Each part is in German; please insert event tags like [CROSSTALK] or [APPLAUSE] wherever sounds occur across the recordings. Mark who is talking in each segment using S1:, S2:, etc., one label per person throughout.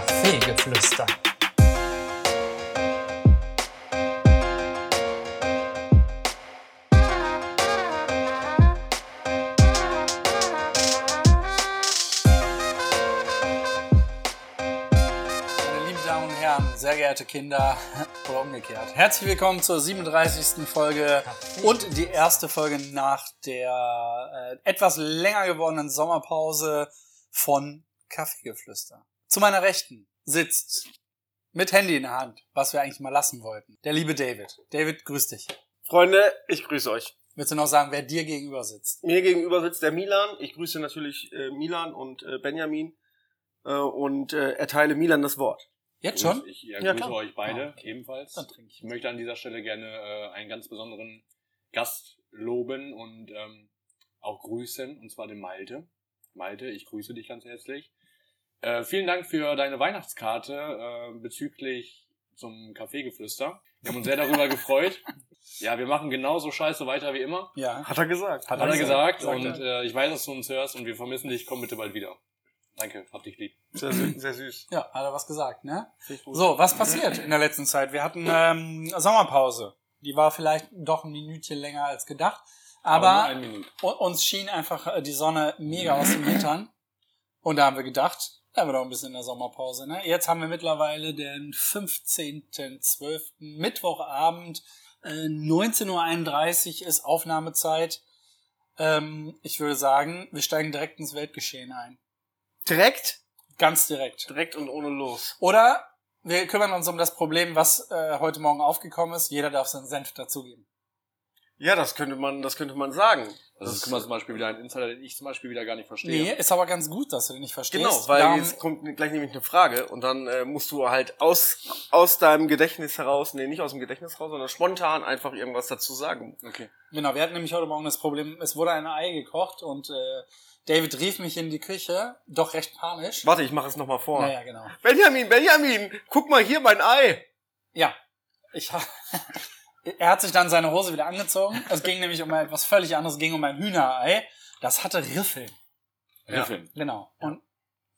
S1: Kaffeegeflüster.
S2: Meine lieben Damen und Herren, sehr geehrte Kinder oder umgekehrt, herzlich willkommen zur 37. Folge und die erste Folge nach der äh, etwas länger gewordenen Sommerpause von Kaffeegeflüster. Zu meiner Rechten sitzt mit Handy in der Hand, was wir eigentlich mal lassen wollten, der liebe David. David, grüß dich.
S3: Freunde, ich grüße euch.
S2: Willst du noch sagen, wer dir gegenüber sitzt?
S3: Mir gegenüber sitzt der Milan. Ich grüße natürlich äh, Milan und äh, Benjamin äh, und äh, erteile Milan das Wort.
S2: Jetzt schon?
S4: Ich ja,
S3: Ja,
S4: grüße
S3: klar.
S4: euch beide
S2: Ah, okay.
S4: ebenfalls.
S2: Dann trinke ich.
S4: Ich möchte an dieser Stelle gerne äh, einen ganz besonderen Gast loben und ähm, auch grüßen, und zwar den Malte. Malte, ich grüße dich ganz herzlich. Äh, vielen Dank für deine Weihnachtskarte äh, bezüglich zum Kaffeegeflüster. Wir haben uns
S3: [LAUGHS]
S4: sehr darüber gefreut. Ja, wir machen genauso scheiße weiter wie immer.
S2: Ja.
S3: Hat er gesagt.
S2: Hat
S4: Hat er gesagt.
S2: Sagt
S4: Und äh, ich weiß, dass du uns hörst und wir vermissen dich. Komm bitte bald wieder. Danke, hab dich lieb.
S3: Sehr, sü- sehr süß.
S2: Ja, hat er was gesagt, ne?
S3: Finde ich gut.
S2: So, was passiert in der letzten Zeit? Wir hatten ähm, Sommerpause. Die war vielleicht doch ein Minütchen länger als gedacht.
S4: nur
S2: Aber
S4: eine Minute.
S2: u- uns schien einfach äh, die Sonne mega aus den Hintern. Und da haben wir gedacht, da haben wir doch ein bisschen in der Sommerpause. Ne? Jetzt haben wir mittlerweile den 15.12. Mittwochabend. Äh, 19.31 Uhr ist Aufnahmezeit. Ähm, ich würde sagen, wir steigen direkt ins Weltgeschehen ein.
S3: Direkt?
S2: Ganz direkt.
S3: Direkt und ohne los.
S2: Oder wir kümmern uns um das Problem, was äh, heute Morgen aufgekommen ist. Jeder darf seinen Senf dazugeben.
S3: Ja, das könnte man, das könnte man sagen.
S4: Das ist guck mal, zum Beispiel wieder ein Insider, den ich zum Beispiel wieder gar nicht verstehe.
S2: Nee, ist aber ganz gut, dass du den nicht verstehst.
S3: Genau, weil
S2: Darum-
S3: jetzt kommt gleich nämlich eine Frage und dann äh, musst du halt aus, aus deinem Gedächtnis heraus, nee, nicht aus dem Gedächtnis heraus, sondern spontan einfach irgendwas dazu sagen.
S4: Okay.
S2: Genau, wir hatten nämlich heute Morgen das Problem, es wurde ein Ei gekocht und äh, David rief mich in die Küche, doch recht panisch.
S3: Warte, ich mache es nochmal vor.
S2: Naja, genau.
S3: Benjamin, Benjamin, guck mal hier mein Ei.
S2: Ja, ich ha- [LAUGHS] Er hat sich dann seine Hose wieder angezogen. Es ging nämlich um etwas völlig anderes, es ging um ein Hühnerei. Das hatte Riffeln.
S4: Ja.
S2: Genau. Und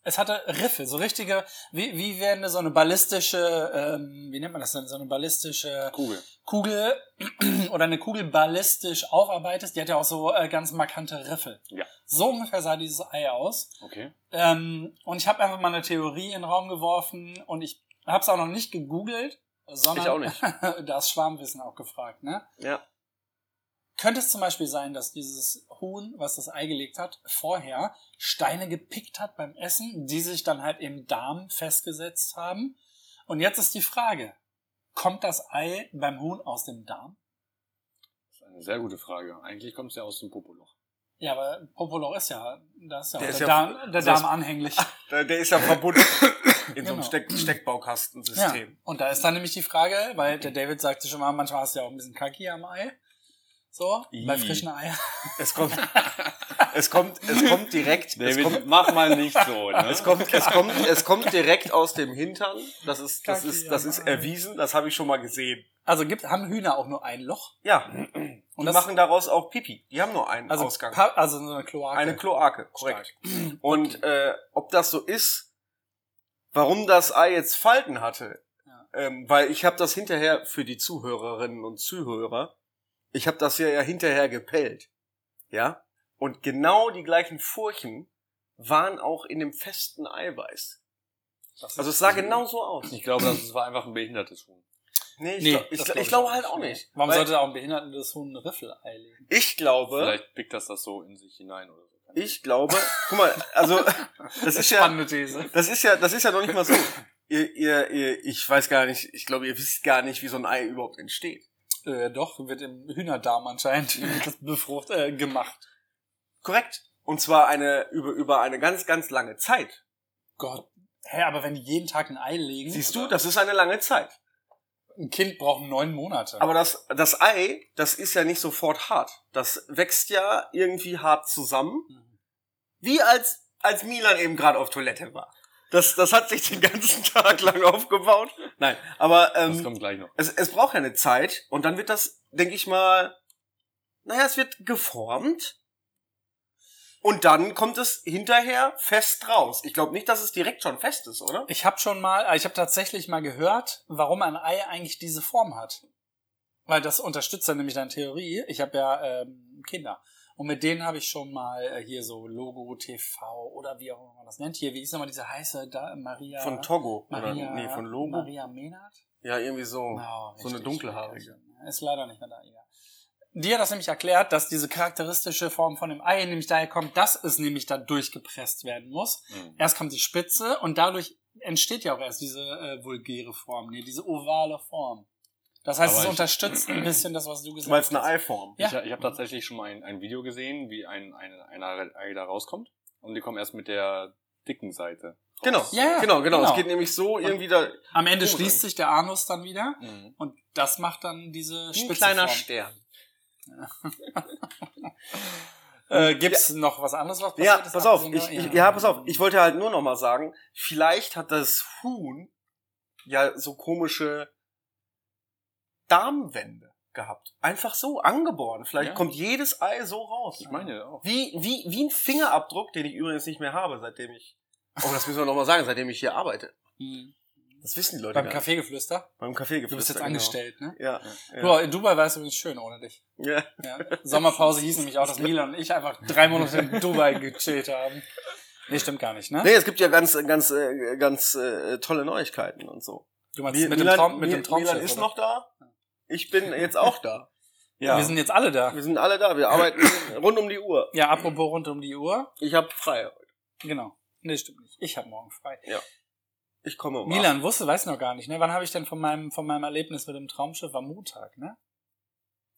S2: es hatte Riffe, so richtige, wie, wie werden so eine ballistische, ähm, wie nennt man das denn, so eine ballistische
S4: Kugel.
S2: Kugel [CLEARS THROAT] oder eine Kugel ballistisch aufarbeitest, die hat ja auch so äh, ganz markante Riffe.
S4: Ja.
S2: So ungefähr sah dieses Ei aus.
S4: Okay.
S2: Ähm, und ich habe einfach mal eine Theorie in den Raum geworfen und ich habe es auch noch nicht gegoogelt, sondern
S3: Ich auch nicht.
S2: [LAUGHS] da ist Schwarmwissen auch gefragt, ne?
S3: Ja.
S2: Könnte es zum Beispiel sein, dass dieses Huhn, was das Ei gelegt hat, vorher Steine gepickt hat beim Essen, die sich dann halt im Darm festgesetzt haben? Und jetzt ist die Frage, kommt das Ei beim Huhn aus dem Darm?
S4: Das ist eine sehr gute Frage. Eigentlich kommt es ja aus dem Popoloch.
S2: Ja, aber Popoloch ist ja, da ist ja auch
S3: Der
S2: der,
S3: ist ja-
S2: Darm, der
S3: das heißt-
S2: Darm
S3: [LAUGHS]
S2: anhänglich.
S3: Der, der ist
S2: [COUGHS]
S3: ja verbunden in
S2: Genau.
S3: so einem Steck Steckbaukastensystem.
S2: Ja. Und da ist dann nämlich die Frage, weil der David sagte schon mal, manchmal hast du ja auch ein bisschen Kaki am Ei. So, bei
S4: Ih.
S2: frischen Eiern.
S3: Es kommt, es kommt, es kommt direkt, es kommt,
S4: mach mal nicht [LAUGHS] so, ne?
S3: es kommt, es kommt, es kommt direkt aus dem Hintern. Das ist, das
S2: Kacke,
S3: ist, das ist
S2: Mann.
S3: erwiesen. Das habe ich schon mal gesehen.
S2: Also gibt, haben Hühner auch nur ein Loch?
S3: Ja.
S2: Und
S3: Und die
S2: das-
S3: machen daraus auch Pipi. Die haben nur einen
S2: Also,
S3: Ausgang.
S2: pa- also so eine Kloake.
S3: Eine Kloake, korrekt. Und äh, ob das so ist, warum das Ei jetzt Falten hatte,
S2: Ja.
S3: ähm, weil ich habe das hinterher für die Zuhörerinnen und Zuhörer, ich habe das ja, ja hinterher gepellt, ja. Und genau die gleichen Furchen waren auch in dem festen Eiweiß. Also es sah genau so aus.
S4: Ich glaube, das war einfach ein behindertes Huhn.
S3: Nee, ich,
S2: Nee,
S3: glaub, ich,
S2: das
S3: glaub,
S2: glaub
S3: ich glaube
S2: auch
S3: halt auch nicht.
S2: Warum
S3: Weil
S2: sollte auch ein behindertes Huhn ein Riffelei legen?
S3: ich glaube,
S4: Vielleicht pickt das das so in sich hinein oder so.
S3: ich glaube, guck mal, also das ist ja,
S2: Spannende These.
S3: Das ist ja, das ist ja noch nicht mal so. ihr, ihr, ihr, ich weiß gar nicht, ich glaube, ihr wisst gar nicht, wie so ein Ei überhaupt entsteht.
S2: Äh, doch, wird im Hühnerdarm anscheinend [LAUGHS] das befrucht, äh, gemacht.
S3: Korrekt. Und zwar eine, über, über eine ganz, ganz lange Zeit.
S2: Gott. Hä, aber wenn die jeden Tag ein Ei legen,
S3: Siehst du, das ist eine lange Zeit.
S2: ein Kind braucht neun Monate.
S3: Aber das, das Ei, das ist ja nicht sofort hart. Das wächst ja irgendwie hart zusammen.
S2: Mhm.
S3: Wie als, als Milan eben gerade auf Toilette war. Das, das hat sich den ganzen [LAUGHS] Tag lang aufgebaut. Nein, aber, ähm,
S4: Das kommt gleich noch.
S3: es, es braucht ja eine Zeit und dann wird das, denke ich mal, naja, es wird geformt. Und dann kommt es hinterher fest raus. Ich glaube nicht, dass es direkt schon fest ist, oder?
S2: Ich habe schon mal, äh, ich habe tatsächlich mal gehört, warum ein Ei eigentlich diese Form hat. Weil das unterstützt dann nämlich deine Theorie. Ich habe ja ähm, Kinder. Und mit denen habe ich schon mal äh, hier so Logo, TV oder wie auch immer man das nennt. Hier, wie ist nochmal diese heiße da, Maria.
S3: Von Togo.
S2: Maria,
S3: oder, nee, von Logo.
S2: Maria Menard?
S3: Ja, irgendwie so.
S2: Genau,
S3: so eine
S2: richtig,
S3: dunkelhaarige.
S2: richtig. Ist leider nicht mehr da, egal. Die hat das nämlich erklärt, dass diese charakteristische Form von dem Ei nämlich daher kommt, dass es nämlich dann durchgepresst werden muss.
S4: Mhm.
S2: Erst kommt die Spitze und dadurch entsteht ja auch erst diese äh, vulgäre Form, nee, diese ovale Form. Das heißt,
S4: Aber
S2: es
S4: ich-
S2: unterstützt ein bisschen das, was du
S3: Du
S2: gesagt
S3: meinst
S2: hast.
S3: eine Eiform?
S2: Ja.
S4: Ich, ich habe tatsächlich schon mal ein, ein Video gesehen, wie ein, ein, einer Ei da rauskommt. Und die kommen erst mit der dicken Seite.
S3: Genau.
S2: Ja, ja,
S3: genau, genau.
S2: genau.
S3: Es geht nämlich so irgendwie da.
S2: Am Ende
S3: Oh,
S2: schließt sich der Anus dann wieder
S4: Mhm.
S2: und das macht dann diese
S3: Wie
S2: Spitze. Form.
S3: Stern.
S2: [LAUGHS] Äh, gibt's noch was anderes, was
S3: Ja,
S2: passiert ist,
S3: pass auf.
S2: abgesehen
S3: Ich,
S2: davon?
S3: ich, ja, pass auf. Ich wollte halt nur noch mal sagen, vielleicht hat das Huhn ja so komische Darmwände gehabt. Einfach so, angeboren. Vielleicht
S4: Ja.
S3: kommt jedes Ei so raus.
S4: Ich meine auch.
S3: Wie, wie, wie ein Fingerabdruck, den ich übrigens nicht mehr habe, seitdem ich. Oh, das müssen wir noch mal sagen, seitdem ich hier arbeite.
S2: Hm.
S3: Das wissen die Leute
S2: Beim
S3: gar nicht.
S2: Kaffeegeflüster?
S3: Beim Kaffee
S2: Du bist jetzt angestellt, ne?
S3: genau. Ja.
S2: Boah, in Dubai war es übrigens schön ohne dich.
S3: ja.
S2: Ja. Sommerpause hieß nämlich auch, dass Milan und ich einfach drei Monate in Dubai gechillt haben. Nee, stimmt gar nicht, ne?
S3: Nee, es gibt ja ganz, ganz, äh, ganz äh, tolle Neuigkeiten und so.
S2: Du meinst mit dem
S3: Milan-
S2: Traum, mit
S3: Mi-
S2: dem Traumschiff,
S3: Milan ist
S2: oder?
S3: noch da.
S2: [LAUGHS]
S3: Ich bin jetzt auch da.
S2: Wir sind jetzt alle da.
S3: wir sind alle da. Wir
S2: [COUGHS]
S3: arbeiten rund um die Uhr.
S2: Ja, apropos rund um die Uhr.
S3: Ich habe frei.
S2: Genau. Nee, stimmt nicht. Ich habe morgen frei.
S3: Ich komme um acht.
S2: Milan wusste, weiß noch gar nicht, ne? Wann habe ich denn von meinem, von meinem Erlebnis mit dem Traumschiff? War Montag, ne?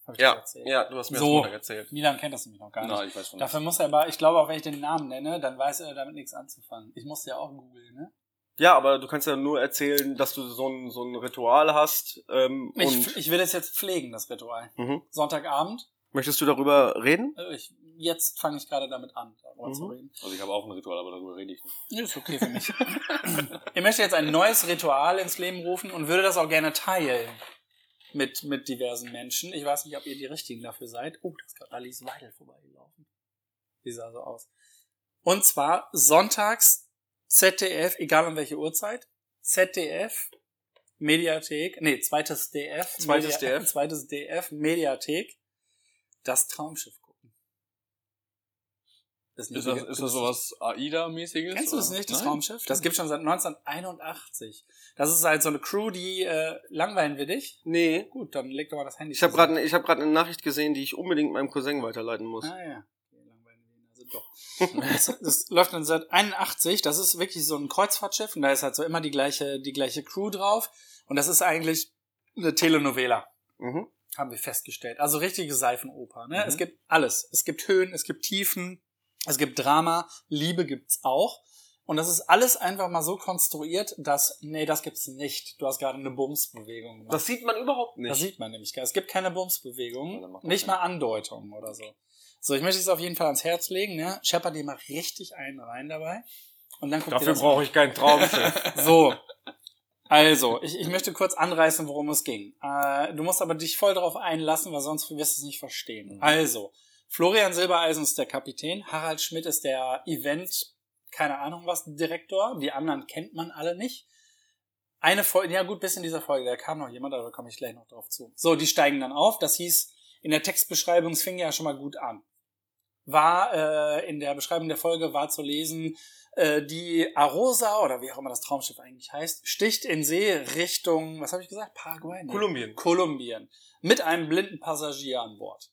S2: Hab ich dir
S3: Ja,
S2: erzählt.
S3: ja, du hast mir
S2: So.
S3: das Montag erzählt.
S2: Milan kennt das nämlich noch gar nicht.
S4: Na, ich weiß von
S2: Dafür muss er aber, ich glaube, auch wenn ich den Namen nenne, dann weiß er damit nichts anzufangen. Ich musste ja auch googeln, ne?
S3: Ja, aber du kannst ja nur erzählen, dass du so ein, so ein Ritual hast. Ähm, und
S2: Ich, ich will das jetzt pflegen, das Ritual.
S3: Mhm.
S2: Sonntagabend,
S3: möchtest du darüber reden?
S2: äh, ich, jetzt fange ich gerade damit an, darüber zu
S3: Mhm.
S2: reden.
S4: Also ich habe auch ein Ritual, aber darüber rede ich nicht.
S2: Ja, Ist okay für mich. [CLEARS THROAT] ich möchte jetzt ein neues Ritual ins Leben rufen und würde das auch gerne teilen mit, mit diversen Menschen. Ich weiß nicht, ob ihr die richtigen dafür seid. Oh, da ist gerade Alice Weidel vorbeigelaufen. Die sah so aus. Und zwar sonntags ZDF, egal um welche Uhrzeit, ZDF, Mediathek, nee, zweites DF,
S3: Zweites DF.
S2: [LAUGHS] zweites DF, Mediathek, das Traumschiff gucken. Ist,
S4: Ist das, ist das sowas AIDA-mäßiges?
S2: Kennst du das
S4: oder?
S2: nicht, das
S4: Nein.
S2: Traumschiff? Das gibt schon seit 1981. Das ist halt so eine Crew, die äh, langweilen wir dich.
S3: Nee.
S2: Gut, dann leg doch mal das Handy.
S3: Ich habe
S2: zusammen.
S3: gerade ich hab grad eine Nachricht gesehen, die ich unbedingt meinem Cousin weiterleiten muss.
S2: Ah ja, Okay, langweilen wir ihn also doch. [LAUGHS] das, das läuft dann seit 81. Das ist wirklich so ein Kreuzfahrtschiff und da ist halt so immer die gleiche die gleiche Crew drauf und das ist eigentlich eine Telenovela.
S3: Mhm.
S2: haben wir festgestellt. Also richtige Seifenoper. Ne?
S4: Mhm.
S2: Es gibt alles. Es gibt Höhen, es gibt Tiefen, es gibt Drama, Liebe gibt's auch. Und das ist alles einfach mal so konstruiert, dass, nee, das gibt's nicht. Du hast gerade eine Bumsbewegung gemacht.
S3: Das sieht man überhaupt nicht.
S2: Das sieht man nämlich gar nicht. Es gibt keine
S4: Ja, dann
S2: Bumsbewegung,
S4: macht das
S2: nicht
S4: Sinn.
S2: mal Andeutungen oder so. So, ich möchte es auf jeden Fall ans Herz legen. Ne? Shepard, dir mal richtig einen rein dabei. Und dann guckt ihr
S3: Dafür
S2: das
S3: brauche ich keinen
S2: [LAUGHS]
S3: Traumschiff.
S2: so. Also, ich, ich möchte kurz anreißen, worum es ging. Äh, du musst aber dich voll darauf einlassen, weil sonst wirst du es nicht verstehen.
S4: Mhm.
S2: Also, Florian Silbereisen ist der Kapitän, Harald Schmidt ist der Event, keine Ahnung was, Direktor. Die anderen kennt man alle nicht. Eine Folge, ja gut, bis in dieser Folge, da kam noch jemand, aber da komme ich gleich noch drauf zu. So, die steigen dann auf. Das hieß, in der Textbeschreibung, es fing ja schon mal gut an. War äh, in der Beschreibung der Folge war zu lesen, äh, die Arosa oder wie auch immer das Traumschiff eigentlich heißt, sticht in See Richtung, was habe ich gesagt? Paraguay? ne? Nee.
S3: Kolumbien.
S2: Kolumbien. Mit einem blinden Passagier an Bord.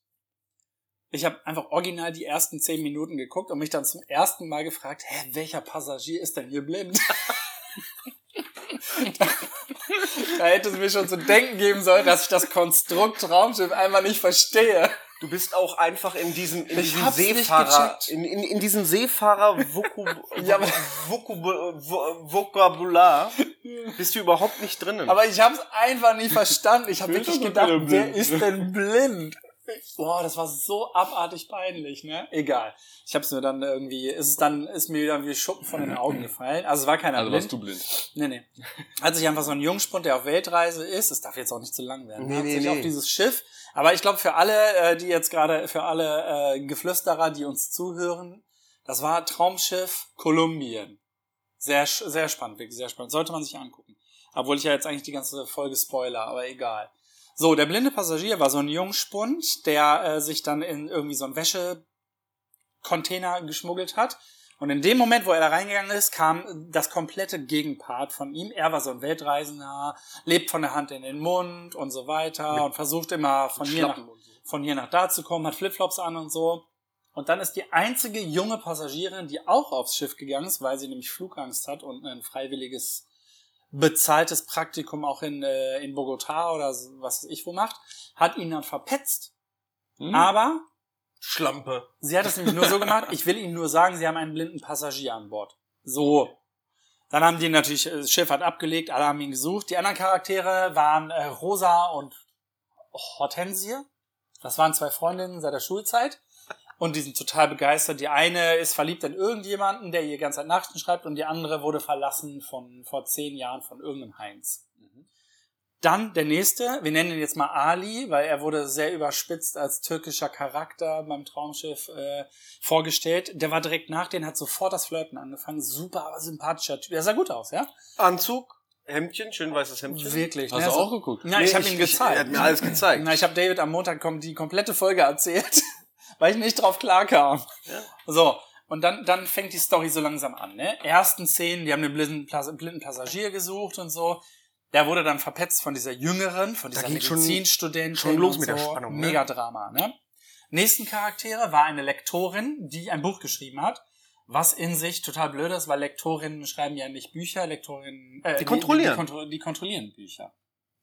S2: Ich habe einfach original die ersten zehn Minuten geguckt und mich dann zum ersten Mal gefragt, hä, welcher Passagier ist denn hier blind? [LAUGHS] da, da hätte es mir schon zu denken geben sollen, dass ich das Konstrukt Traumschiff einmal nicht verstehe.
S3: Du bist auch einfach in diesem, in
S2: Ich
S3: diesem
S2: hab's nicht
S3: Seefahrer,
S2: gecheckt.
S3: in, in, in diesem Seefahrer
S2: [LAUGHS] Ja, aber-
S3: Vokabular bist du überhaupt nicht drinnen.
S2: Aber ich habe es einfach
S4: [LAUGHS]
S2: nicht verstanden. Ich habe
S4: Wer ist
S2: wirklich
S4: denn
S2: gedacht,
S4: denn
S2: wer
S4: blind?
S2: ist denn blind? Boah, das war so abartig peinlich, ne? Egal. Ich habe es mir dann irgendwie, ist es dann, ist mir wieder wie Schuppen von den Augen gefallen. Also es war keiner
S4: Also warst
S2: blind.
S4: du blind.
S2: Nee, nee. Hat sich einfach so ein Jungspund, der auf Weltreise ist, es darf jetzt auch nicht zu lang werden,
S3: Nee,
S2: hat
S3: nee,
S2: sich
S3: nee.
S2: auf dieses Schiff, aber ich glaube für alle, äh, die jetzt gerade, für alle äh, Geflüsterer, die uns zuhören, Das war Traumschiff Kolumbien. Sehr, sch- sehr spannend, wirklich sehr spannend. Sollte man sich angucken. Obwohl ich ja jetzt eigentlich die ganze Folge spoiler, aber egal. So, der blinde Passagier war so ein Jungspund, der äh, sich dann in irgendwie so einen Wäschecontainer geschmuggelt hat. Und in dem Moment, wo er da reingegangen ist, kam das komplette Gegenpart von ihm. Er war so ein Weltreisender, lebt von der Hand in den Mund und so weiter
S3: Mit-
S2: und versucht immer von hier nach
S3: Schlappen und so.
S2: von hier nach da zu kommen, hat Flipflops an und so. Und dann ist die einzige junge Passagierin, die auch aufs Schiff gegangen ist, weil sie nämlich Flugangst hat und ein freiwilliges bezahltes Praktikum auch in, äh, in Bogotá oder so, was weiß ich wo macht, hat ihn dann verpetzt. Aber
S3: Schlampe.
S2: Sie hat es nämlich nur so gemacht, ich will Ihnen nur sagen, Sie haben einen blinden Passagier an Bord. So. Dann haben die natürlich, äh, das Schiff hat abgelegt, alle haben ihn gesucht. Die anderen Charaktere waren äh, Rosa und Hortensie. Das waren zwei Freundinnen seit der Schulzeit. Und die sind total begeistert. Die eine ist verliebt in irgendjemanden, der ihr ganze Zeit Nachrichten schreibt, und die andere wurde verlassen von vor zehn Jahren von irgendeinem Heinz. Dann der nächste, wir nennen ihn jetzt mal Ali, weil er wurde sehr überspitzt als türkischer Charakter beim Traumschiff äh, vorgestellt. Der war direkt nach denen, hat sofort das Flirten angefangen. Super sympathischer Typ. Der sah gut aus, ja?
S3: Anzug, Hemdchen, schön weißes Hemdchen.
S2: Wirklich.
S4: Hast
S2: ne?
S4: du
S2: So-
S4: auch geguckt?
S2: Na,
S3: Nee,
S2: ich habe ihn gezeigt.
S3: Er hat mir alles gezeigt.
S2: Na, ich habe David am Montag kom- die komplette Folge erzählt, [LAUGHS] weil ich nicht drauf klarkam.
S3: Ja.
S2: So, und dann, dann fängt die Story so langsam an. Ne? Ersten Szenen, die haben den blinden, Plas- blinden Passagier gesucht und so. Der wurde dann verpetzt von dieser Jüngeren, von
S3: Da
S2: dieser
S3: ging schon-
S2: Medizinstudentin.
S3: schon los
S2: und
S3: mit
S2: so.
S3: der Spannung, ne?
S2: Megadrama. Ne? Nächsten Charaktere war eine Lektorin, die ein Buch geschrieben hat. Was in sich total blöd ist, weil Lektorinnen schreiben ja nicht Bücher, Lektorinnen. Äh,
S3: Die kontrollieren.
S2: Die, die, kontro- die kontrollieren Bücher.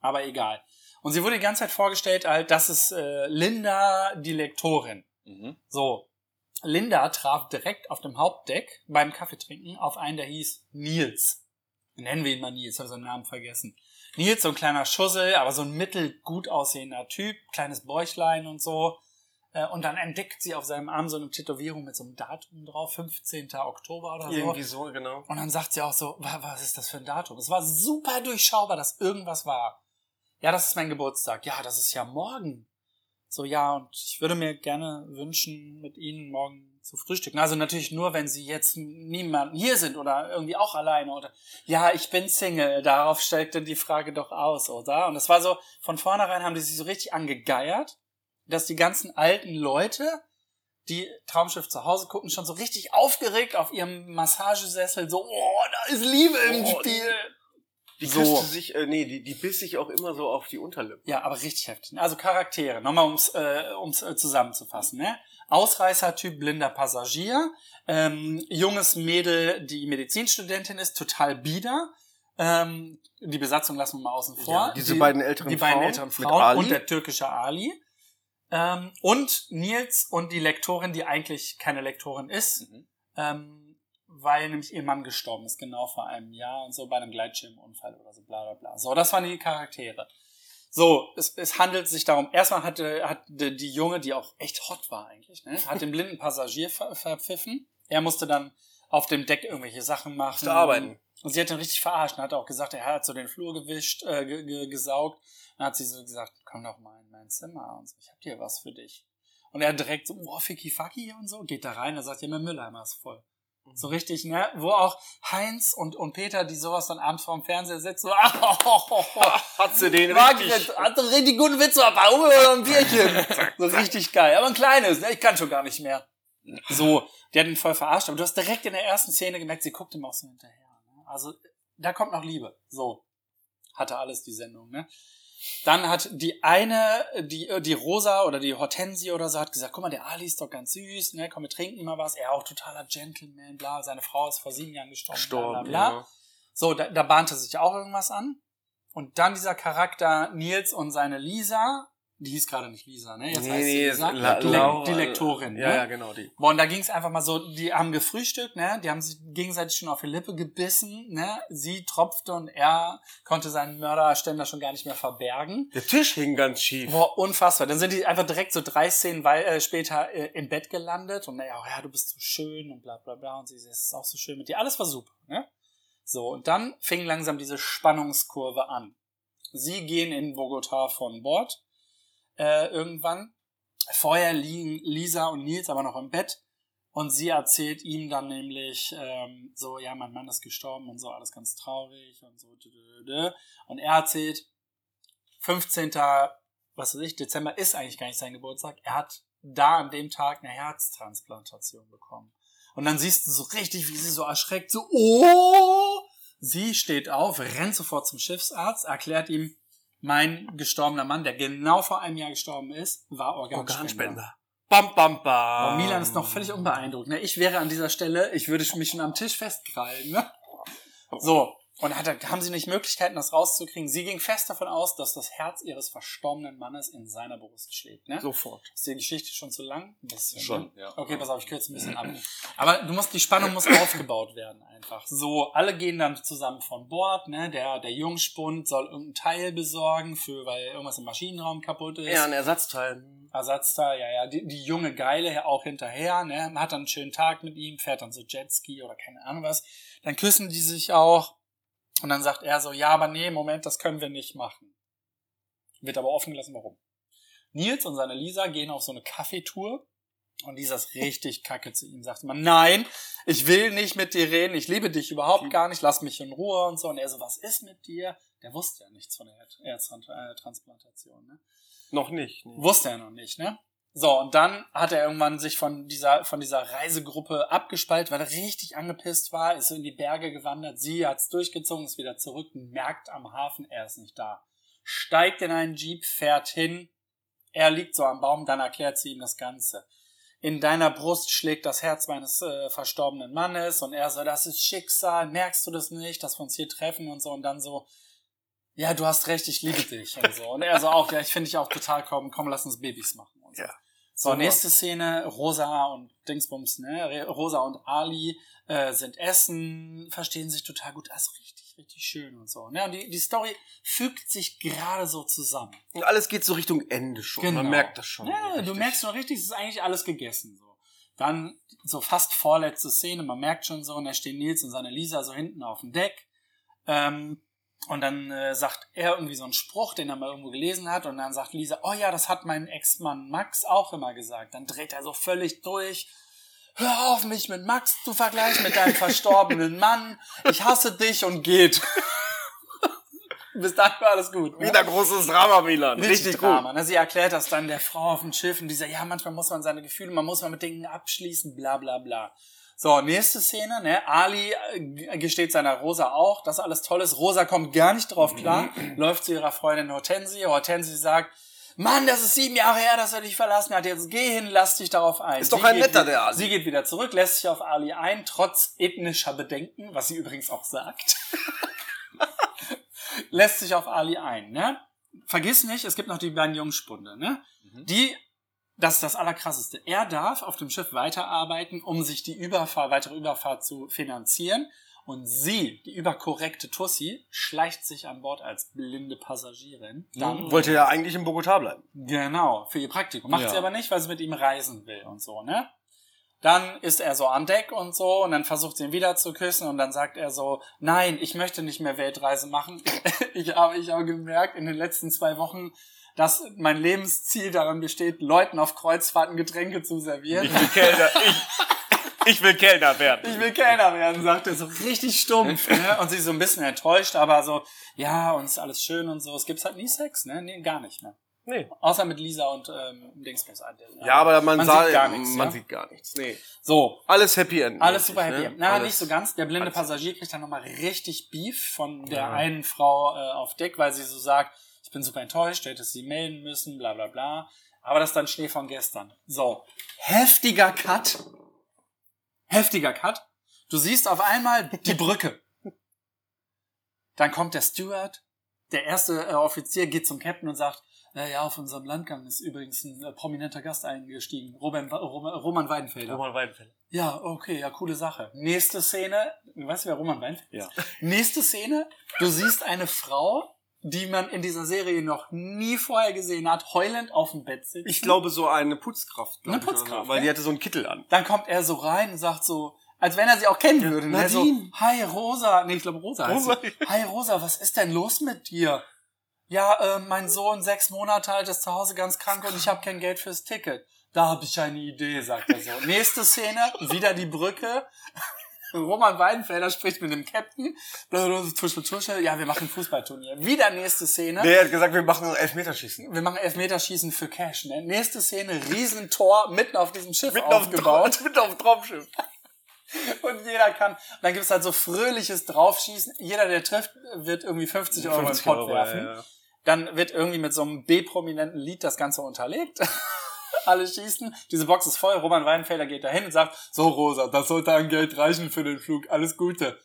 S2: Aber egal. Und sie wurde die ganze Zeit vorgestellt, als das ist äh, Linda, die Lektorin.
S4: Mhm.
S2: So. Linda traf direkt auf dem Hauptdeck beim Kaffeetrinken auf einen, der hieß Nils. Nennen wir ihn mal Nils, habe seinen Namen vergessen. Nils, so ein kleiner Schussel, aber so ein mittelgut aussehender Typ, kleines Bäuchlein und so. Äh, Und dann entdeckt sie auf seinem Arm so eine Tätowierung mit so einem Datum drauf, 15. Oktober oder so.
S3: Irgendwie so, genau.
S2: Und dann sagt sie auch so, "Wa- was ist das für ein Datum? Es war super durchschaubar, dass irgendwas war. Ja, das ist mein Geburtstag. Ja, das ist ja morgen. So, ja, und ich würde mir gerne wünschen, mit Ihnen morgen zu frühstücken. Also natürlich nur, wenn Sie jetzt niemanden hier sind oder irgendwie auch alleine oder, ja, ich bin Single. Darauf stellte die Frage doch aus, oder? Und das war so, von vornherein haben die sich so richtig angegeiert, dass die ganzen alten Leute, die Traumschiff zu Hause gucken, schon so richtig aufgeregt auf ihrem Massagesessel, so, oh, da ist Liebe im
S3: Oh,
S2: Spiel.
S3: Die
S2: So.
S3: küsste sich, äh, nee, die, die biss sich auch immer so auf die Unterlippe.
S2: Ja, aber richtig heftig. Also Charaktere, nochmal ums, äh, ums äh, zusammenzufassen. Ne? Ausreißer-Typ, blinder Passagier, ähm, junges Mädel, die Medizinstudentin ist, total bieder. Ähm, die Besatzung lassen wir mal außen vor.
S3: Ja, diese beiden älteren
S2: die beiden
S3: Frauen
S2: älteren
S3: mit
S2: Frauen
S3: Ali.
S2: und der türkische Ali. Ähm, und Nils und die Lektorin, die eigentlich keine Lektorin ist,
S4: Mhm.
S2: ähm, weil nämlich ihr Mann gestorben ist, genau vor einem Jahr und so bei einem Gleitschirmunfall oder so, bla bla bla. So, das waren die Charaktere. So, es, es handelt sich darum, erstmal hatte, hatte die Junge, die auch echt hot war eigentlich, ne? hat den blinden Passagier ver verpfiffen. Er musste dann auf dem Deck irgendwelche Sachen machen.
S3: Musste arbeiten.
S2: Und sie hat ihn richtig verarscht und hat auch gesagt, er hat so den Flur gewischt, äh, ge ge gesaugt. Dann hat sie so gesagt, komm doch mal in mein Zimmer und so, ich hab dir was für dich. Und er direkt so, oh, ficky fucky und so, geht da rein, dann sagt ihr, mein Mülleimer ist voll. So richtig, ne? Wo auch Heinz und, und Peter, die sowas dann abends vorm Fernseher sitzen, so, [LAUGHS] ah, ho, ho, ho, ho.
S3: Hat sie den
S2: Margret, hat einen richtig guten Witz, aber hol mir doch ein
S3: [LAUGHS]
S2: Bierchen. so richtig geil. Aber ein kleines, ne? Ich kann schon gar nicht mehr. So, die hat ihn voll verarscht, aber du hast direkt in der ersten Szene gemerkt, sie guckt ihm auch so hinterher. Ne? Also, da kommt noch Liebe. So. Hatte alles die Sendung, ne? Dann hat die eine, die, äh, die Rosa oder die Hortensie oder so, hat gesagt, guck mal, der Ali ist doch ganz süß, ne? Komm, wir trinken mal was. Er auch totaler Gentleman, bla. Seine Frau ist vor sieben Jahren gestorben, bla, bla,
S3: gestorben.
S2: bla.
S3: Ja.
S2: So, da, da bahnte sich auch irgendwas an. Und dann dieser Charakter Nils und seine Lisa, die hieß gerade nicht Lisa, ne? Jetzt heißt sie Lisa.
S3: La-
S2: die, Le
S3: Laura-
S2: die Lektorin.
S3: Ja,
S2: ne?
S3: ja, genau, die.
S2: Boah, und da ging es einfach mal so, die haben gefrühstückt, ne? Die haben sich gegenseitig schon auf die Lippe gebissen, ne? Sie tropfte und er konnte seinen Mörderständer schon gar nicht mehr verbergen.
S3: Der Tisch hing ganz schief.
S2: Boah, unfassbar. Dann sind die einfach direkt so drei Szenen wei- äh, später äh, im Bett gelandet und naja, oh ja, du bist so schön und bla bla bla und sie, es ist auch so schön mit dir. Alles war super, ne? So, und dann fing langsam diese Spannungskurve an. Sie gehen in Bogota von Bord äh, irgendwann. Vorher liegen Lisa und Nils aber noch im Bett. Und sie erzählt ihm dann nämlich ähm, so, ja, mein Mann ist gestorben und so, alles ganz traurig und so. dü- dü- dü- dü. Und er erzählt, 15. was weiß ich, Dezember ist eigentlich gar nicht sein Geburtstag. Er hat da an dem Tag eine Herztransplantation bekommen. Und dann siehst du so richtig, wie sie so erschreckt, so, oh! Sie steht auf, rennt sofort zum Schiffsarzt, erklärt ihm, mein gestorbener Mann, der genau vor einem Jahr gestorben ist, war Organspender.
S3: Organspender. Bam, bam,
S2: Aber
S3: bam.
S2: Oh, Milan ist noch völlig unbeeindruckt. Ne? Ich wäre an dieser Stelle, ich würde mich schon am Tisch festkrallen. Ne? So, und hat, er- haben sie nicht Möglichkeiten, das rauszukriegen? Sie ging fest davon aus, dass das Herz ihres verstorbenen Mannes in seiner Brust schlägt. Ne?
S3: Sofort.
S2: Ist die Geschichte schon zu lang? Ein bisschen.
S4: Schon,
S2: ne?
S4: ja.
S2: Okay, pass auf, ich kürze ein bisschen ab. Aber du musst, die Spannung muss aufgebaut werden einfach. So, alle gehen dann zusammen von Bord, ne? Der, der Jungspund soll irgendein Teil besorgen, für, weil irgendwas im Maschinenraum kaputt ist.
S3: Ja, ein Ersatzteil.
S2: Ersatzteil, ja, ja, die, die junge Geile ja auch hinterher, ne? Man hat dann einen schönen Tag mit ihm, fährt dann so Jetski oder keine Ahnung was. Dann küssen die sich auch und dann sagt er so, ja, aber nee, Moment, das können wir nicht machen. Wird aber offen gelassen, warum. Nils und seine Lisa gehen auf so eine Kaffeetour und Lisa ist richtig kacke zu ihm, sagt immer, nein, ich will nicht mit dir reden, ich liebe dich überhaupt gar nicht, lass mich in Ruhe und so. Und er so, was ist mit dir? Der wusste ja nichts von der Herztransplantation, äh, ne?
S3: Noch nicht. Nee.
S2: Wusste er noch nicht, ne? So, und dann hat er irgendwann sich von dieser, von dieser Reisegruppe abgespalten, weil er richtig angepisst war, ist so in die Berge gewandert, sie hat's durchgezogen, ist wieder zurück, merkt am Hafen, er ist nicht da. Steigt in einen Jeep, fährt hin, er liegt so am Baum, dann erklärt sie ihm das Ganze. In deiner Brust schlägt das Herz meines äh, verstorbenen Mannes und er so, das ist Schicksal, merkst du das nicht, dass wir uns hier treffen und so und dann so, ja, du hast recht, ich liebe dich und so. Und er so auch, ja, ich finde dich auch total komm, komm, lass uns Babys machen und so.
S3: Ja.
S2: So, nächste Szene, Rosa und Dingsbums, ne? Re- Rosa und Ali äh, sind essen, verstehen sich total gut, also richtig, richtig schön und so. Ne? Und die, die Story fügt sich gerade so zusammen.
S3: Und alles geht so Richtung Ende schon.
S2: Genau.
S3: Man merkt das schon.
S2: Ja, du
S3: Richtig.
S2: merkst schon richtig, es ist eigentlich alles gegessen. So. Dann so fast vorletzte Szene, man merkt schon so, und da stehen Nils und seine Lisa so hinten auf dem Deck. Ähm, und dann äh, sagt er irgendwie so einen Spruch, den er mal irgendwo gelesen hat, und dann sagt Lisa, oh ja, das hat mein Ex-Mann Max auch immer gesagt. Dann dreht er so völlig durch. Hör auf, mich mit Max zu vergleichen, mit deinem verstorbenen Mann. Ich hasse dich und geht. [LAUGHS] Bis dahin war alles gut. ne?
S3: Wieder großes Drama, Milan.
S2: Richtig,
S3: Richtig,
S2: Drama.
S3: gut.
S2: Ne? Sie erklärt das dann der Frau auf dem Schiff und die sagt, ja, manchmal muss man seine Gefühle, man muss mal mit Dingen abschließen, bla bla bla. So, nächste Szene, ne? Ali äh, g- gesteht seiner Rosa auch, dass alles toll ist. Rosa kommt gar nicht drauf klar,
S3: Mhm.
S2: läuft zu ihrer Freundin Hortensie. Hortensie sagt, Mann, das ist sieben Jahre her, dass er dich verlassen hat. Jetzt geh hin, lass dich darauf ein.
S3: Ist doch
S2: Sie
S3: ein
S2: geht
S3: Netter,
S2: wi-
S3: der Ali.
S2: Sie geht wieder zurück, lässt sich auf Ali ein, trotz ethnischer Bedenken, was sie übrigens auch sagt [LAUGHS] lässt sich auf Ali ein, ne? Vergiss nicht, es gibt noch die beiden Jungspunde, ne?
S3: Mhm.
S2: Die, das ist das Allerkrasseste. Er darf auf dem Schiff weiterarbeiten, um sich die Überfahr, weitere Überfahrt zu finanzieren. Und sie, die überkorrekte Tussi, schleicht sich an Bord als blinde Passagierin. Dann-
S3: Mhm. Wollte ja eigentlich in Bogotá bleiben.
S2: Genau, für ihr Praktikum. Macht
S4: Ja.
S2: sie aber nicht, weil sie mit ihm reisen will und so, ne? Dann ist er so an Deck und so und dann versucht sie ihn wieder zu küssen und dann sagt er so, nein, ich möchte nicht mehr Weltreise machen. [LAUGHS] ich habe ich habe gemerkt in den letzten zwei Wochen, dass mein Lebensziel darin besteht, Leuten auf Kreuzfahrten Getränke zu servieren.
S3: will Kellner. [LAUGHS] Ich, ich will Kellner werden.
S2: Ich will Kellner werden, sagt er so richtig
S3: [LAUGHS]
S2: stumpf. Ne? Und sie so ein bisschen enttäuscht, aber so, ja, und ist alles schön und so. Es gibt halt nie Sex, ne? Nee, gar nicht mehr.
S3: Nee.
S2: Außer mit Lisa und ähm, Dingsbums.
S3: Ja, aber man,
S2: Man
S3: sah,
S2: sieht gar nichts,
S3: Man
S2: ja?
S3: sieht gar nichts. Nee.
S2: So,
S3: Alles Happy End.
S2: alles
S3: mäßig,
S2: super happy.
S3: ne?
S2: Na,
S3: Alles-
S2: nicht so ganz. Der blinde
S3: alles-
S2: Passagier kriegt dann nochmal richtig Beef von der einen Frau äh, auf Deck, weil sie so sagt, ich bin super enttäuscht, du hättest sie melden müssen, bla bla bla. Aber das ist dann Schnee von gestern. So, heftiger Cut. Heftiger Cut. Du siehst auf einmal die Brücke. Dann kommt der Steward, der erste äh, Offizier geht zum Captain und sagt, "Äh, ja, auf unserem Landgang ist übrigens ein äh, prominenter Gast eingestiegen, Robin, Roman, Roman Weidenfelder. Ja, okay, ja, coole Sache. Nächste Szene, weißt du, wer Roman Weinfeld ist?
S4: Ja.
S2: Nächste Szene, du siehst eine Frau, die man in dieser Serie noch nie vorher gesehen hat, heulend auf dem Bett sitzt.
S3: Ich glaube, so eine Putzkraft. glaub
S2: Eine
S3: ich, oder
S2: Putzkraft,
S3: So, weil
S2: ne?
S3: die hatte so einen Kittel an.
S2: Dann kommt er so rein und sagt so, als wenn er sie auch kennen würde. Und er so,
S3: Nadine.
S2: hi Rosa, nee, ich glaube Rosa heißt
S3: Rosa.
S2: sie. Hi Rosa, was ist denn los mit dir? ähm, Ja, äh, mein Sohn, sechs Monate alt, ist zu Hause ganz krank und ich habe kein Geld fürs Ticket. Da habe ich eine Idee, sagt er
S3: [LAUGHS]
S2: so. Nächste Szene, wieder die Brücke. Roman Weidenfelder spricht mit dem Captain. Blablabla, Tuschel, tuschel. Ja, wir machen Fußballturnier. Wieder nächste Szene.
S3: Der hat gesagt, wir machen nur Elfmeterschießen.
S2: Wir machen Elfmeterschießen für Cash. Ne? Nächste Szene, Riesentor mitten auf diesem Schiff
S3: Mitten auf, dem Tra-
S2: aufgebaut.
S3: mitten auf dem Traumschiff.
S2: Und jeder kann. Und dann gibt's halt so fröhliches Draufschießen. Jeder, der trifft, wird irgendwie 50 Euro in den
S3: 50
S2: Pott
S3: Euro,
S2: werfen.
S3: ja, ja.
S2: Dann wird irgendwie mit so einem B-prominenten Lied das Ganze unterlegt. [LAUGHS] Alle schießen. Diese Box ist voll. Roman Weidenfelder geht dahin und sagt, so Rosa, das sollte an Geld reichen für den Flug. Alles Gute.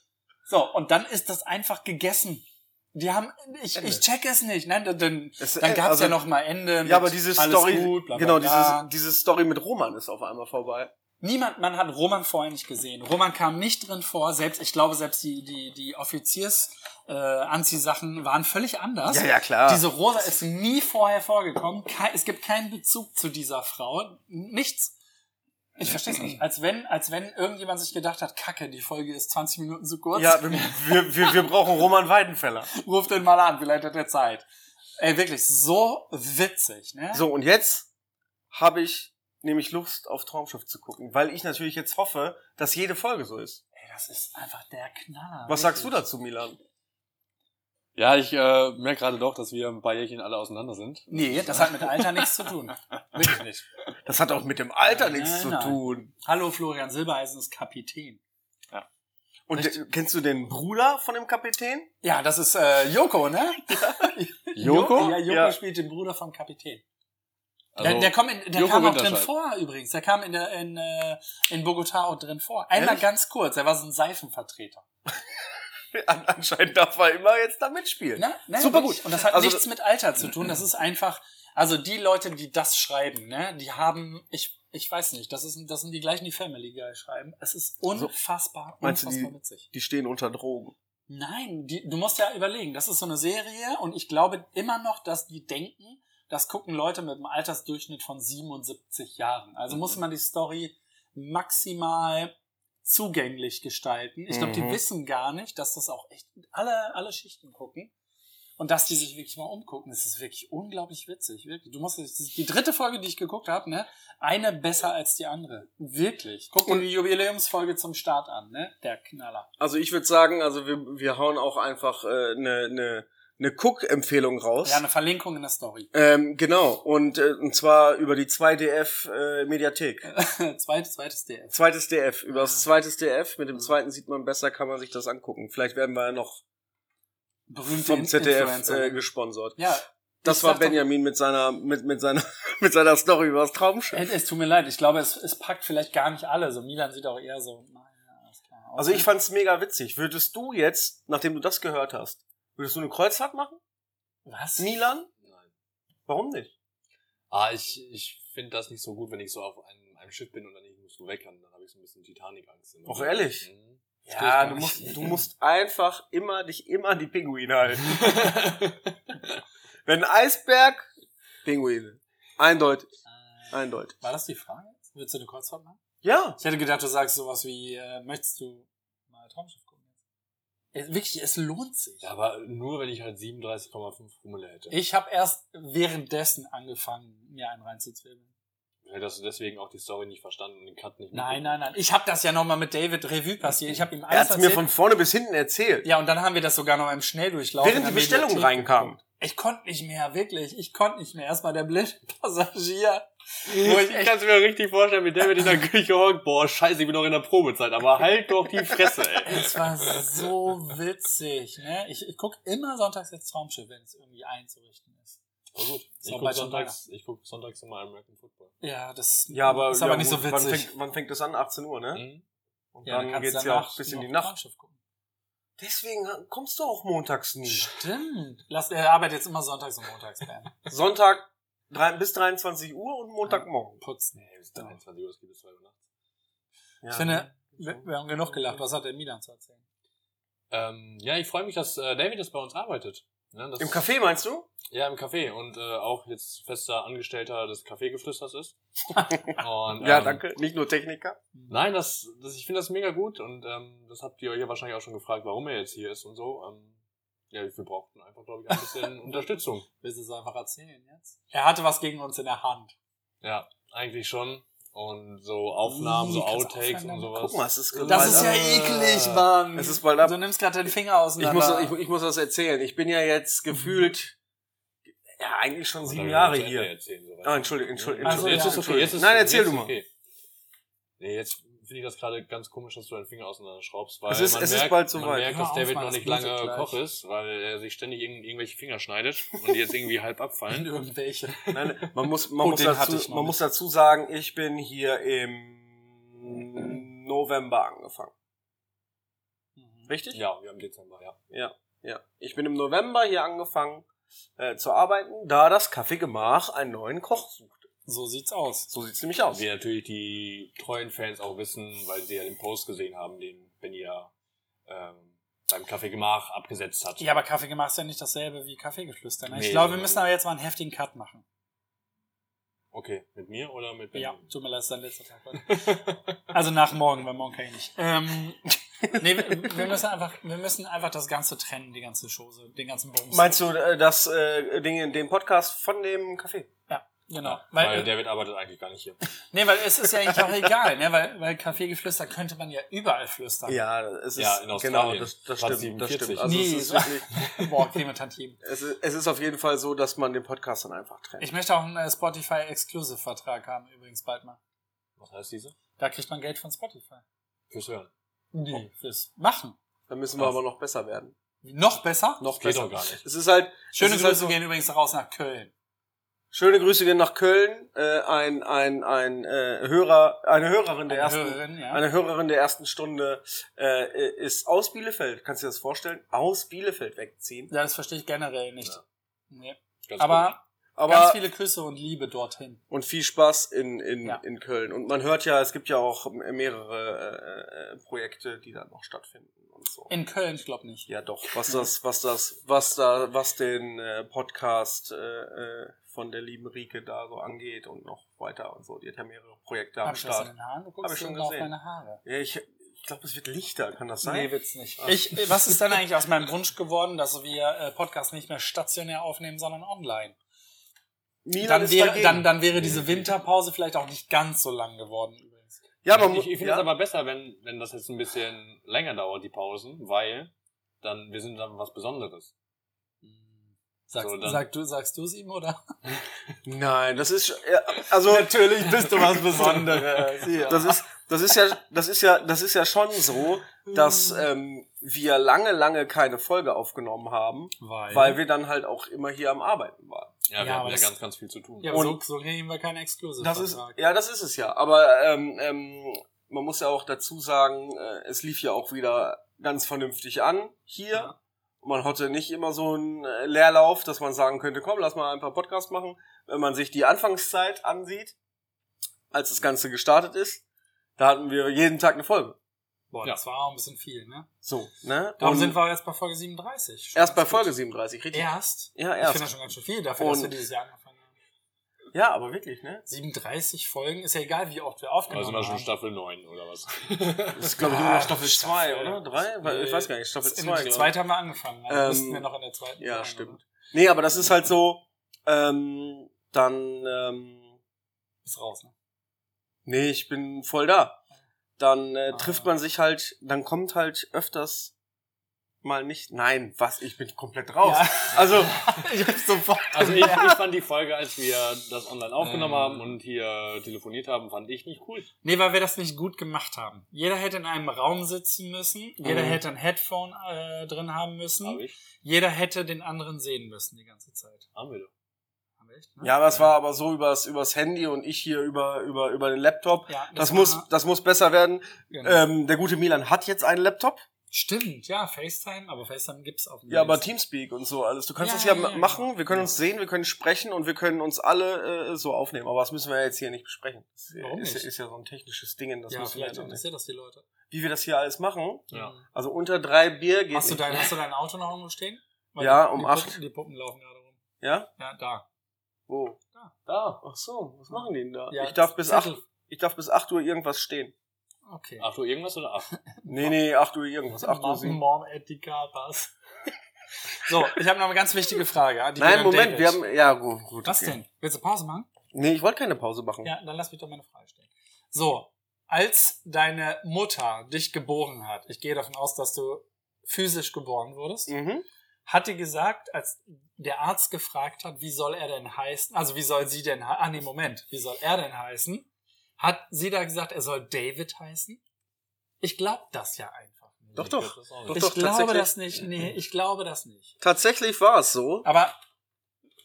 S2: So, und dann ist das einfach gegessen. Die haben, ich,
S3: Ende.
S2: ich check es nicht. Nein, dann, dann
S3: Es-
S2: gab's
S3: also-
S2: ja noch mal Ende. mit
S3: Ja, aber diese
S2: alles
S3: Story,
S2: gut, bla, bla,
S3: genau,
S2: bla.
S3: dieses, diese Story mit Roman ist auf einmal vorbei.
S2: Niemand, man hat Roman vorher nicht gesehen. Roman kam nicht drin vor. Selbst, ich glaube, selbst die, die, die Offiziers, äh, Anziehsachen waren völlig anders.
S3: Ja, ja, klar.
S2: Diese Rosa ist nie vorher vorgekommen. Ke es gibt keinen Bezug zu dieser Frau. Nichts. Ich verstehe es nicht. Als wenn, als wenn irgendjemand sich gedacht hat, kacke, die Folge ist 20 Minuten zu kurz.
S3: Ja, wir, wir, wir, wir brauchen Roman Weidenfeller.
S2: Ruf den mal an, vielleicht hat er Zeit. Ey, wirklich, so witzig, ne?
S3: So, und jetzt habe ich nämlich Lust auf Traumschiff zu gucken, weil ich natürlich jetzt hoffe, dass jede Folge so ist.
S2: Ey, das ist einfach der Knaller.
S3: Was sagst du
S2: wirklich.
S3: dazu, Milan?
S4: Ja, ich äh, merke gerade doch, dass wir ein paar Jährchen alle auseinander sind.
S2: Nee, das hat mit Alter nichts zu tun. Wirklich nicht.
S3: Das hat auch mit dem Alter nichts
S2: Nein,
S3: zu
S2: nein.
S3: tun.
S2: Hallo Florian Silbereisen ist Kapitän.
S3: Und
S2: Richtig.
S3: äh, kennst du den Bruder von dem Kapitän? [LAUGHS]
S2: Ja, das ist äh, Joko, ne?
S4: Joko?
S2: [LAUGHS] Ja, Joko
S3: Ja.
S2: spielt den Bruder vom Kapitän. der,
S4: Also,
S2: der, kommt in, der
S4: Joko
S2: kam auch drin
S4: Winterscheid.
S2: vor übrigens. Der kam in, der, in, äh, in Bogotá auch drin vor. Einmal
S3: Ehrlich?
S2: ganz kurz, er war so ein Seifenvertreter.
S3: An, anscheinend darf er immer jetzt da mitspielen.
S2: Ne? Ne?
S3: Super
S2: wirklich.
S3: gut.
S2: Und das hat
S3: Also-
S2: nichts mit Alter zu tun. Das ist einfach, also die Leute, die das schreiben, ne, die haben, ich, ich weiß nicht, das, ist, das sind die gleichen, die Family Guy schreiben. Es ist unfassbar,
S3: Also, Meinst du,
S2: unfassbar
S3: die-
S2: witzig.
S3: Die stehen unter Drogen.
S2: Nein, die, du musst ja überlegen, das ist so eine Serie und ich glaube immer noch, dass die denken, das gucken Leute mit einem Altersdurchschnitt von 77 Jahren. Also muss man die Story maximal zugänglich gestalten. Ich glaube, die
S3: Mhm.
S2: wissen gar nicht, dass das auch echt alle, alle Schichten gucken und dass die sich wirklich mal umgucken. Das ist wirklich unglaublich witzig. Wirklich. Du musst das ist die dritte Folge, die ich geguckt habe, ne? Eine besser als die andere. Wirklich. Guck dir die Jubiläumsfolge zum Start an, ne? Der Knaller.
S3: Also ich würde sagen, also wir, wir hauen auch einfach eine äh, ne, ne, ne Cook-Empfehlung raus.
S2: Ja, eine Verlinkung in der Story.
S3: ähm, genau, und, äh, und zwar über die 2DF äh, Mediathek.
S2: [LAUGHS] zweites, zweites DF.
S3: Zweites DF, über das zweites DF.
S2: Mhm.
S3: Mit dem zweiten sieht man besser, kann man sich das angucken. Vielleicht werden wir ja noch
S2: Berühmte
S3: vom ZDF
S2: Influencer.
S3: äh, gesponsert.
S2: ja,
S3: Das
S2: ich
S3: war
S2: sag doch-
S3: Benjamin mit seiner, mit, mit seiner, [LAUGHS] mit seiner Story über das Traumschiff.
S2: es, es tut mir leid. Ich glaube, es, es packt vielleicht gar nicht alle. So Milan sieht auch eher so. na ja, alles klar.
S3: Also ich fand's mega witzig. Würdest du jetzt, nachdem du das gehört hast, würdest du eine Kreuzfahrt machen?
S2: was?
S3: Milan?
S4: Nein.
S3: Warum nicht?
S4: Ah, ich, ich finde das nicht so gut, wenn ich so auf einem, einem Schiff bin und dann ich muss so weg kann. Dann habe ich so ein bisschen Titanic-Angst. immer.
S3: Ach, ehrlich?
S4: Mhm.
S2: Ja,
S3: du
S2: du musst.
S3: [LAUGHS]
S4: [LAUGHS]
S3: musst, du musst einfach immer, dich immer an die Pinguine [LAUGHS] halten. Wenn ein Eisberg, Pinguine. Eindeutig,
S2: Äh,
S3: eindeutig.
S2: war das die Frage? Willst du eine Kreuzfahrt machen?
S3: Ja.
S2: Ich hätte gedacht, du sagst sowas wie: äh, Möchtest du mal Traumschiff gucken? Es, wirklich, es lohnt sich.
S4: Ja, aber nur, wenn ich halt 37,5 Promille hätte.
S2: Ich habe erst währenddessen angefangen, mir einen reinzuzwirbeln.
S4: Vielleicht hast du deswegen auch die Story nicht verstanden und den Cut nicht
S2: Nein,
S4: mitbekommen.
S2: nein, nein. Ich habe das ja nochmal mit David Revue passiert. Ich habe ihm
S3: Er
S2: alles
S3: hat's mir
S2: erzählt.
S3: von vorne bis hinten erzählt.
S2: ja, und dann haben wir das sogar noch im Schnelldurchlauf. in
S3: Während die
S2: der
S3: Bestellung
S2: Mediathek
S3: reinkam.
S2: Ich konnte nicht mehr, wirklich. Ich konnte nicht mehr. Erstmal der blinde Passagier. Wo ich
S4: Ich
S2: echt,
S4: kann es mir richtig vorstellen, mit David in der Küche hockt. Boah, scheiße, ich bin noch in der Probezeit, aber halt doch die Fresse, ey.
S2: es war so witzig. Ne? Ich, ich gucke immer sonntags jetzt Traumschiff, wenn es irgendwie einzurichten ist.
S4: [LAUGHS] Aber gut, ich
S2: So, bei
S4: gucke sonntags, ich guck sonntags immer American Football.
S2: Ja, das
S3: Ja, aber,
S2: ist
S3: ja,
S2: aber nicht
S3: gut,
S2: so
S3: Wann
S2: witzig.
S3: fängt, wann fängt das an? 18 Uhr, ne?
S4: Mhm.
S3: Und
S2: Ja,
S3: dann
S2: kannst
S3: geht's
S2: du
S3: ja auch
S2: danach
S3: bis in
S2: noch
S3: die Nacht.
S2: Traumschiff gucken.
S3: Deswegen äh, kommst du auch montags
S2: [LAUGHS]
S3: nie.
S2: Stimmt. Lass, er arbeitet jetzt immer sonntags und montags werden.
S3: Sonntag drei, bis 23 Uhr und Montagmorgen.
S2: Putzen.
S4: Nee, bis 23 Uhr, es gibt bis 2 Uhr nachts.
S3: Ja.
S2: Ich finde, wir, wir haben genug gelacht. Was hat der Milan zu erzählen?
S4: Ähm, ja, ich freue mich, dass äh, David jetzt bei uns arbeitet. Ne, das,
S3: Im Café meinst du?
S4: Ja, im Café und äh, auch jetzt fester Angestellter des Kaffeegeflüsters [LAUGHS] ist. und, ähm,
S3: Nicht nur Techniker.
S4: Nein, das, das ich finde das mega gut und ähm, das habt ihr euch ja wahrscheinlich auch schon gefragt, warum er jetzt hier ist und so. Ähm, ja, wir brauchten einfach, glaube [LAUGHS] ich, ein bisschen Unterstützung.
S2: Willst du es einfach erzählen jetzt? Er hatte was gegen uns in der Hand.
S4: Ja, eigentlich schon. Und so Aufnahmen, so
S2: Ih, krass,
S4: Outtakes und
S2: Aufnahmen.
S4: sowas.
S3: Guck mal, es ist
S4: Das
S2: Das
S3: bald
S2: ist ja
S3: ab.
S2: eklig, Mann.
S3: Es ist bald ab.
S2: Du nimmst gerade den Finger
S3: Ich
S2: auseinander.
S3: muss, ich, ich muss das erzählen. Ich bin ja jetzt
S2: Mhm.
S3: gefühlt, ja, eigentlich schon
S4: Oder
S3: sieben
S4: wir
S3: Jahre
S4: wollen zu Ende
S3: hier.
S4: Erzählen, so
S3: Ah, Entschuldigung, Entschuldigung.
S2: Also,
S4: jetzt
S2: ja.
S4: ist okay. Jetzt ist,
S3: Nein, erzähl
S4: jetzt
S3: du
S4: ist
S3: mal.
S4: Okay. Nee, jetzt finde ich das gerade ganz komisch, dass du deinen Finger auseinanderschraubst, weil
S3: Es ist-
S4: man
S3: es ist
S4: merkt,
S3: bald
S4: man
S3: soweit.
S4: merkt,
S2: Hör
S4: dass
S2: auf,
S4: David
S2: Mann,
S4: noch
S2: es
S4: nicht
S2: blutet
S4: lange
S2: gleich.
S4: Koch ist, weil er sich ständig irgend- irgendwelche Finger schneidet und die jetzt irgendwie halb abfallen.
S2: irgendwelche.
S3: Nein, man muss, man,
S2: Oh,
S3: muss
S2: den hatte ich
S3: dazu,
S2: noch
S3: man
S2: nicht.
S3: muss dazu sagen, ich bin hier im November angefangen. Richtig?
S4: ja, wir haben Dezember, ja.
S3: Ja. Ich bin im November hier angefangen äh, zu arbeiten, da das Kaffeegemach einen neuen Koch suchte.
S2: So sieht's aus.
S3: So sieht's nämlich aus.
S4: Wie natürlich die treuen Fans auch wissen, weil sie ja den Post gesehen haben, den Benny ja ähm, beim Kaffeegemach abgesetzt hat.
S2: Ja, aber Kaffee gemacht ist ja nicht dasselbe wie Kaffeegeschlüster. Ne? Ich
S4: Nee.
S2: glaube, wir müssen aber jetzt mal einen heftigen Cut machen.
S4: Okay, mit mir oder mit Benny?
S2: Ja, tut mir leid, ist dein letzter Tag. heute. Also nach morgen, weil morgen kann ich nicht. Ähm, [LAUGHS] nee, wir wir müssen, einfach, wir müssen einfach das Ganze trennen, die ganze Chose, den ganzen Bums.
S3: Meinst du äh, das äh, Ding, den Podcast von dem Kaffee?
S2: ja, genau.
S4: Ja,
S2: weil,
S4: weil, David arbeitet eigentlich gar nicht hier.
S2: nee, weil es ist ja eigentlich auch egal, ne? weil, weil Kaffeegeflüster könnte man ja überall flüstern.
S3: Ja, es ist
S4: Ja, in
S3: genau,
S4: Australien.
S3: das, das
S4: Platz
S3: stimmt, das
S4: 47.
S3: stimmt. Also
S2: Nee,
S3: es, ist
S2: es war-
S3: wirklich,
S2: Boah, Creme Tantiem.
S3: es, ist, es ist auf jeden Fall so, dass man den Podcast dann einfach trennt.
S2: Ich möchte auch einen äh, Spotify-Exclusive-Vertrag haben, übrigens bald mal.
S4: Was heißt diese?
S2: Da kriegt man Geld von Spotify.
S4: Fürs Hören.
S2: Nee, fürs Machen.
S3: dann müssen wir
S4: Was?
S3: aber noch besser werden.
S2: Noch besser?
S3: Noch
S4: Geht
S3: besser.
S4: doch gar nicht.
S3: Es ist halt
S2: Schöne
S3: es ist
S2: Grüße
S3: halt so-
S2: gehen übrigens raus nach Köln.
S3: Schöne Grüße gehen nach Köln. Äh, ein ein, ein äh, Hörer, eine Hörerin
S2: Eine
S3: der ersten,
S2: Hörerin, ja.
S3: eine Hörerin der ersten Stunde äh, ist aus Bielefeld. Kannst du dir das vorstellen? Aus Bielefeld wegziehen.
S2: Ja, das verstehe ich generell nicht.
S4: Ja.
S2: Nee.
S4: Ganz
S2: Aber ganz
S3: Aber
S2: viele Grüße und Liebe dorthin.
S3: und viel Spaß in in,
S2: Ja.
S3: in Köln. Und man hört ja, es gibt ja auch mehrere äh, äh, Projekte, die dann noch stattfinden und so.
S2: In Köln, ich glaube nicht.
S3: Ja, doch. Was das, was das, was da, was den äh, Podcast äh, äh, von der lieben Rike da so angeht und noch weiter und so. Die hat ja mehrere Projekte am
S2: Hab ich das in
S3: Start.
S2: den Haaren geguckt?
S3: Hab ich
S2: Sind
S3: schon
S2: auch
S3: gesehen.
S2: meine Haare.
S3: Ja, ich, ich glaube, es wird lichter, kann das
S2: Nee,
S3: sein?
S2: wird's nicht.
S3: Ah.
S2: Ich, äh, was ist dann eigentlich aus meinem Wunsch geworden, dass wir äh, Podcasts nicht mehr stationär aufnehmen, sondern online?
S3: Milan
S2: Dann
S3: ist
S2: wäre,
S3: dagegen.
S2: dann, dann wäre diese Winterpause vielleicht auch nicht ganz so lang geworden übrigens.
S3: ja, man
S4: ich
S3: muss.
S4: ich, ich finde es
S3: Ja,
S4: aber besser, wenn, wenn das jetzt ein bisschen länger dauert, die Pausen, weil dann wir sind dann was Besonderes.
S2: Sagst,
S4: So, dann-
S2: sag du, sagst du es ihm, oder?
S3: nein, das ist sch- ja, also natürlich bist du was
S2: Besonderes,
S3: [LAUGHS]
S2: ja.
S3: Das ist das ist ja das ist ja das ist ja schon so, dass ähm, wir lange lange keine Folge aufgenommen haben,
S2: Weil.
S3: weil wir dann halt auch immer hier am Arbeiten waren.
S4: Ja, wir
S2: Ja, aber
S4: haben ja
S2: das-
S4: ganz, ganz viel zu tun.
S2: ja,
S4: Ja,
S2: aber so,
S3: und-
S2: so kriegen wir keinen Exclusive.
S3: Das ist, ja, das ist es ja. Aber ähm, ähm, man muss ja auch dazu sagen, äh, es lief ja auch wieder ganz vernünftig an hier.
S2: Ja.
S3: Man hatte nicht immer so einen äh, Leerlauf, dass man sagen könnte, komm, lass mal ein paar Podcasts machen. Wenn man sich die Anfangszeit ansieht, als das Ganze gestartet ist, da hatten wir jeden Tag eine Folge.
S2: Boah,
S4: Ja.
S2: das war auch ein bisschen viel, ne?
S3: So, ne?
S2: Darum
S3: Und
S2: sind wir jetzt bei Folge 37. Schon
S3: erst bei
S2: ganz gut.
S3: Folge 37, richtig?
S2: Erst?
S3: Ja,
S2: Ich finde das
S3: erst.
S2: schon ganz schön viel dafür, dass
S3: Und-
S2: wir dieses Jahr angefangen haben.
S3: Ja, aber wirklich, ne?
S2: 37 Folgen, ist ja egal, wie oft wir
S4: da sind
S3: Also,
S2: aufgenommen
S4: wir schon
S2: haben.
S4: Staffel 9 oder
S2: [LAUGHS]
S4: was?
S3: Das ist, glaube ich,
S2: Ja,
S3: immer noch Staffel
S2: Ah, Staffel-
S3: 2, oder? 3? Weil Ich weiß gar nicht, Staffel
S2: In
S3: 2,
S2: der zweiten haben wir angefangen, also
S3: Ähm,
S2: müssten wir noch in der zweiten.
S3: Ja,
S2: sein,
S3: stimmt.
S2: oder?
S3: Nee, aber das ist halt so, ähm, dann, ähm,
S2: Ist raus, ne?
S3: nee, ich bin voll da. Dann äh,
S2: Ah.
S3: trifft man sich halt, dann kommt halt öfters mal nicht. Nein, was? Ich bin komplett raus. [LAUGHS] Also,
S2: [LAUGHS] ich hab's sofort.
S4: Also ich, ich fand die Folge, als wir das online aufgenommen
S2: Ähm.
S4: haben und hier telefoniert haben, fand ich nicht cool.
S2: Nee, weil wir das nicht gut gemacht haben. Jeder hätte in einem Raum sitzen müssen, jeder
S3: Mhm.
S2: hätte ein Headphone äh, drin haben müssen,
S4: Hab ich.
S2: jeder hätte den anderen sehen müssen die ganze Zeit.
S4: Haben wir doch.
S2: Haben wir echt, ne?
S3: ja, das war aber so übers, übers Handy und ich hier über, über, über den Laptop.
S2: Ja,
S3: Das
S2: war-
S3: muss, das muss besser werden.
S2: genau.
S3: Ähm, der gute Milan hat jetzt einen Laptop.
S2: Stimmt, ja, FaceTime, aber FaceTime gibt's auf dem
S3: Ja, aber
S2: nächsten.
S3: Teamspeak und so alles. Du kannst
S2: Ja,
S3: das ja,
S2: ja, ja,
S3: ma- machen.
S2: genau.
S3: Wir können uns sehen, wir können sprechen und wir können uns alle äh, so aufnehmen. Aber das müssen wir ja jetzt hier nicht besprechen. Das ist-
S2: Warum
S3: ist,
S2: nicht?
S3: ja- ist ja so ein technisches Ding. Das
S2: ja,
S3: müssen wir ja
S2: vielleicht
S3: noch nicht.
S2: interessiert das die Leute. Hm.
S3: Wie wir das hier alles machen.
S4: Ja.
S3: Also unter drei Bier geht
S2: Hast du,
S3: nicht.
S2: dein, hast du dein Auto noch irgendwo stehen?
S3: Ja,
S2: die,
S3: um
S2: die
S3: acht.
S2: Puppen, die Puppen laufen gerade rum.
S3: Ja?
S2: Ja, da.
S3: Wo?
S4: Da.
S3: Ach so, was machen die denn da?
S2: Ja,
S3: ich, darf bis acht,
S2: Zettel.
S3: ich darf bis acht Uhr irgendwas stehen.
S2: Okay.
S4: 8 Uhr irgendwas oder 8?
S3: Nee, nee, acht Uhr irgendwas. acht Uhr sieben.
S2: Mom at the car pass. [LAUGHS] So, ich habe noch eine ganz wichtige Frage. an die Bill
S3: Nein,
S2: und
S3: Moment,
S2: David.
S3: wir haben. Ja, gut, gut.
S2: Was
S3: okay.
S2: denn? Willst du Pause machen?
S3: Nee, ich wollte keine Pause machen.
S2: Ja, dann lass mich doch meine Frage stellen. So, als deine Mutter dich geboren hat, ich gehe davon aus, dass du physisch geboren wurdest,
S3: Mhm.
S2: hat die gesagt, als der Arzt gefragt hat, wie soll er denn heißen, also wie soll sie denn, he- ah nee, Moment, wie soll er denn heißen, hat sie da gesagt, er soll David heißen? Ich glaube das ja einfach. nicht.
S3: Doch, doch. doch,
S2: ich
S3: doch,
S2: glaube
S3: tatsächlich. Mhm.
S2: das nicht, nee, ich glaube das nicht.
S3: Tatsächlich war es so.
S2: Aber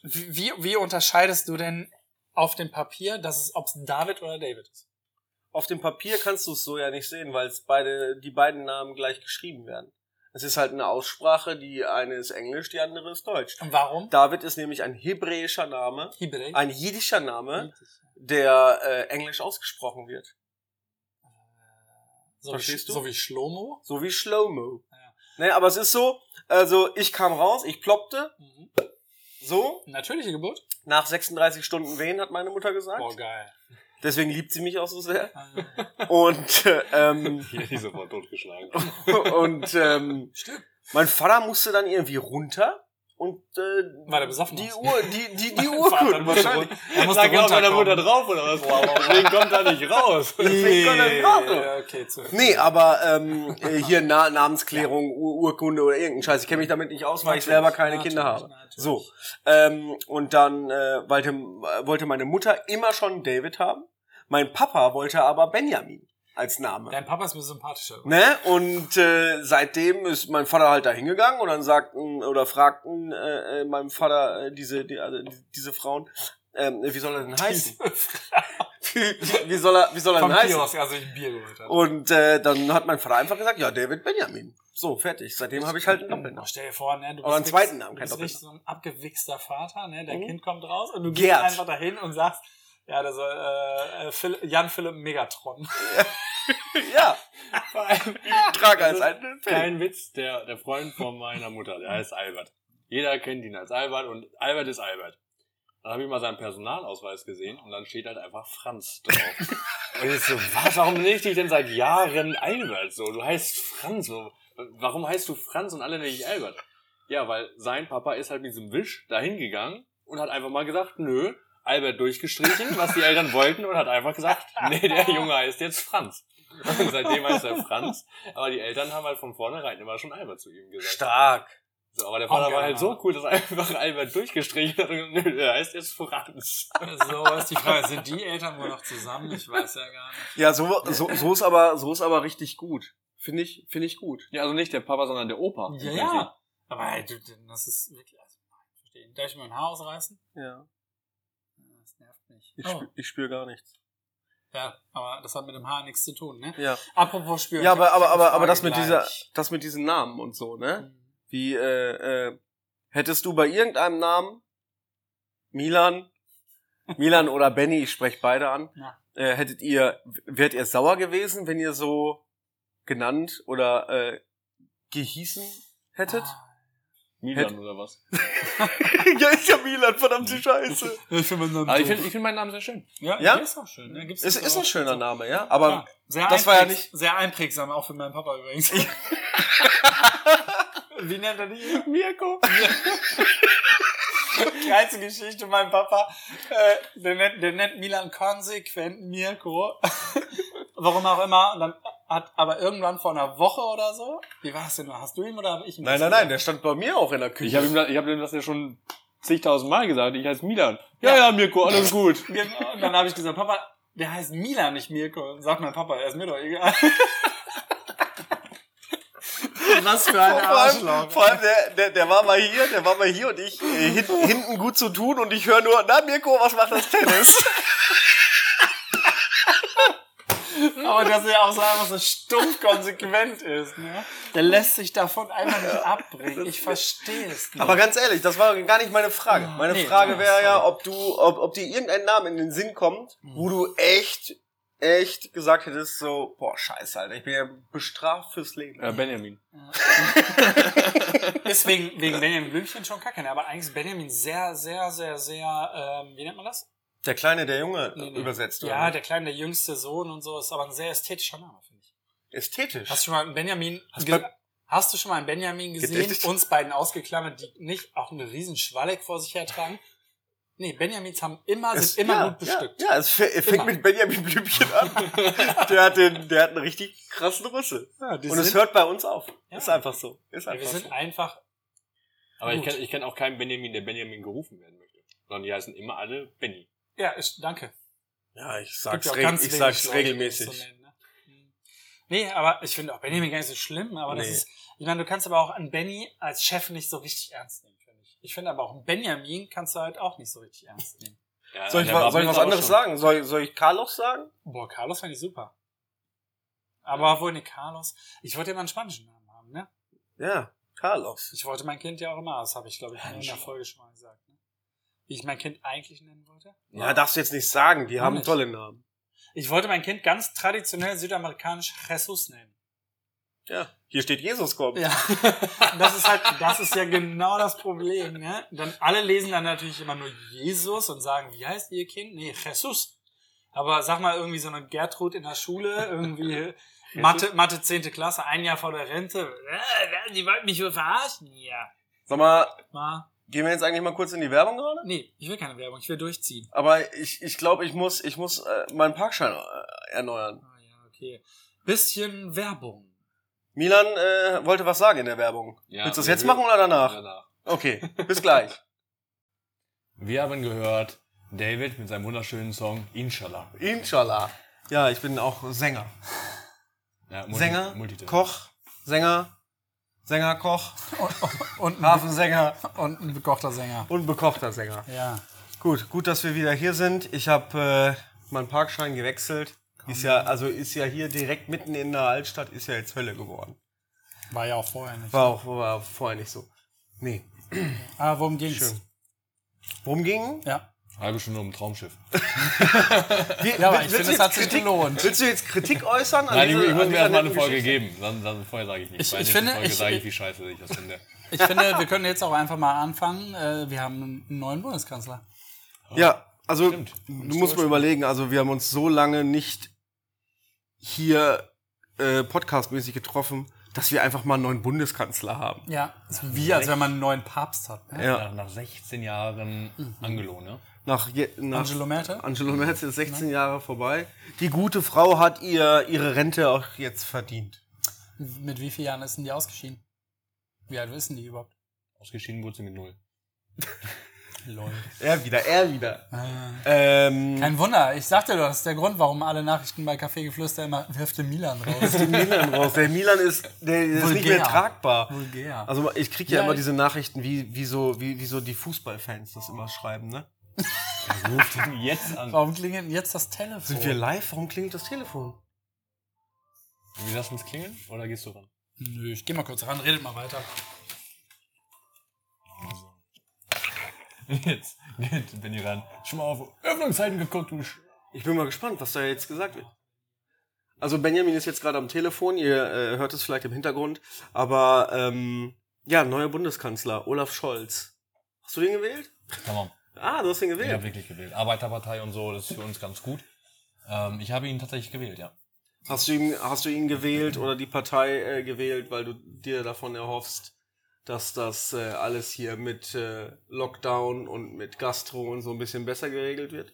S2: wie, wie- wie unterscheidest du denn auf dem Papier, dass es, ob es David oder David ist?
S3: Auf dem Papier kannst du es so ja nicht sehen, weil es beide, die beiden Namen gleich geschrieben werden. Es ist halt eine Aussprache, die eine ist Englisch, die andere ist Deutsch.
S2: Und warum?
S3: David ist nämlich ein hebräischer Name,
S2: Hebräisch.
S3: ein jiddischer Name, der äh, Englisch ausgesprochen wird.
S2: so, wie,
S3: verstehst du?
S2: so wie Schlomo.
S3: So wie Shlomo.
S2: Ja.
S3: Ne, aber es ist so, also ich kam raus, ich ploppte,
S2: Mhm.
S3: so,
S2: Natürliche Geburt.
S3: nach 36 Stunden Wehen, hat meine Mutter gesagt.
S2: Boah, geil.
S3: Deswegen liebt sie mich auch so sehr.
S2: Äh,
S3: Und, äh, ähm,
S4: Hier ist
S3: [LAUGHS]
S4: sofort totgeschlagen.
S3: und ähm,
S2: Stimmt.
S3: Mein Vater musste dann irgendwie runter und äh,
S2: Weil er besoffen
S3: die
S2: ist.
S3: Uhr, die die die
S2: Mein
S3: Uhr
S2: Vater musste
S3: wahrscheinlich.
S2: Er muss
S4: Lag er auf meiner genau, Mutter
S2: runterkommen.
S4: drauf oder was? Deswegen kommt er nicht raus.
S3: [LAUGHS] Deswegen kann er nicht runter.
S2: Ja, okay, zu viel.
S3: Nee, aber ähm, äh, hier Na Namensklärung, Ur Urkunde oder irgendein Scheiß. Ich kenne mich damit nicht aus, weil
S2: Natürlich,
S3: ich selber keine
S2: natürlich,
S3: Kinder habe.
S2: natürlich.
S3: So ähm, und dann äh, wollte äh, wollte meine Mutter immer schon David haben. Mein Papa wollte aber Benjamin als Name.
S2: Dein Papa ist mir sympathischer.
S3: Ne? Und äh, seitdem ist mein Vater halt da hingegangen und dann sagten oder fragten äh, äh, meinem Vater äh, diese, die, also die- diese Frauen, ähm, wie soll er denn heißen? [LAUGHS] wie, wie soll er, wie soll er
S2: Vom
S3: denn heißen?
S2: Kiosk, also ich ein Bier geholt habe.
S3: Und äh, dann hat mein Vater einfach gesagt, ja, David Benjamin. So, fertig. Seitdem habe ich halt
S2: [LAUGHS]
S3: einen Doppelnamen.
S2: Stell dir vor, ne, du
S3: Aber einen
S2: bist,
S3: zweiten
S2: richtig-
S3: Namen,
S2: du
S3: kein
S2: bist richtig so ein abgewichster Vater, ne? Dein
S3: Mhm.
S2: Kind kommt raus und du gehst
S3: Gerd.
S2: einfach dahin und sagst, ja, der soll äh, äh, Phil, Jan Philipp
S3: [LAUGHS]
S2: Megatron.
S3: ja,
S4: Vor allem,
S3: ich trage als
S4: ist
S3: einen Film.
S4: Kein Witz, der, der Freund von meiner Mutter, der heißt Albert. Jeder kennt ihn als Albert und Albert ist Albert. Dann habe ich mal seinen Personalausweis gesehen und dann steht halt einfach Franz drauf. und ich so, was, warum nenne ich dich denn seit Jahren Albert so? Du heißt Franz. so. Warum heißt du Franz und alle nennen dich Albert? Ja, weil sein Papa ist halt mit diesem Wisch dahin gegangen und hat einfach mal gesagt, nö, Albert durchgestrichen, was die Eltern wollten und hat einfach gesagt, nee, der Junge heißt jetzt Franz. Und seitdem heißt er Franz, aber die Eltern haben halt von vornherein immer schon Albert zu ihm gesagt.
S3: Stark.
S4: So, aber der Vater
S2: Oh,
S4: war
S2: ja.
S4: halt so cool, dass er einfach Albert durchgestrichen hat und gesagt, nö, der heißt jetzt Franz.
S2: so ist die Frage, sind die Eltern wohl noch zusammen? Ich weiß ja gar nicht.
S3: Ja, so, so, so ist aber, so ist aber richtig gut. Finde ich, finde ich gut.
S4: Ja, also nicht der Papa, sondern der Opa.
S2: Ja, ja. Aber ey, du, das ist wirklich, also, nein, verstehe. Darf ich mir ein Haar ausreißen?
S3: Ja.
S2: Das nervt mich.
S3: Ich,
S2: Oh,
S3: spür, ich spür gar nichts.
S2: ja, aber das hat mit dem Haar nichts zu tun, ne?
S3: Ja.
S2: Apropos Spüren.
S3: Ja, aber, aber, aber, aber das mit
S2: Frage
S3: dieser,
S2: gleich.
S3: das mit diesen Namen und so, ne? Wie, äh, äh, hättest du bei irgendeinem Namen [LAUGHS] Milan, Milan oder Benny, ich spreche beide an,
S2: Ja.
S3: äh, hättet ihr, wärt ihr sauer gewesen, wenn ihr so genannt oder äh, gehießen hättet?
S2: Ah.
S4: Milan oder was?
S3: [LAUGHS] ja, ist ja Milan, verdammte Scheiße.
S2: Ich finde meinen Namen
S4: Aber ich
S2: doof.
S4: finde ich find meinen Namen sehr schön.
S2: Ja,
S3: Ja?
S2: der ist auch schön. Der gibt's
S3: Es
S2: jetzt
S3: ist
S2: auch.
S3: ein schöner Name, ja? Aber
S2: Ja, sehr
S3: das war ja
S2: einprägs-
S3: nicht-
S2: Sehr einprägsam, auch für meinen Papa übrigens. [LAUGHS] Wie nennt er die?
S4: Mirko.
S2: Geilste Geschichte, mein Papa. Äh, der, nennt, der nennt Milan konsequent Mirko. [LAUGHS] Warum auch immer. Und dann hat aber irgendwann vor einer Woche oder so. Wie war es denn? Hast du ihm oder habe ich ihm?
S3: nein,
S2: das
S3: nein, nein,
S2: gesagt?
S3: der stand bei mir auch in der Küche.
S4: Ich habe ihm, da- ich hab ihm das ja schon zigtausend Mal gesagt. Ich heiße Milan. Ja, ja, Mirko, alles gut.
S2: Genau. Und dann habe ich gesagt, Papa, der heißt Milan, nicht Mirko. Und sagt mein Papa, er ist mir doch egal. [LAUGHS] Was für ein
S3: Vor allem,
S2: Arschloch.
S3: vor allem der, der, der war mal hier, der war mal hier und ich äh, hint, hinten gut zu tun und ich höre nur, na Mirko, was macht das Tennis?
S2: [LAUGHS] Aber dass er auch so einfach so stumpf konsequent ist, ne? Der lässt sich davon einfach nicht abbringen. Ich verstehe es nicht.
S3: Aber ganz ehrlich, das war gar nicht meine Frage. Meine
S2: Nee,
S3: Frage wäre
S2: sorry.
S3: ja, ob du, ob, ob dir irgendein Name in den Sinn kommt, wo du echt, echt gesagt hättest, so, boah, scheiße, Alter, ich bin ja bestraft fürs Leben.
S4: Äh, Benjamin.
S2: ist wegen, wegen Benjamin Blümchen schon kacke, ne? Aber eigentlich ist Benjamin sehr, sehr, sehr, sehr, ähm, wie nennt man das?
S3: Der Kleine, der Junge,
S2: Nee, nee.
S3: übersetzt.
S2: Ja, der kleine, der jüngste Sohn und so ist aber ein sehr ästhetischer Name, finde ich.
S3: Ästhetisch.
S2: Hast du schon mal einen Benjamin
S3: Hast
S2: ge-
S3: bei-
S2: Hast du schon mal einen Benjamin gesehen?
S3: Gedatet?
S2: Uns beiden ausgeklammert, die nicht auch eine riesen Schwalleck vor sich hertragen. Nee, Benjamins haben immer,
S3: Es-
S2: sind immer
S3: ja,
S2: gut bestückt.
S3: Ja, ja es fä- fängt
S2: Immer.
S3: mit Benjamin
S2: [LAUGHS]
S3: Blümchen an. der, hat den, der hat einen richtig krassen Rüssel.
S2: Ja, die
S3: Und es
S2: sind-
S3: hört bei uns auf.
S2: Ja.
S3: Ist einfach so. Ist
S2: Ja, wir
S3: einfach
S2: sind
S3: so.
S2: einfach.
S4: Aber ich
S2: Gut.
S4: kenn, ich kenn auch keinen Benjamin, der Benjamin gerufen werden möchte. Sondern die heißen immer alle Benny.
S2: Ja, ist, danke.
S3: Ja, ich
S2: Gibt
S3: sag's,
S2: ja auch
S3: reg-
S2: ganz
S3: ich
S2: wenig
S3: sag's
S2: Leute, die das so
S3: regelmäßig.
S2: nennen, ne? Mhm. Nee, aber ich finde auch Benjamin gar nicht so schlimm, aber das
S3: Nee.
S2: ist, ich meine, du kannst aber auch an Benny als Chef nicht so richtig ernst nehmen, finde ich. Ich finde aber auch einen Benjamin kannst du halt auch nicht so richtig ernst nehmen.
S4: Ja,
S3: Soll ich,
S4: der
S3: wa-
S4: war
S3: soll ich was
S4: auch
S3: anderes
S4: schon-
S3: sagen? Soll, soll ich Carlos sagen?
S2: Boah, Carlos fand ich super. Aber wohl nicht Carlos. Ich wollte immer einen spanischen Namen haben, ne?
S3: Ja, Carlos.
S2: Ich wollte mein Kind ja auch immer, das habe ich, glaube ich, in einer Folge schon mal gesagt, ne? Wie ich mein Kind eigentlich nennen wollte.
S3: Ja, darfst du jetzt nicht sagen. Die haben
S2: nicht.
S3: tolle Namen.
S2: Ich wollte mein Kind ganz traditionell südamerikanisch Jesus nennen.
S3: Ja. Hier steht Jesus kommt.
S2: Ja. Das ist halt, das ist ja genau das Problem, ne? Dann alle lesen dann natürlich immer nur Jesus und sagen, wie heißt ihr Kind? Nee, Jesus. Aber sag mal irgendwie so eine Gertrud in der Schule, irgendwie Mathe, Mathe 10. Klasse, ein Jahr vor der Rente. Äh, Die wollten mich wohl verarschen, ja.
S3: Sag mal,
S2: Mal.
S3: gehen wir jetzt eigentlich mal kurz in die Werbung gerade?
S2: Nee, ich will keine Werbung, ich will durchziehen.
S3: Aber ich, ich glaube, ich muss, ich muss äh, meinen Parkschein äh, erneuern.
S2: Ah ja, okay. Bisschen Werbung.
S3: Milan äh, wollte was sagen in der Werbung.
S4: Ja,
S3: Willst du das
S4: wir
S3: jetzt
S4: hö-
S3: machen oder danach?
S4: Danach.
S3: Okay, bis gleich.
S4: Wir haben gehört, David mit seinem wunderschönen Song Inshallah.
S3: [LAUGHS] Inshallah. Ja, ich bin auch Sänger.
S4: Ja, Multi-
S3: Sänger,
S4: Multitalent.
S3: Koch, Sänger, Sänger, Koch,
S2: [LAUGHS] Und,
S3: Hafensänger
S2: und ein bekochter Sänger.
S3: und bekochter Sänger.
S2: Ja.
S3: Gut, gut, dass wir wieder hier sind. Ich habe äh, meinen Parkschein gewechselt. Ist ja, also ist ja hier direkt mitten in der Altstadt, ist ja jetzt Hölle geworden.
S2: War ja auch vorher nicht.
S3: War auch war vorher nicht so. Nee,
S2: Ah, worum ging's?
S3: schön. Worum ging?
S2: Ja.
S4: Halbe Stunde um Traumschiff.
S2: Ja,
S3: Wir,
S2: aber ich
S3: willst- willst
S2: finde,
S3: du
S2: es
S3: jetzt
S2: hat sich
S3: Kritik-
S2: gelohnt.
S3: Willst du jetzt Kritik äußern? an
S4: Nein, ich,
S3: dieser-
S4: ich muss
S3: an
S4: mir
S3: dieser
S4: erstmal
S3: netten
S4: eine Folge
S3: Geschichte?
S4: geben. Dann, dann vorher sage ich nichts.
S2: Ich-
S4: Bei der
S2: ich
S4: nächsten
S2: finde,
S4: Folge
S2: ich-
S4: sage ich, wie scheiße ich das finde.
S2: Ich finde, wir können jetzt auch einfach mal anfangen. Äh, Wir haben einen neuen Bundeskanzler.
S3: Ja, also
S4: Stimmt.
S3: du musst mal überlegen, also wir haben uns so lange nicht hier äh, podcastmäßig getroffen, dass wir einfach mal einen neuen Bundeskanzler haben.
S2: Ja. Ist Also wie, als wenn man einen neuen Papst hat. Ne?
S3: Ja.
S4: Nach, nach 16 Jahren Angelo, ne?
S3: Nach, je, nach
S2: Angelo Merkel?
S3: Angelo Merkel ist 16 Jahre vorbei. Die gute Frau hat ihr ihre Rente auch jetzt verdient.
S2: Mit wie vielen Jahren ist denn die ausgeschieden? Wie alt wissen die überhaupt?
S4: Ausgeschieden wurde sie mit null.
S2: Lol.
S3: Er wieder, er wieder. Ähm,
S2: Kein Wunder. Ich sagte doch, das ist der Grund, warum alle Nachrichten bei Kaffeegeflüster immer wirft den Milan raus.
S3: [LAUGHS] den Milan raus. Der Milan ist, der ist nicht
S2: Vulgär.
S3: mehr tragbar.
S2: Vulgär.
S3: Also ich kriege ja,
S2: Ja,
S3: immer
S2: ich-
S3: diese Nachrichten, wie, wie, so, wie, wie so die Fußballfans das immer schreiben, ne?
S4: Ruft ihn jetzt
S2: [LAUGHS]
S4: an.
S2: Warum klingelt denn jetzt das Telefon?
S3: Sind wir live? Warum klingelt das Telefon?
S4: Wie lassen es klingeln? Oder gehst du ran?
S2: Nö, ich geh mal kurz ran, redet mal weiter.
S4: Jetzt geht Benny ran. Schon mal auf Öffnungszeiten geguckt, du Sch
S3: Ich bin mal gespannt, was da jetzt gesagt wird. Also Benjamin ist jetzt gerade am Telefon, ihr äh, hört es vielleicht im Hintergrund, aber ähm, ja, neuer Bundeskanzler, Olaf Scholz. Hast du den gewählt?
S4: Tamam.
S3: Ah, du hast den
S4: Ich habe
S3: gewählt.
S4: wirklich gewählt. Arbeiterpartei und so, das ist für uns ganz gut. Ähm, ich habe ihn tatsächlich gewählt, ja.
S3: Hast du ihn, hast du ihn gewählt oder die Partei äh, gewählt, weil du dir davon erhoffst, dass das äh, alles hier mit äh, Lockdown und mit Gastro und so ein bisschen besser geregelt wird?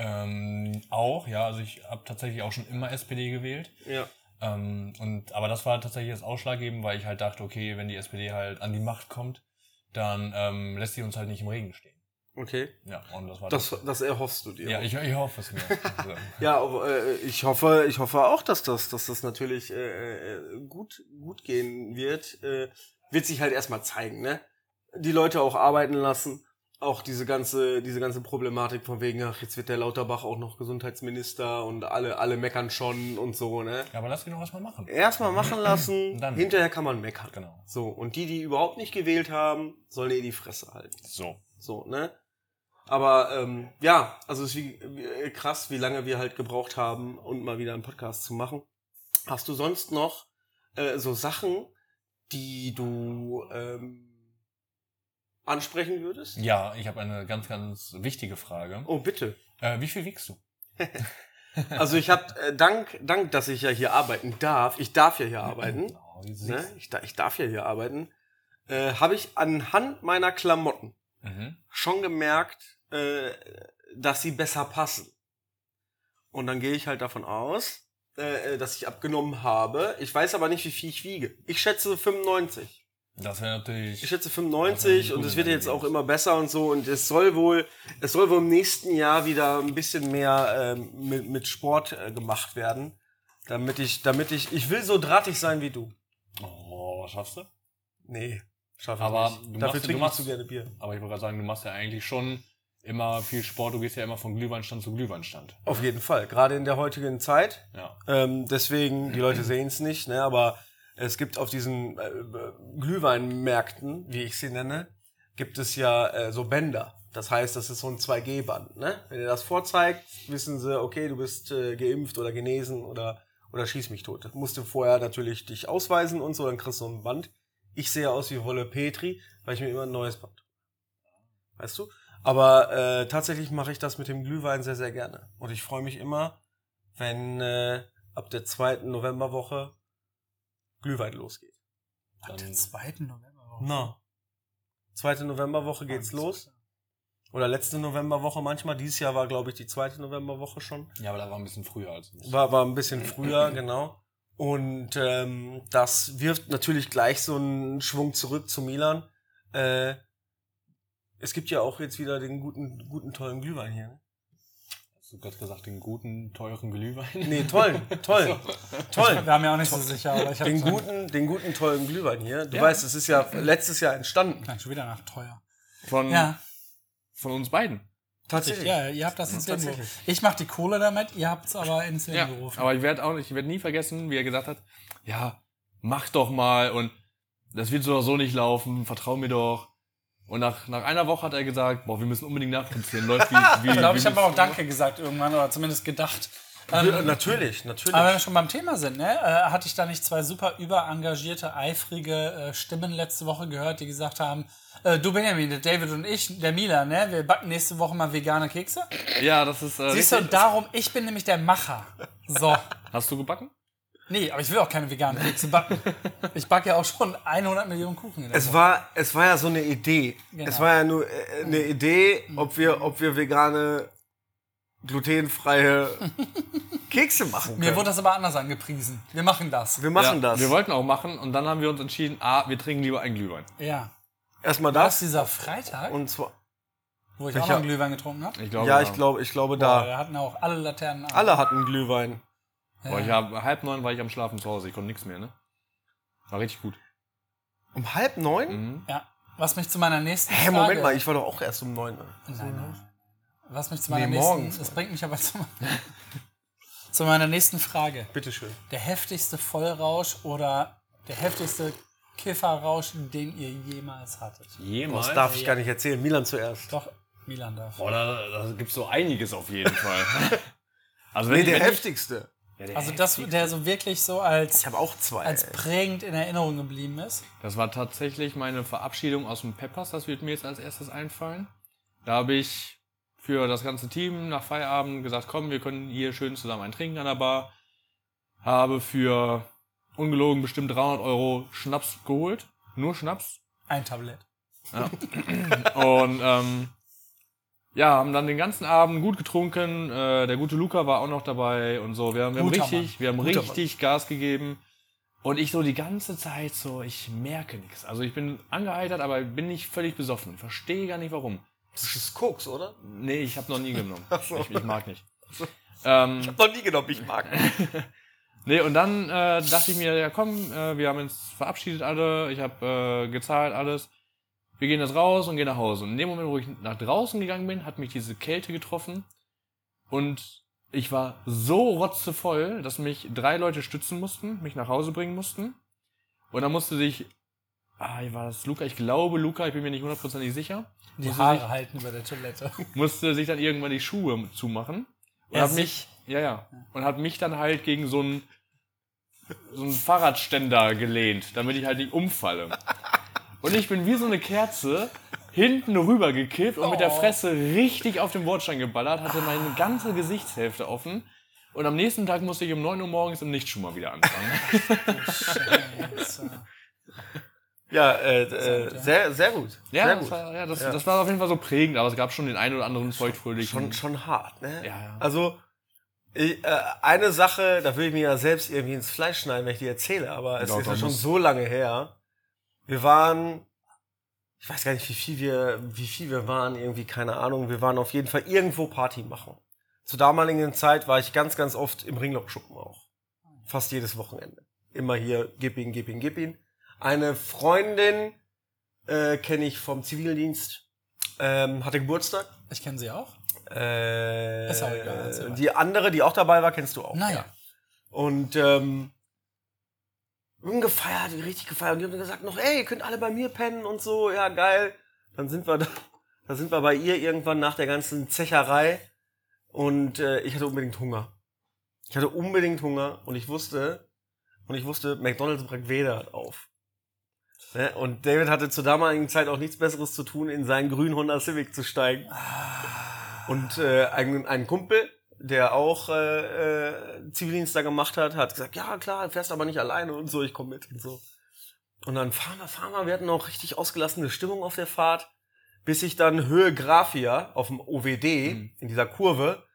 S4: Ähm, auch, ja, also ich habe tatsächlich auch schon immer SPD gewählt.
S3: Ja.
S4: Ähm, und, aber das war tatsächlich das Ausschlaggebende, weil ich halt dachte, okay, wenn die SPD halt an die Macht kommt, dann ähm, lässt sie uns halt nicht im Regen stehen.
S3: Okay.
S4: Ja, und das war
S3: Das, das erhoffst du dir.
S4: Ja, ich, ich hoffe es mir. [LAUGHS] Also,
S3: Ja, aber, äh, ich hoffe, ich hoffe auch, dass das, dass das natürlich äh, äh, gut, gut gehen wird. Äh, wird sich halt erstmal zeigen, ne? Die Leute auch arbeiten lassen. Auch diese ganze, diese ganze Problematik von wegen, ach, jetzt wird der Lauterbach auch noch Gesundheitsminister und alle, alle meckern schon und so, ne?
S4: ja, aber lass ihn doch erstmal machen.
S3: Erstmal machen lassen,
S4: Dann.
S3: hinterher kann man meckern.
S4: Genau.
S3: So, und die, die überhaupt nicht gewählt haben, sollen eh die Fresse halten.
S4: So.
S3: So, ne? Aber ähm, ja, also es ist wie, wie, krass, wie lange wir halt gebraucht haben, um mal wieder einen Podcast zu machen. Hast du sonst noch äh, so Sachen, die du ähm, ansprechen würdest?
S4: Ja, ich habe eine ganz, ganz wichtige Frage.
S3: Oh, bitte.
S4: Äh, wie viel wiegst du?
S3: Also ich habe, äh, dank, dank, dass ich ja hier arbeiten darf, ich darf ja hier arbeiten,
S4: Genau, wie siehst
S3: ne? ich, da- ich darf ja hier arbeiten, äh, habe ich anhand meiner Klamotten
S4: du? Mhm.
S3: schon gemerkt, äh, dass sie besser passen. Und dann gehe ich halt davon aus, äh, äh, dass ich abgenommen habe. Ich weiß aber nicht, wie viel ich wiege. Ich schätze 95.
S4: Das wäre natürlich.
S3: Ich schätze
S4: Das
S3: 95
S4: war
S3: und
S4: die
S3: es wird jetzt
S4: Gummi-
S3: auch immer besser und so und es soll wohl, es soll wohl im nächsten Jahr wieder ein bisschen mehr ähm, mit, mit Sport äh, gemacht werden, damit ich, damit ich, ich will so drahtig sein wie du.
S4: oh, schaffst du?
S3: Nee, schaffe ich
S4: Aber
S3: nicht.
S4: du
S3: Dafür
S4: machst- du
S3: trinke ich
S4: machst-
S3: zu gerne Bier.
S4: Aber ich wollte gerade sagen, du machst ja eigentlich schon immer viel Sport. Du gehst ja immer von Glühweinstand zu Glühweinstand.
S3: Auf jeden Fall, gerade in der heutigen Zeit.
S4: Ja.
S3: Ähm, deswegen, die Leute sehen es nicht, ne, aber es gibt auf diesen äh, äh, Glühweinmärkten, wie ich sie nenne, gibt es ja äh, so Bänder. Das heißt, das ist so ein 2G-Band. Ne? Wenn ihr das vorzeigt, wissen sie, okay, du bist äh, geimpft oder genesen oder, oder schieß mich tot. Musst du vorher natürlich dich ausweisen und so, dann kriegst du so ein Band. Ich sehe aus wie Wolle Petri, weil ich mir immer ein neues Band. hole. Weißt du? Aber äh, tatsächlich mache ich das mit dem Glühwein sehr, sehr gerne. Und ich freue mich immer, wenn äh, ab der zweiten Novemberwoche Glühwein losgeht.
S2: Ab
S4: Dann-
S2: der 2. November.
S3: Na. Zweite Novemberwoche geht's los. Oder letzte Novemberwoche manchmal. Dieses Jahr war, glaube ich, die zweite Novemberwoche schon.
S4: Ja, aber da war ein bisschen früher als uns.
S3: War, war ein bisschen früher, genau. Und ähm, das wirft natürlich gleich so einen Schwung zurück zu Milan. Äh, es gibt ja auch jetzt wieder den guten, guten tollen Glühwein hier. Ne?
S4: Hast du gerade gesagt, den guten, teuren Glühwein?
S3: Nee, tollen, tollen, tollen.
S2: [LAUGHS] Wir haben ja auch nicht so sicher, aber ich habe
S3: Den guten, den guten tollen Glühwein hier. Du
S4: Ja.
S3: weißt, es ist ja letztes Jahr entstanden.
S2: schon wieder nach teuer.
S4: [LAUGHS] Von,
S2: Ja,
S4: von uns beiden.
S3: Mhm. Tatsächlich.
S2: ja, ihr habt das ins Leben gerufen.
S3: Tatsächlich.
S2: Ich mache die Kohle damit, ihr habt es aber ins Leben gerufen.
S4: Aber ich werde auch nicht, ich werde nie vergessen, wie er gesagt hat, ja, mach doch mal und das wird so oder so nicht laufen, vertrau mir doch. Und nach, nach einer Woche hat er gesagt, boah, wir müssen unbedingt
S2: [LAUGHS]
S4: nachproduzieren. Läuft wie, wie,
S2: ich glaube,
S4: wie
S2: ich habe auch Danke gesagt irgendwann oder zumindest gedacht.
S3: Ja, natürlich, natürlich.
S2: Aber wenn wir schon beim Thema sind, ne, äh, hatte ich da nicht zwei super überengagierte, eifrige äh, Stimmen letzte Woche gehört, die gesagt haben, äh, du Benjamin, der David und ich, der Milan, ne, wir backen nächste Woche mal vegane Kekse.
S4: Ja, das ist, äh,
S2: Siehst du, und
S4: richtig.
S2: darum, ich bin nämlich der Macher. So.
S4: Hast du gebacken?
S2: Nee, aber ich will auch keine veganen Kekse backen. Ich backe ja auch schon 100 Millionen Kuchen in der
S3: es
S2: Woche.
S3: war, es war ja so eine Idee.
S2: Genau.
S3: Es war ja nur äh, eine Idee, ob wir, ob wir vegane, glutenfreie Kekse machen
S2: Mir
S3: können.
S2: wurde das aber anders angepriesen. Wir machen das.
S3: Wir machen
S4: ja,
S3: das.
S4: Wir wollten auch machen und dann haben wir uns entschieden, ah, wir trinken lieber einen Glühwein.
S2: Ja.
S3: Erstmal
S2: Das
S3: das.
S2: ist dieser Freitag,
S3: Und zwar,
S2: wo ich auch
S3: welcher-
S2: noch einen Glühwein getrunken habe.
S4: Ich glaube,
S3: ja, genau. ich glaube, ich glaube da.
S2: Da hatten auch alle Laternen an.
S3: Alle hatten Glühwein.
S4: Boah, ich hab, halb neun war ich am Schlafen zu Hause, ich konnte nichts mehr, ne? War richtig gut. Mhm.
S3: Um halb
S4: Hm.
S3: neun?
S2: Ja. Was mich zu meiner nächsten
S3: Hä,
S2: Frage...
S3: Moment mal, ich war doch auch erst um neun.
S2: Nein, nein. Was mich zu meiner
S3: Nee,
S2: nächsten...
S3: morgens.
S2: Das bringt mich aber zu, [LAUGHS] zu meiner nächsten Frage.
S3: Bitteschön.
S2: Der heftigste Vollrausch oder der heftigste Kifferrausch, den ihr jemals hattet?
S4: Jemals?
S3: Das darf ich gar nicht erzählen. Milan zuerst.
S2: Doch, Milan darf.
S4: Boah, da, da gibt's so einiges auf
S3: [LAUGHS]
S4: jeden Fall. also wenn
S3: Nee,
S4: ich-
S3: der
S4: wenn ich-
S3: heftigste.
S4: Ja, der
S2: Also das, der so wirklich so als,
S3: Ich habe auch zwei.
S2: als prägend in Erinnerung geblieben ist.
S4: Das war tatsächlich meine Verabschiedung aus dem Peppers, das wird mir jetzt als erstes einfallen. Da habe ich für das ganze Team nach Feierabend gesagt, komm, wir können hier schön zusammen ein Trinken an der Bar. Habe für ungelogen bestimmt 300 Euro Schnaps geholt, nur Schnaps.
S2: Ein Tablett.
S4: Und ähm, ja, haben dann den ganzen Abend gut getrunken. Äh, der gute Luca war auch noch dabei und so. Wir haben, wir haben
S2: Guter
S4: richtig,
S2: Mann.
S4: wir haben
S3: Guter
S4: richtig Gas gegeben. Und ich so die ganze Zeit so, ich merke nichts. Also ich bin angeheitert, aber bin nicht völlig besoffen. Verstehe gar nicht warum.
S3: Das ist Koks, oder?
S4: Nee, ich habe noch nie genommen.
S3: so.
S4: ich, ich
S2: [LAUGHS]
S4: mag nicht. Ähm,
S3: Noch nie genommen, ich mag.
S4: nee, und dann äh, dachte ich mir, ja komm, äh, wir haben uns verabschiedet alle, ich habe äh, gezahlt alles. Wir gehen jetzt raus und gehen nach Hause. Und in dem Moment, wo ich nach draußen gegangen bin, hat mich diese Kälte getroffen. Und ich war so rotzevoll, dass mich drei Leute stützen mussten, mich nach Hause bringen mussten. Und dann musste sich, ah, war das Luca? Ich glaube Luca, ich bin mir nicht hundertprozentig sicher.
S2: Die
S4: Muss
S2: Haare halten über der Toilette.
S4: musste sich dann irgendwann die Schuhe zumachen. Und
S2: Er
S4: hat mich, ja, ja. Und hat mich dann halt gegen so einen, so einen Fahrradständer gelehnt, damit ich halt nicht umfalle. Und ich bin wie so eine Kerze hinten rüber gekippt und mit der
S2: Oh.
S4: Fresse richtig auf den Bordstein geballert, hatte meine ganze Gesichtshälfte offen. Und am nächsten Tag musste ich um 9 Uhr morgens im Nichtschummer wieder anfangen.
S2: Scheiße.
S3: Ja, äh, äh, sehr, sehr gut.
S4: Ja,
S3: sehr
S4: das
S3: gut.
S4: war, ja, das, das war auf jeden Fall so prägend, aber es gab schon den einen oder anderen feuchtfröhlichen.
S3: Schon, schon hart, ne?
S4: Ja, ja.
S3: Also, ich, äh, eine Sache, da würde ich mir ja selbst irgendwie ins Fleisch schneiden, wenn ich die erzähle, aber es
S4: Ja,
S3: ist ja
S4: da
S3: schon
S4: muss-
S3: so lange her. Wir waren, ich weiß gar nicht, wie viel wir, wie viel wir waren, irgendwie, keine Ahnung, wir waren auf jeden Fall irgendwo Party machen. Zur damaligen Zeit war ich ganz, ganz oft im Ringlockschuppen auch. Fast jedes Wochenende. Immer hier, gib ihn, gib ihn, gib ihn. Eine Freundin äh, kenne ich vom Zivildienst, ähm, hatte Geburtstag.
S2: Ich kenne sie auch.
S3: Äh,
S2: Ist auch egal, erzähl weiter.
S3: die andere, die auch dabei war, kennst du auch.
S2: Naja.
S3: Und ähm, wir haben gefeiert, wir haben richtig gefeiert. Und die haben dann gesagt noch, ey, ihr könnt alle bei mir pennen und so, ja geil. Dann sind wir da, da sind wir bei ihr irgendwann nach der ganzen Zecherei. Und äh, ich hatte unbedingt Hunger. Ich hatte unbedingt Hunger und ich wusste, und ich wusste, McDonalds bringt Weder auf. Ne? Und David hatte zur damaligen Zeit auch nichts Besseres zu tun, in seinen grünen Honda Civic zu steigen. Und äh, ein, ein Kumpel, der auch äh, äh, Zivildienst da gemacht hat, hat gesagt, ja klar, fährst aber nicht alleine und so, ich komme mit und so. Und dann fahren wir, fahren wir, wir hatten auch richtig ausgelassene Stimmung auf der Fahrt, bis ich dann Höhe Grafia auf dem OWD
S4: Mhm.
S3: in dieser Kurve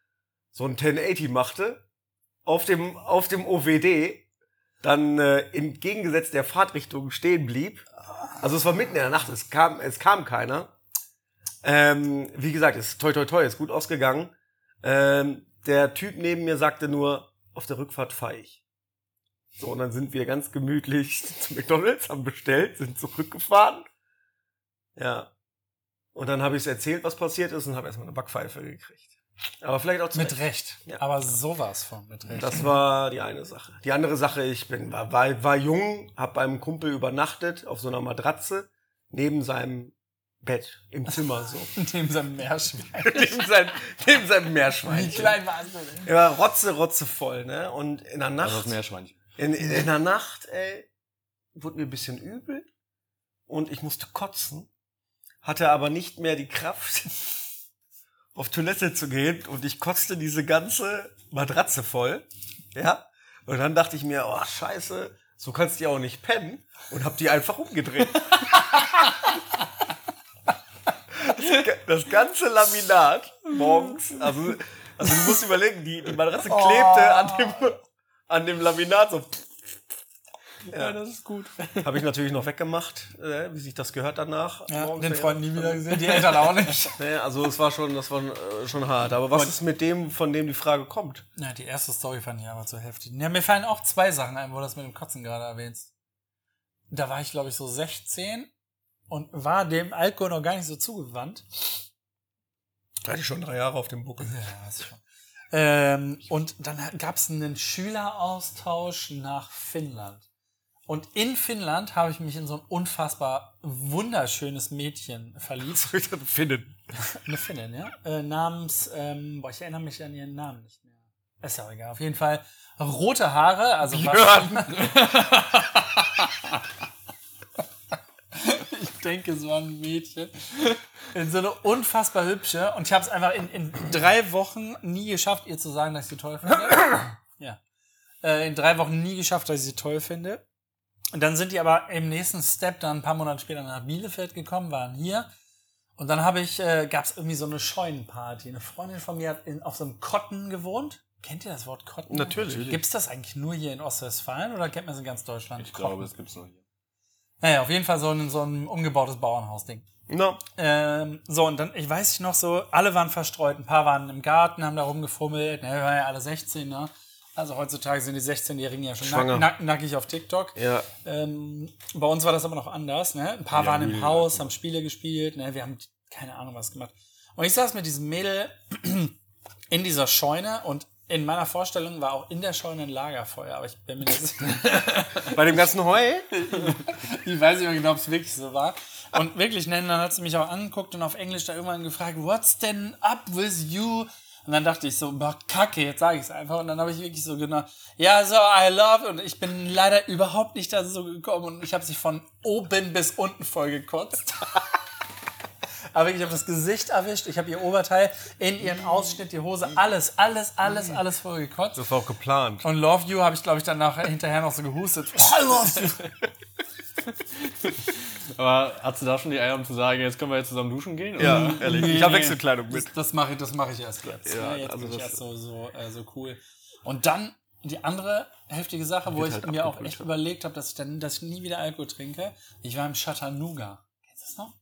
S3: so ein 1080 machte, auf dem, auf dem OWD, dann äh, entgegengesetzt der Fahrtrichtung stehen blieb. Also es war mitten in der Nacht, es kam, es kam keiner. Ähm, wie gesagt, ist toi toi toi, ist gut ausgegangen. Ähm, der Typ neben mir sagte nur, auf der Rückfahrt fahre ich. So, und dann sind wir ganz gemütlich [LAUGHS] zu McDonalds, haben bestellt, sind zurückgefahren. Ja. Und dann habe ich es erzählt, was passiert ist, und habe erstmal eine Backpfeife gekriegt. Aber vielleicht auch
S2: [LAUGHS]
S3: zu
S2: Mit
S3: Recht.
S2: Recht.
S3: Ja.
S2: Aber sowas von [LAUGHS] mit Recht.
S3: Das war die eine Sache. Die andere Sache, ich bin, war, war, war jung, hab beim Kumpel übernachtet auf so einer Matratze neben seinem Bett im
S2: [LAUGHS]
S3: Zimmer so.
S2: Neben seinem Meerschwein.
S3: neben, sein, neben seinem
S2: Wie
S3: Meerschweinchen.
S2: klein warst du denn?
S3: Er war rotze, rotze voll, ne? Und in der
S4: also
S3: Nacht,
S4: das Meerschweinchen.
S3: in, in, in der Nacht, ey, wurde mir ein bisschen übel und ich musste kotzen, hatte aber nicht mehr die Kraft, [LAUGHS] auf Toilette zu gehen und ich kotzte diese ganze Matratze voll, ja? Und dann dachte ich mir, oh, scheiße, so kannst du ja auch nicht pennen und hab die
S2: [LAUGHS]
S3: einfach umgedreht. das ganze Laminat morgens, also, also du musst überlegen, die, die Matratze klebte an,
S2: Oh.
S3: dem, an dem Laminat so. Ja,
S2: das ist gut.
S3: habe ich natürlich noch weggemacht, äh, wie sich das gehört danach.
S2: Ja,
S3: Morgens
S2: den
S3: ja.
S2: Freund nie wieder gesehen, die Eltern auch [LAUGHS] nicht.
S3: Nee, also es war schon, das war äh, schon hart. Aber was ist mit dem, von dem die Frage kommt?
S2: Na, die erste Story fand ich aber zu heftig. Ja, mir fallen auch zwei Sachen ein, wo du das mit dem Kotzen gerade erwähnst. Da war ich, glaube ich, so 16 und war dem Alkohol noch gar nicht so zugewandt.
S3: Da hatte ich schon drei Jahre auf dem Buckel.
S2: Ja, weiß ich schon. Ähm, und dann gab es einen Schüleraustausch nach Finnland. Und in Finnland habe ich mich in so ein unfassbar wunderschönes Mädchen verliebt.
S3: Finden.
S2: Eine Finnin, ja? Äh, namens, ähm, boah, ich erinnere mich an ihren Namen nicht mehr. Ist ja auch egal. Auf jeden Fall rote Haare, also ich denke, es war ein Mädchen. In so eine unfassbar hübsche. Und ich habe es einfach in, in drei Wochen nie geschafft, ihr zu sagen, dass ich sie toll finde. ja. Äh, in drei Wochen nie geschafft, dass ich sie toll finde. Und dann sind die aber im nächsten Step dann ein paar Monate später nach Bielefeld gekommen, waren hier. Und dann habe ich, äh, gab es irgendwie so eine Scheunenparty. Eine Freundin von mir hat in, auf so einem Kotten gewohnt. Kennt ihr das Wort Kotten?
S3: Natürlich.
S2: Gibt es das eigentlich nur hier in Ostwestfalen oder kennt man es in ganz Deutschland?
S4: Ich glaube, es gibt's nur hier.
S2: Naja, auf jeden Fall so ein, so ein umgebautes Bauernhausding.
S3: No.
S2: Ähm, so, und dann, ich weiß nicht noch so, alle waren verstreut. Ein paar waren im Garten, haben da rumgefummelt. Ne, wir waren ja alle 16, ne? Also heutzutage sind die 16-Jährigen ja schon
S3: Schwanger.
S2: nack, nack, nackig auf TikTok.
S3: Ja.
S2: Ähm, bei uns war das aber noch anders. Ne? Ein paar waren im Haus, haben Spiele gespielt. Ne? Wir haben keine Ahnung was gemacht. Und ich saß mit diesem Mädel [CLEARS THROAT] in dieser Scheune und in meiner Vorstellung war auch in der Scheune ein Lagerfeuer. Aber ich bin mir nicht sicher.
S3: Bei dem ganzen Heu?
S2: Ich weiß nicht mehr genau, ob es wirklich so war. Und wirklich, nein, dann hat sie mich auch angeguckt und auf Englisch da irgendwann gefragt, what's denn up with you? Und dann dachte ich so, boah, kacke, jetzt sage ich es einfach. Und dann habe ich wirklich so genau, ja, so, I love. Und ich bin leider überhaupt nicht dazu gekommen. Und ich habe sie von oben bis unten voll gekotzt. [LAUGHS] Aber wirklich, ich habe das Gesicht erwischt, ich habe ihr Oberteil in ihren Ausschnitt, die Hose, alles, alles, alles, alles voll gekotzt.
S3: Das war auch
S2: [LAUGHS]
S3: geplant.
S2: Und Love You habe ich, glaube ich, danach hinterher noch so gehustet.
S5: Aber hast du da schon die Eier, um zu sagen, jetzt können wir jetzt zusammen duschen gehen?
S6: Ja,
S5: oder?
S6: ehrlich.
S2: Nee,
S6: Ich habe
S2: nee.
S6: Wechselkleidung mit.
S2: Das, das mache ich, das mache ich erst jetzt.
S6: Ja,
S2: ne? Jetzt
S6: also
S2: bin ich
S6: das-
S2: erst so, so, äh, so cool. Und dann die andere heftige Sache, wo
S6: Wird
S2: ich
S6: halt
S2: mir auch
S6: abgebrüht,
S2: echt
S6: ja.
S2: überlegt habe, dass ich dann, dass ich nie wieder Alkohol trinke. Ich war im Chattanooga. Kennst du das noch?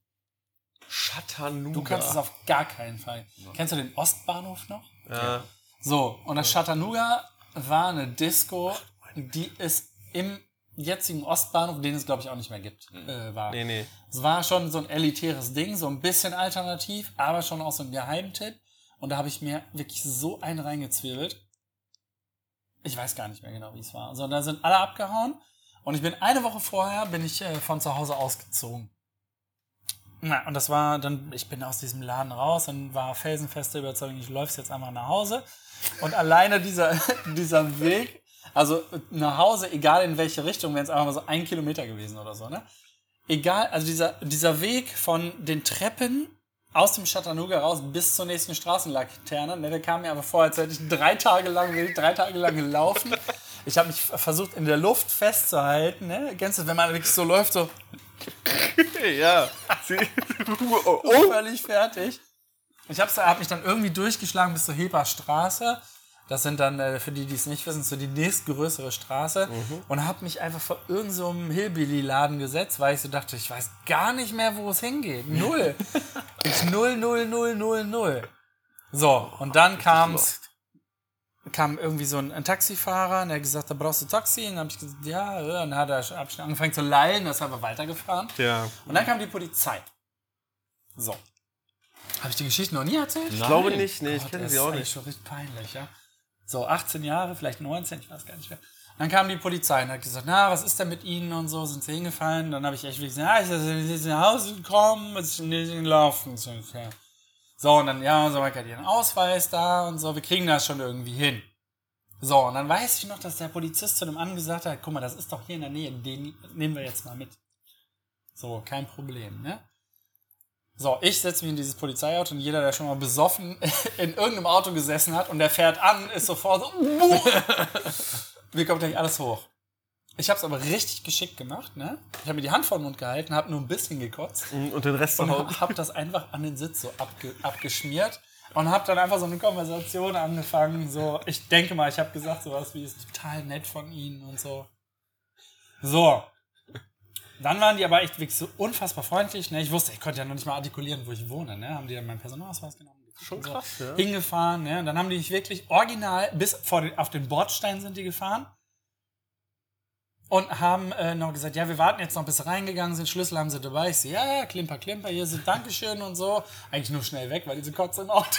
S1: Chattanooga.
S2: Du kannst es auf gar keinen Fall. Kennst du den Ostbahnhof noch?
S1: ja.
S2: So, und das Chattanooga war eine Disco, die ist im jetzigen Ostbahnhof, den es glaube ich auch nicht mehr gibt, äh, war.
S1: Mhm. Nee, nee.
S2: Es war schon so ein elitäres Ding, so ein bisschen alternativ, aber schon auch so ein Geheimtipp. Und da habe ich mir wirklich so einen reingezwirbelt. Ich weiß gar nicht mehr genau, wie es war. So, da sind alle abgehauen. Und ich bin eine Woche vorher bin ich äh, von zu Hause ausgezogen. Na, und das war dann, ich bin aus diesem Laden raus und war felsenfeste Überzeugung, ich läuf's jetzt einmal nach Hause. Und alleine dieser, [LAUGHS] dieser Weg, also nach Hause, egal in welche Richtung, wären es einfach mal so ein Kilometer gewesen oder so, ne? egal, also dieser, dieser Weg von den Treppen aus dem Chattanooga raus bis zur nächsten Straßenlaterne, ne, der kam mir aber vor, als hätte ich drei Tage lang, wirklich drei Tage lang gelaufen. Ich habe mich versucht, in der Luft festzuhalten. Ne? Kennst du, wenn man wirklich so läuft, so
S6: ja.
S2: [LAUGHS] völlig fertig. Ich habe hab mich dann irgendwie durchgeschlagen bis zur Heber Straße. Das sind dann, äh, für die, die es nicht wissen, so die nächstgrößere Straße. Und habe mich einfach vor irgendeinem so einem Hillbilly-Laden gesetzt, weil ich so dachte, ich weiß gar nicht mehr, wo es hingeht. Null. ich null, null, null, null, null. So, und dann kam's, kam irgendwie so ein, ein Taxifahrer und der hat gesagt, da brauchst du Taxi. Und dann habe ich gesagt, ja, ja. und dann hat er hab ich angefangen zu lallen, das haben wir weitergefahren.
S6: Ja.
S2: Und dann kam die Polizei. So. Habe ich die Geschichte noch nie erzählt?
S1: Ich glaube nicht, nee, ich kenne
S2: das
S1: sie auch
S2: ist eigentlich
S1: nicht.
S2: schon richtig peinlich, ja. So, 18 Jahre, vielleicht 19, ich weiß gar nicht mehr. Dann kam die Polizei und hat gesagt, na, was ist denn mit Ihnen und so, sind Sie hingefallen? Dann habe ich echt wirklich gesagt, ah, ich bin jetzt nach Hause gekommen, es ist nicht gelaufen. So, okay. So, und dann, ja, so, man hat Ihren Ausweis da und so, wir kriegen das schon irgendwie hin. So, und dann weiß ich noch, dass der Polizist zu dem Mann gesagt hat, guck mal, das ist doch hier in der Nähe, den nehmen wir jetzt mal mit. So, kein Problem, ne? So, ich setze mich in dieses Polizeiauto und jeder, der schon mal besoffen [LAUGHS] in irgendeinem Auto gesessen hat und der fährt an, ist sofort so, "Buh!" mir kommt gleich alles hoch. Ich habe es aber richtig geschickt gemacht, ne? Ich habe mir die Hand vor den Mund gehalten, habe nur ein bisschen gekotzt
S1: Und den Rest
S2: und
S1: verhauen.
S2: hab hab das einfach an den Sitz so abge abgeschmiert und hab dann einfach so eine Konversation angefangen. So, ich denke mal, ich habe gesagt sowas wie, ist total nett von Ihnen und so. So. Dann waren die aber echt wirklich so unfassbar freundlich. Ne? Ich wusste, ich konnte ja noch nicht mal artikulieren, wo ich wohne. Ne? Haben die dann meinen Personalausweis genommen. Schon krass, so, ja. Hingefahren. Ne? Und dann haben die mich wirklich original bis vor den, auf den Bordstein sind die gefahren und haben äh, noch gesagt, ja, wir warten jetzt noch, bis sie reingegangen sind, Schlüssel haben sie dabei. Ich so, ja, ja, klimper, klimper, hier sind Dankeschön und so. Eigentlich nur schnell weg, weil diese Kotze im Auto.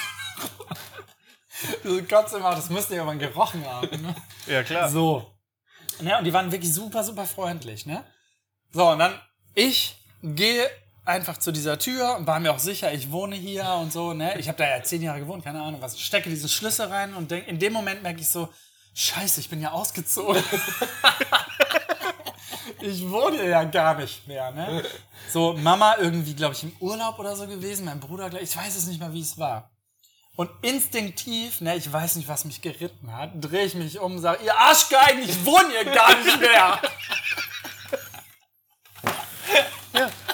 S2: [LAUGHS] diese Kotze im Auto, das müsste ja mal gerochen haben. Ne?
S6: Ja, klar.
S2: So. Ja, Ne, und die waren wirklich super, super freundlich, ne? So, und dann, ich gehe einfach zu dieser Tür und war mir auch sicher, ich wohne hier und so, ne? Ich habe da ja zehn Jahre gewohnt, keine Ahnung was. Ich stecke diesen Schlüssel rein und denk, in dem Moment merke ich so, scheiße, ich bin ja ausgezogen. ich wohne ja gar nicht mehr, ne? So, Mama irgendwie, glaube ich, im Urlaub oder so gewesen, mein Bruder, glaub, ich weiß es nicht mehr, wie es war. Und instinktiv, ne, ich weiß nicht, was mich geritten hat, drehe ich mich um und sage, ihr Arschgeigen, ich wohne hier gar nicht mehr.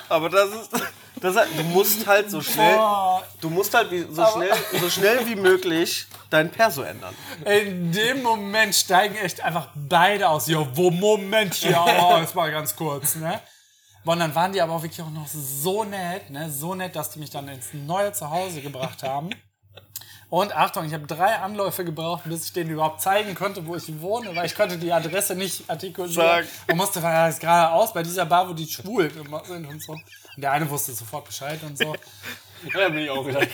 S1: Aber das ist. Das ist halt, du musst halt so schnell.
S2: Boah,
S1: Du musst halt wie, so, schnell, so schnell wie möglich dein Perso ändern.
S2: in dem Moment steigen echt einfach beide aus. Jo, wo Moment hier, oh, jetzt mal ganz kurz, ne? Boah, Und dann waren die aber auch wirklich auch noch so nett, ne? So nett, dass die mich dann ins neue Zuhause gebracht haben. Und Achtung, ich habe drei Anläufe gebraucht, bis ich denen überhaupt zeigen konnte, wo ich wohne, weil ich konnte die Adresse nicht artikulieren.
S6: Sag.
S2: Und musste von ja, ist geradeaus bei dieser Bar, wo die schwul immer sind und so. Und der eine wusste sofort Bescheid und so.
S4: Da bin ich auch
S1: [LAUGHS]
S4: wieder.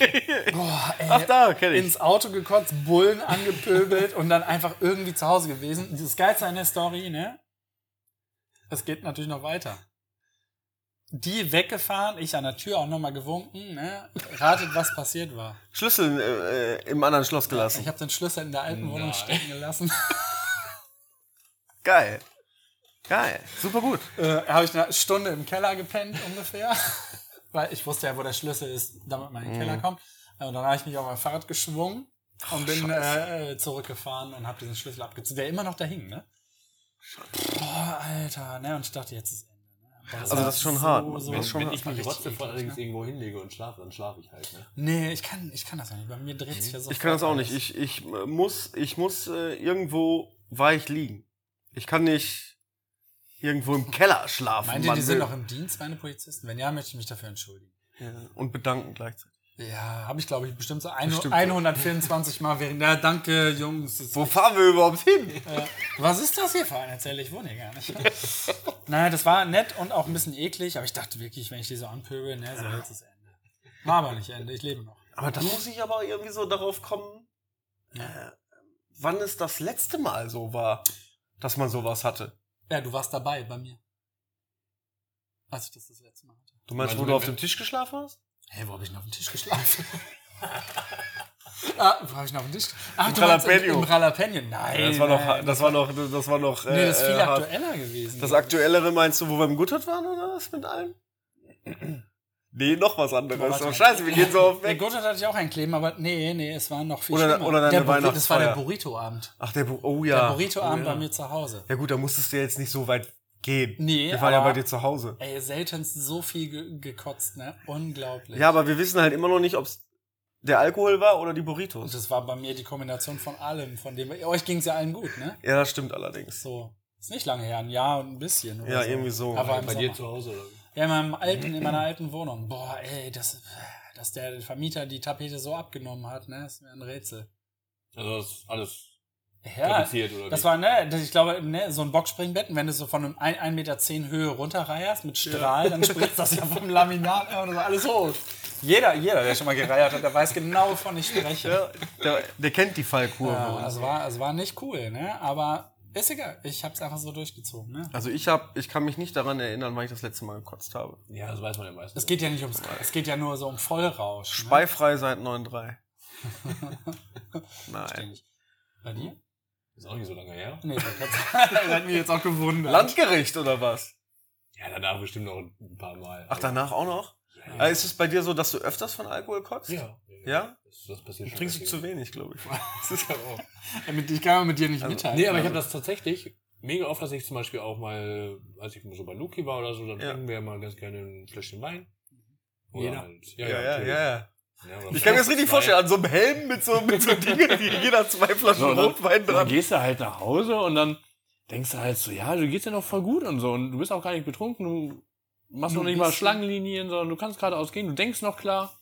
S2: Boah, ey,
S6: Ach, da, kenn ich.
S2: ins Auto gekotzt, Bullen angepöbelt und dann einfach irgendwie zu Hause gewesen. Das Geilste an der Story, ne? Es geht natürlich noch weiter. Die weggefahren, ich an der Tür auch nochmal gewunken, ne? Ratet, was passiert war.
S1: Schlüssel äh, im anderen Schloss gelassen.
S2: Ich habe den Schlüssel in der alten Wohnung stecken gelassen.
S1: Geil. Geil. Super gut.
S2: äh, habe ich eine Stunde im Keller gepennt
S3: [LAUGHS]
S2: ungefähr, weil ich wusste ja, wo der Schlüssel ist, damit man in den
S3: Mhm.
S2: Keller kommt. Äh, Und dann habe ich mich auf mein Fahrrad geschwungen und bin äh, äh, zurückgefahren und habe diesen Schlüssel abgezogen, der immer noch da hing, ne? Boah, Alter, ne? Und ich dachte, jetzt ist Ende. Ne?
S3: Also das ist schon hart. Das ist schon ne?
S4: wenn
S3: hart.
S4: ich mich trotzdem von allerdings irgendwo hinlege und schlafe, dann schlafe ich halt. Ne?
S2: [LAUGHS] Nee, ich kann, ich kann das nicht. Bei mir dreht sich das
S3: Ich kann das auch nicht. Ich, ich äh, muss, ich muss äh, irgendwo weich liegen. Ich kann nicht irgendwo im Keller schlafen.
S2: Meint ihr,
S3: Mann,
S2: die sind
S3: will.
S2: noch im Dienst, meine Polizisten? Wenn ja, möchte ich mich dafür entschuldigen.
S3: Ja, Und bedanken gleichzeitig.
S2: Ja, habe ich, glaube ich, bestimmt so ein,
S3: Bestimmt.
S2: 124 Mal während. Ja, danke, Jungs. Das-
S3: Wo fahren wir überhaupt hin?
S2: Ja. Was ist das hier für ein Erzähl? Ich wohne hier gar nicht. [LAUGHS] naja, das war nett und auch ein bisschen eklig, aber ich dachte wirklich, wenn ich die so anpöbel, ne, so jetzt ist Ende. War aber nicht Ende, ich lebe noch.
S3: Aber da muss ich aber irgendwie so darauf kommen, äh, wann es das letzte Mal so war, dass man sowas hatte.
S2: Ja, du warst dabei bei mir. Als ich das das letzte Mal hatte.
S3: Du meinst,
S4: Meinst
S3: wo
S4: du,
S3: du
S4: wenn
S3: auf
S4: wir-
S3: dem Tisch geschlafen hast?
S2: Hä, wo habe ich denn auf dem Tisch
S3: [LAUGHS]
S2: geschlafen? ah, wo habe ich denn auf dem Tisch? Ach,
S3: Im
S2: du meinst
S3: Jalapeno.
S2: Im, im Jalapeno. Nein.
S3: Ja, das war noch,
S2: nein.
S3: das war noch, das war noch.
S2: Nee, das ist viel
S3: äh, hart.
S2: aktueller gewesen.
S3: das aktuellere meinst du, wo wir im Guttert waren oder was mit allem? Nee, noch was anderes.
S2: warte.
S3: Oh, scheiße, wir gehen
S2: [LAUGHS]
S3: so auf
S2: Der
S3: weg.
S2: Gurtet hatte ich auch einen Kleben, aber nee, nee, es war noch viel
S3: Oder-
S2: schlimmer.
S3: oder deine
S2: der Burri- Das war
S3: Weihnachtsfeier.
S2: der Burrito-Abend.
S3: Ach, der Bu Oh
S2: Der
S3: ja.
S2: Burrito-Abend
S3: oh, ja.
S2: bei mir zu Hause.
S3: Ja gut, da musstest du jetzt nicht so weit gehen.
S2: Nee,
S3: Wir waren ja
S2: aber-
S3: bei dir zu Hause.
S2: Ey, seltenst so viel ge gekotzt, ne? Unglaublich.
S3: Ja, aber wir wissen halt immer noch nicht, ob es der Alkohol war oder die
S2: Und
S3: Burritos.
S2: das war bei mir die Kombination von allem, von dem. Euch ging's ja allen gut, ne?
S3: Ja, das stimmt allerdings.
S2: So. Ist nicht lange her, ein Jahr und ein bisschen. Oder
S3: Ja,
S2: so.
S3: irgendwie so.
S2: Aber im
S4: Bei
S2: Sommer.
S4: dir zu Hause oder wie?
S2: Ja, in, meinem alten, in meiner alten Wohnung. Boah, ey, das, dass der Vermieter die Tapete so abgenommen hat, ne? Ist mir ein Rätsel.
S4: Also das ist alles
S2: Ja,
S4: reduziert oder
S2: das
S4: wie?
S2: war, ne, das- ich glaube, ne, so ein Boxspringbett, und wenn du so von einem ein- 1,10 Meter Höhe runterreierst mit Strahl, dann spritzt das ja vom Laminat einfach nur so alles hoch. Jeder, jeder, der schon mal gereiert hat, der weiß genau, wovon ich spreche.
S3: Der, der kennt die Fallkurve.
S2: Ja, es war, es war nicht cool, ne? Aber ist egal. Ich hab's einfach so durchgezogen, ne?
S3: Also ich hab, ich kann mich nicht daran erinnern, wann ich das letzte Mal gekotzt habe.
S4: Ja, das weiß man ja meistens.
S2: Es geht ja nicht ums, es geht ja nur so um Vollrausch. Ne?
S3: Beifrei
S2: [LAUGHS]
S3: seit 9.3. Nein.
S2: Ständig. Bei dir?
S4: Ist auch nicht so lange her.
S2: Nee, [LAUGHS] das hat mich jetzt auch gewundert.
S3: Landgericht oder was?
S4: Ja, danach bestimmt noch ein paar Mal.
S3: Ach, danach auch noch?
S4: Ja.
S3: Äh, Ist es bei dir so, dass du öfters von Alkohol kotzt?
S4: Ja.
S3: Ja?
S4: Das, das passiert
S3: Du trinkst du zu wenig, glaube ich.
S2: Damit- Ich kann mit dir nicht mitteilen.
S4: Also, Nee, aber ich habe das tatsächlich mega oft, dass ich zum Beispiel auch mal, als ich mal so bei Luki war oder so, dann
S3: Ja.
S4: trinken wir mal ganz gerne ein Fläschchen Wein.
S2: Jeder.
S4: Halt,
S3: Ja, ja, ja. ja.
S4: ja. oder
S3: Ich kann mir das richtig
S4: zwei.
S3: vorstellen, an so einem Helm mit so, mit so
S2: [LAUGHS]
S3: Dingen, die jeder zwei Flaschen
S4: So, dann-
S3: Rotwein
S4: Dann
S3: dran.
S4: gehst du halt nach Hause und dann denkst du halt so, ja, du gehst ja noch voll gut und so und du bist auch gar nicht betrunken, du machst noch nicht mal Schlangenlinien, sondern du kannst geradeaus gehen, du denkst noch klar.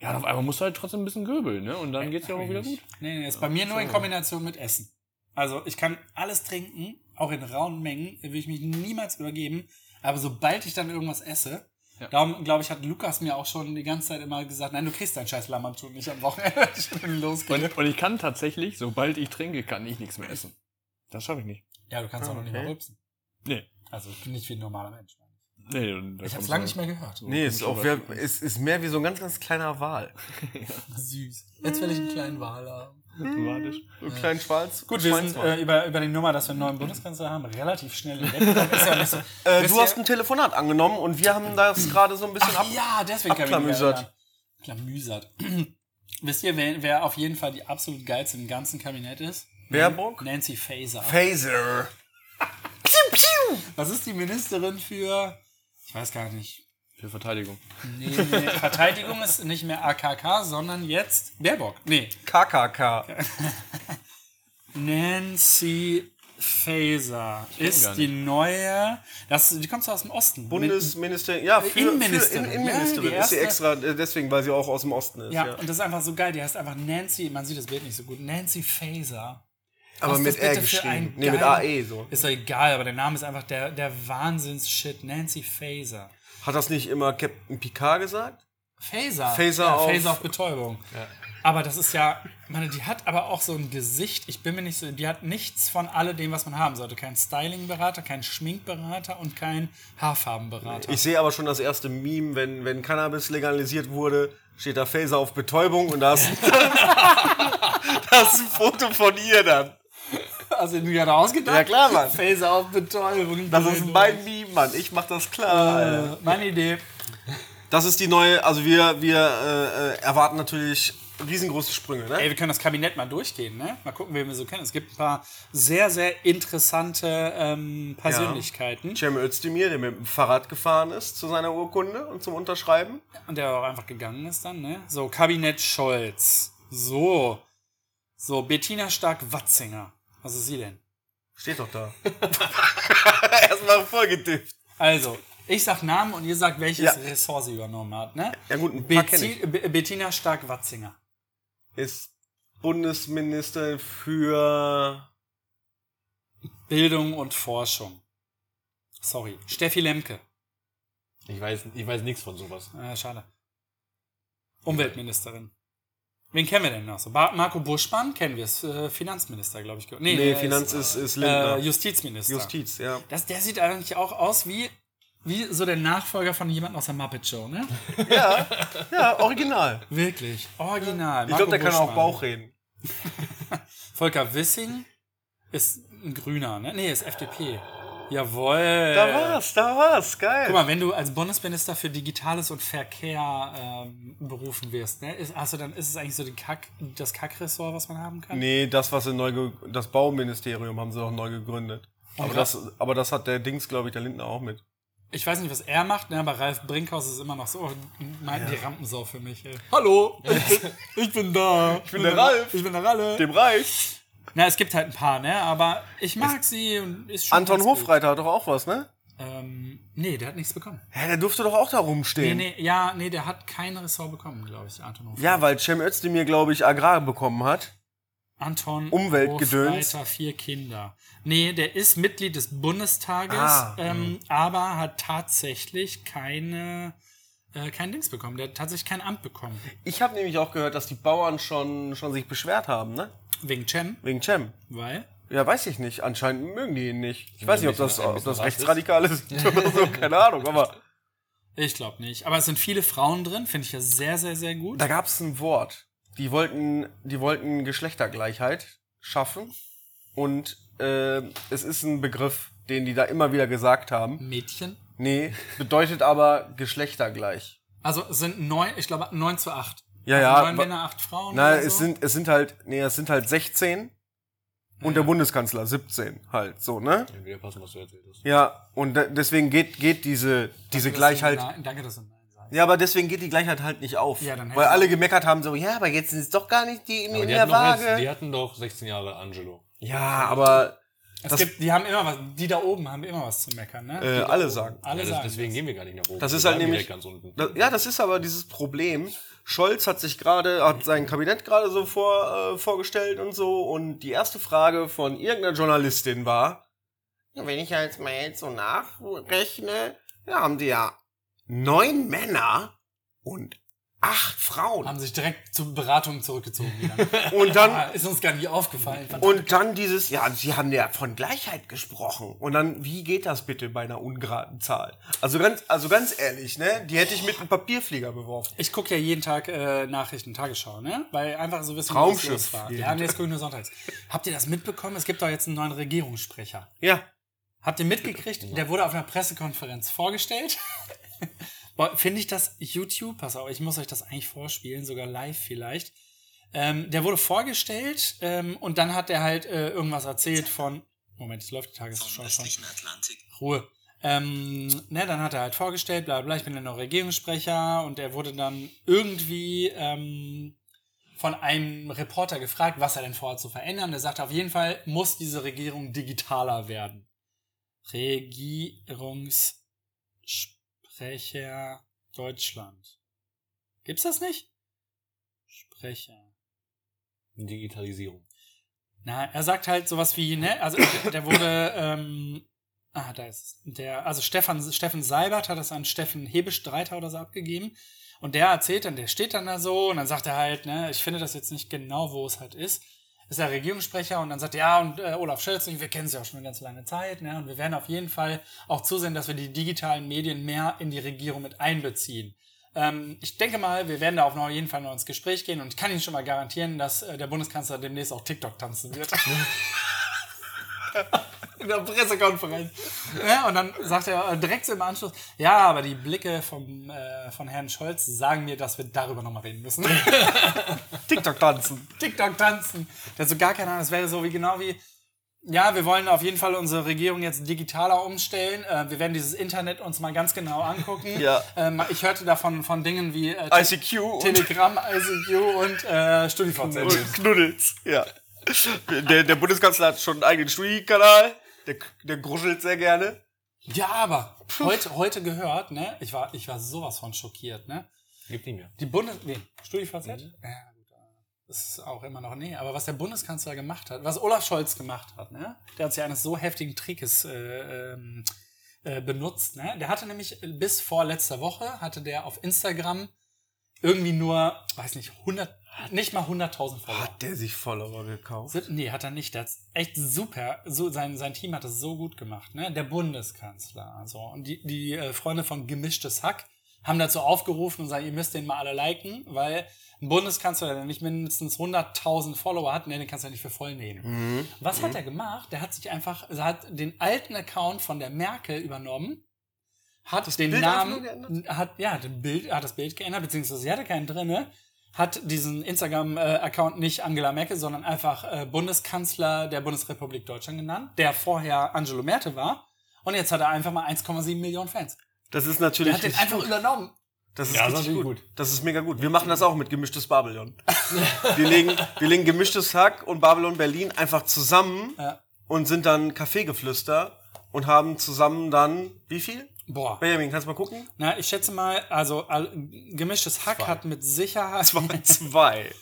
S4: Ja, und auf einmal musst du halt trotzdem ein bisschen göbeln, ne? Und dann geht's ja auch wieder gut.
S2: Nee, nee, ist bei mir nur in Kombination mit Essen. Also ich kann alles trinken, auch in rauen Mengen, will ich mich niemals übergeben. Aber sobald ich dann irgendwas esse,
S4: Ja.
S2: darum glaube ich, hat Lukas mir auch schon die ganze Zeit immer gesagt, nein, du kriegst deinen scheiß Lammertun nicht am Wochenende. [LAUGHS] ich bin losgegangen.
S4: Und, und ich kann tatsächlich, sobald ich trinke, kann ich nichts mehr essen. Das schaffe ich nicht.
S2: Ja, du kannst auch noch nicht mal rülpsen.
S4: Nee.
S2: Also ich bin nicht wie ein normaler Mensch.
S4: Nee, und da
S2: Ich hab's lange
S4: kommst du-
S2: nicht
S4: halt
S2: mehr gehört.
S3: Nee, ist auch wer, ist, ist mehr wie so ein ganz, ganz kleiner Wal.
S2: Süß. Jetzt will ich einen kleinen Wal haben.
S4: Automatisch.
S3: So einen kleinen Schwarz.
S2: Gut, wir sind
S3: Schweinswal.
S2: äh, über, über die Nummer, dass wir einen neuen Bundeskanzler haben, relativ schnell hinweg. Ist ja nicht so-
S3: Äh,
S2: Wisst
S3: du
S2: ihr-
S3: hast ein Telefonat angenommen und wir haben das gerade so ein bisschen ab.
S2: Ach ja, deswegen kann ich mich nicht
S3: abklamüsert.
S2: erinnern. Klamüsert. [CLEARS THROAT] Wisst ihr, wer, wer auf jeden Fall die absolut geilste im ganzen Kabinett ist?
S3: Baerbock?
S2: Nancy Faeser.
S3: Phaser.
S2: Was ist die Ministerin für... Ich weiß gar nicht.
S4: Für Verteidigung.
S2: Nee, nee. [LAUGHS] Verteidigung ist nicht mehr AKK, sondern jetzt Baerbock. Nee,
S3: KKK.
S2: Nancy Faeser
S4: gar
S2: ist die neue... Das, die kommt so aus dem Osten.
S3: Bundesministerin. Ja, für,
S2: Innenministerin.
S3: Für, in,
S2: Ja,
S3: Innenministerin
S2: die
S3: ist sie
S2: erste-
S3: extra, äh, deswegen, weil sie auch aus dem Osten ist.
S2: Ja,
S3: Ja.
S2: und das ist einfach so geil. Die heißt einfach Nancy, man sieht das Bild nicht so gut. Nancy Faser.
S3: Aber
S2: Was
S3: mit
S2: ist das
S3: R
S2: bitte für
S3: geschrieben.
S2: ein
S3: Nee, mit
S2: geiler-
S3: AE so.
S2: Ist doch egal, aber der Name ist einfach der, der Wahnsinns-Shit. Nancy Faser.
S3: Hat das nicht immer Captain Picard gesagt?
S2: Faser.
S3: Faser
S2: ja,
S3: auf-
S2: Faser auf Betäubung. Aber das ist ja, ich meine, die hat aber auch so ein Gesicht, ich bin mir nicht so, die hat nichts von alledem, was man haben sollte. Kein Styling-Berater, kein Schminkberater und kein Haarfarbenberater.
S3: Ich sehe aber schon das erste Meme, wenn, wenn Cannabis legalisiert wurde, steht da Phaser auf Betäubung und [LAUGHS] da ist, da ist ein Foto von ihr dann.
S2: Also, du gerade ausgedacht?
S3: Ja, klar, Mann.
S2: Faser auf Betäubung.
S3: Das ist mein Meme, Mann. Ich mach das klar. Alter.
S2: Äh, Meine Idee.
S3: Das ist die neue, also wir, wir äh, äh, erwarten natürlich Riesengroße Sprünge, ne?
S2: Ey, wir können das Kabinett mal durchgehen, ne? Mal gucken, wen wir so kennen. Es gibt ein paar sehr, sehr interessante ähm, Persönlichkeiten.
S3: Cem Özdemir, der mit dem Fahrrad gefahren ist zu seiner Urkunde und zum Unterschreiben.
S2: Und der auch einfach gegangen ist dann, ne? So, Kabinett Scholz. So. So, Bettina Stark-Watzinger. Was ist sie denn?
S3: Steht doch [LAUGHS] da. Erstmal vollgetippt.
S2: Also, ich sag Namen und ihr sagt, welches Ressort sie übernommen hat, ne?
S3: Ja gut, ein paar kenn ich.
S2: Bezi Be- Bettina Stark-Watzinger.
S3: Ist Bundesminister für
S2: Bildung und Forschung. Sorry. Steffi Lemke.
S5: Ich weiß, ich weiß nichts von sowas.
S2: Ah, schade. Umweltministerin. Wen kennen wir denn noch? So, Ba- Marco Buschmann kennen wir, ist äh, Finanzminister, glaube ich. ge- Nee,
S3: Nee,
S2: der
S3: Finanz ist, ist
S2: äh,
S3: Lindner.
S2: Justizminister.
S3: Justiz, ja.
S2: das, der sieht eigentlich auch aus wie, wie so der Nachfolger von jemandem aus der Muppet Show, ne?
S3: Ja, original.
S2: Wirklich. Original.
S3: Ich glaube, der
S2: Marco
S3: kann auch
S2: Buschmann.
S3: Bauch reden.
S2: Volker Wissing ist ein Grüner, ne? Nee, ist FDP. Jawohl.
S3: Da war's, da war's, geil.
S2: Guck mal, wenn du als Bundesminister für Digitales und Verkehr ähm, berufen wirst, ne? ist, hast du dann ist es eigentlich so die Kack, das Kackressort, was man haben kann?
S3: Nee, das, was sie neu ge- das Bauministerium haben sie doch neu gegründet. Aber das, aber das hat der Dings, glaube ich, der Lindner auch mit.
S2: Ich weiß nicht, was er macht, ne? aber Ralf Brinkhaus ist immer noch so, oh, meinten die Rampensau für mich. Ey. Hallo, ich bin, ich bin da. Ich
S3: bin der Ralf.
S2: Ich bin der Ralle.
S3: Dem Reich.
S2: Na, es gibt halt ein paar, ne? aber ich mag sie und ist schon
S3: Anton
S2: ganz gut.
S3: Hofreiter hat doch auch was, ne?
S2: Ähm, nee, der hat nichts bekommen.
S3: Hä, der durfte doch auch da
S2: Nee,
S3: rumstehen.
S2: nee, ja, nee, der hat kein Ressort bekommen, glaube ich, Anton Hofreiter.
S3: Ja, weil Cem Özdemir, glaube ich, Agrar bekommen hat.
S2: Anton
S3: Umweltgedöns.
S2: Hofreiter, vier Kinder. Nee, der ist Mitglied des Bundestages,
S3: Ah,
S2: ähm, aber hat tatsächlich keine, äh, kein Dings bekommen. Der hat tatsächlich kein Amt bekommen.
S3: Ich habe nämlich auch gehört, dass die Bauern schon, schon sich beschwert haben, ne?
S2: Wegen Cem,
S3: Wegen Cem.
S2: weil.
S3: Ja, weiß ich nicht. Anscheinend mögen die ihn nicht. Ich weiß nicht, ob das,
S5: ein
S3: ob
S5: bisschen
S3: das
S5: Rassist.
S3: rechtsradikal ist [LAUGHS] oder so. Keine Ahnung. Aber
S2: Ich glaube nicht. Aber es sind viele Frauen drin, finde ich ja sehr, sehr, sehr gut.
S3: da gab es ein Wort. Die wollten, die wollten Geschlechtergleichheit schaffen. Und äh, es ist ein Begriff, den die da immer wieder gesagt haben.
S2: Mädchen.
S3: Nee, bedeutet aber geschlechtergleich.
S2: Also es sind neun, ich glaube, neun zu acht.
S3: Ja,
S2: also
S3: ja,
S2: Neun
S3: wa-
S2: Männer, acht Frauen.
S3: Na,
S2: oder so.
S3: es sind, es sind halt, nee, es sind halt 16 und der Bundeskanzler 17 halt, so, ne?
S5: Wieder passen, was du erzählt hast.
S3: Ja, und de- deswegen geht, geht diese, diese Gleichheit.
S2: Nein, danke, dass du Nein sagst.
S3: Ja, aber deswegen geht die Gleichheit halt nicht auf.
S2: Ja, dann hätte
S3: weil
S2: ich-
S3: alle gemeckert haben, so, ja, aber jetzt sind es doch gar nicht die in, in
S5: die,
S3: der
S5: hatten doch jetzt,
S3: Waage.
S5: die hatten doch 16 Jahre Angelo.
S3: Ja, aber
S2: Es gibt, die haben immer was, die da oben haben immer was zu meckern, ne?
S3: äh, alle sagen.
S2: Alle
S5: Ja, das,
S2: sagen.
S5: deswegen gehen wir gar nicht nach oben.
S3: Das
S5: Wir
S3: ist halt
S5: bleiben
S3: nämlich-
S5: direkt Ganz unten.
S3: Das, ja, das ist aber dieses Problem. Scholz hat sich gerade, hat sein Kabinett gerade so vor, äh, vorgestellt und so. Und die erste Frage von irgendeiner Journalistin war, wenn ich ja jetzt mal jetzt so nachrechne, ja, haben die ja neun Männer und acht Frauen.
S2: haben sich direkt zur Beratung zurückgezogen [LAUGHS] wieder.
S3: Und dann,
S2: Ah, ist uns gar nicht aufgefallen. Verdammt.
S3: und dann dieses, ja, sie haben ja von Gleichheit gesprochen. Und dann, wie geht das bitte bei einer ungeraden Zahl? Also ganz, also ganz ehrlich, ne, die hätte ich mit einem Papierflieger beworfen.
S2: Ich gucke ja jeden Tag äh, Nachrichten, Tagesschau, ne? Weil einfach so ein bisschen
S3: Traumschiff.
S2: was los war. Ja, nee, das gucke ich nur sonntags. Habt ihr das mitbekommen? Es gibt doch jetzt einen neuen Regierungssprecher.
S3: Ja.
S2: Habt ihr mitgekriegt? Der wurde auf einer Pressekonferenz vorgestellt. [LAUGHS] Boah, Finde ich das YouTube, pass auf, ich muss euch das eigentlich vorspielen, sogar live vielleicht. Ähm, der wurde vorgestellt ähm, und dann hat er halt äh, irgendwas erzählt von. Moment, es läuft die Tagesschau schon. Ruhe. Ähm, ne, dann hat er halt vorgestellt, bla bla, ich bin der neue Regierungssprecher und er wurde dann irgendwie ähm, von einem Reporter gefragt, was er denn vorhat zu verändern. Der sagte, auf jeden Fall muss diese Regierung digitaler werden. Regierungssprecher Deutschland. Gibt's das nicht? Sprecher.
S5: Digitalisierung.
S2: Na, er sagt halt sowas wie, ne, also der wurde, ähm, ah, da ist es. der, also Stefan, Steffen Seibert hat das an Steffen Hebestreiter oder so abgegeben. Und der erzählt dann, der steht dann da so und dann sagt er halt, ne, ich finde das jetzt nicht genau, wo es halt ist. Ist er Regierungssprecher und dann sagt er, ja, und äh, Olaf Scholz, und ich, wir kennen sie auch schon eine ganz lange Zeit, ne, und wir werden auf jeden Fall auch zusehen, dass wir die digitalen Medien mehr in die Regierung mit einbeziehen. Ähm, ich denke mal, wir werden da auf jeden Fall noch ins Gespräch gehen und ich kann Ihnen schon mal garantieren, dass äh, der Bundeskanzler demnächst auch TikTok tanzen wird. in der Pressekonferenz. Ja, und dann sagt er äh, direkt so im Anschluss, ja, aber die Blicke vom, äh, von Herrn Scholz sagen mir, dass wir darüber nochmal reden müssen. [LAUGHS] TikTok tanzen. TikTok tanzen. Der hat so gar keine Ahnung, das wäre so wie genau wie, ja, wir wollen auf jeden Fall unsere Regierung jetzt digitaler umstellen. Äh, wir werden dieses Internet uns mal ganz genau angucken.
S3: Ja.
S2: Ähm, ich hörte davon von Dingen wie äh, Te-
S3: ICQ und
S2: Telegram, ICQ und äh, StudiVZ.
S3: und [LAUGHS] Knuddels. Ja. Der, der Bundeskanzler hat schon einen eigenen Studi-Kanal. Der, der gruschelt sehr gerne.
S2: Ja, aber heute, heute gehört, ne? Ich war, ich war sowas von schockiert, ne?
S5: Gibt nicht mehr.
S2: Die Bundes... Nee, StudiVZ? Ja, gut. äh, Das ist auch immer noch... Nee, aber was der Bundeskanzler gemacht hat, was Olaf Scholz gemacht hat, ne? Der hat sich eines so heftigen Trickes äh, ähm, äh, benutzt, ne? Der hatte nämlich bis vor letzter Woche, hatte der auf Instagram irgendwie nur, weiß nicht, 100... Nicht mal 100.000 Follower.
S3: der sich Follower gekauft?
S2: Sind- Nee, hat er nicht. Der hat echt super. So, sein, sein Team hat es so gut gemacht, ne? Der Bundeskanzler. Also. Und die, die äh, Freunde von Gemischtes Hack haben dazu aufgerufen und sagen, ihr müsst den mal alle liken, weil ein Bundeskanzler, der nicht mindestens 100.000 Follower hat, ne, den kannst du ja nicht für voll nehmen. Was
S3: Mhm.
S2: hat er gemacht? Der hat sich einfach, er hat den alten Account von der Merkel übernommen, hat den
S3: Bild einfach nur
S2: Namen, hat, ja, den Bild, hat das Bild geändert, beziehungsweise sie hatte keinen drinne, hat diesen Instagram-Account nicht Angela Merkel, sondern einfach äh, Bundeskanzler der Bundesrepublik Deutschland genannt, der vorher Angelo Merte war. Und jetzt hat er einfach mal 1,7 Millionen Fans.
S3: Das ist
S2: Der
S3: natürlich
S2: hat den
S3: richtig,
S2: einfach übernommen.
S3: das ist
S5: Ja, das
S3: richtig
S5: ist
S3: gut.
S5: gut.
S3: Das ist mega gut. Wir machen das auch mit gemischtes Babylon. wir, legen, wir legen gemischtes Hack und Babylon Berlin einfach zusammen
S2: Ja.
S3: und sind dann Kaffeegeflüster und haben zusammen dann wie viel?
S2: Boah.
S3: Benjamin, kannst du
S5: [LAUGHS]
S3: mal gucken?
S2: Na, ich schätze mal, also all- gemischtes Hack hat mit Sicherheit.
S3: Zwei.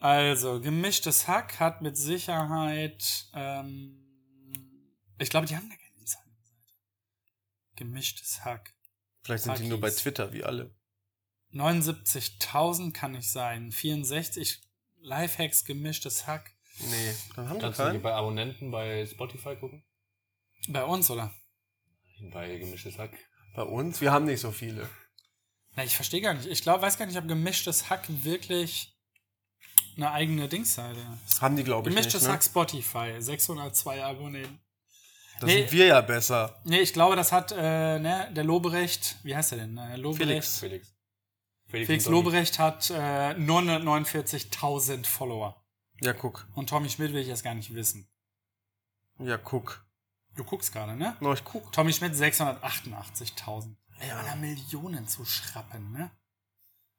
S2: Also, gemischtes Hack hat mit Sicherheit. Ähm, ich glaube, die haben gar keine Instagram-Seite. Gemischtes Hack.
S3: Vielleicht sind die nur bei
S2: Hackies.
S3: Twitter, wie alle.
S2: 79.000 kann ich sein. 64 Lifehacks, gemischtes Hack.
S3: Nee, dann haben die
S5: Kannst du die
S3: keinen.
S5: bei Abonnenten bei Spotify gucken?
S2: Bei uns, oder?
S5: Bei gemischtes Hack.
S3: Bei uns, wir haben nicht so viele.
S2: Na, ich verstehe gar nicht. Ich glaube, weiß gar nicht, ob gemischtes Hack wirklich eine eigene Dingsseite ist.
S3: Haben die, glaube ich, ne?
S2: Gemischtes
S3: nicht.
S2: Hack Spotify, 602 Abonnenten.
S3: Ne? Das
S2: Nee.
S3: sind wir ja besser.
S2: Nee, ich glaube, das hat äh, ne, der Lobrecht, wie heißt er denn? Äh, Lobrecht, Felix.
S5: Felix. Felix,
S2: Felix
S5: und Tommy.
S2: Lobrecht hat äh, 949.000 Follower.
S3: Ja, guck.
S2: Und Tommy Schmidt will ich jetzt gar nicht wissen.
S3: Ja, guck.
S2: Du guckst gerade, ne?
S3: Na, ich guck.
S2: Tommy Schmidt 688.000. Ey, einer Millionen zu schrappen, ne?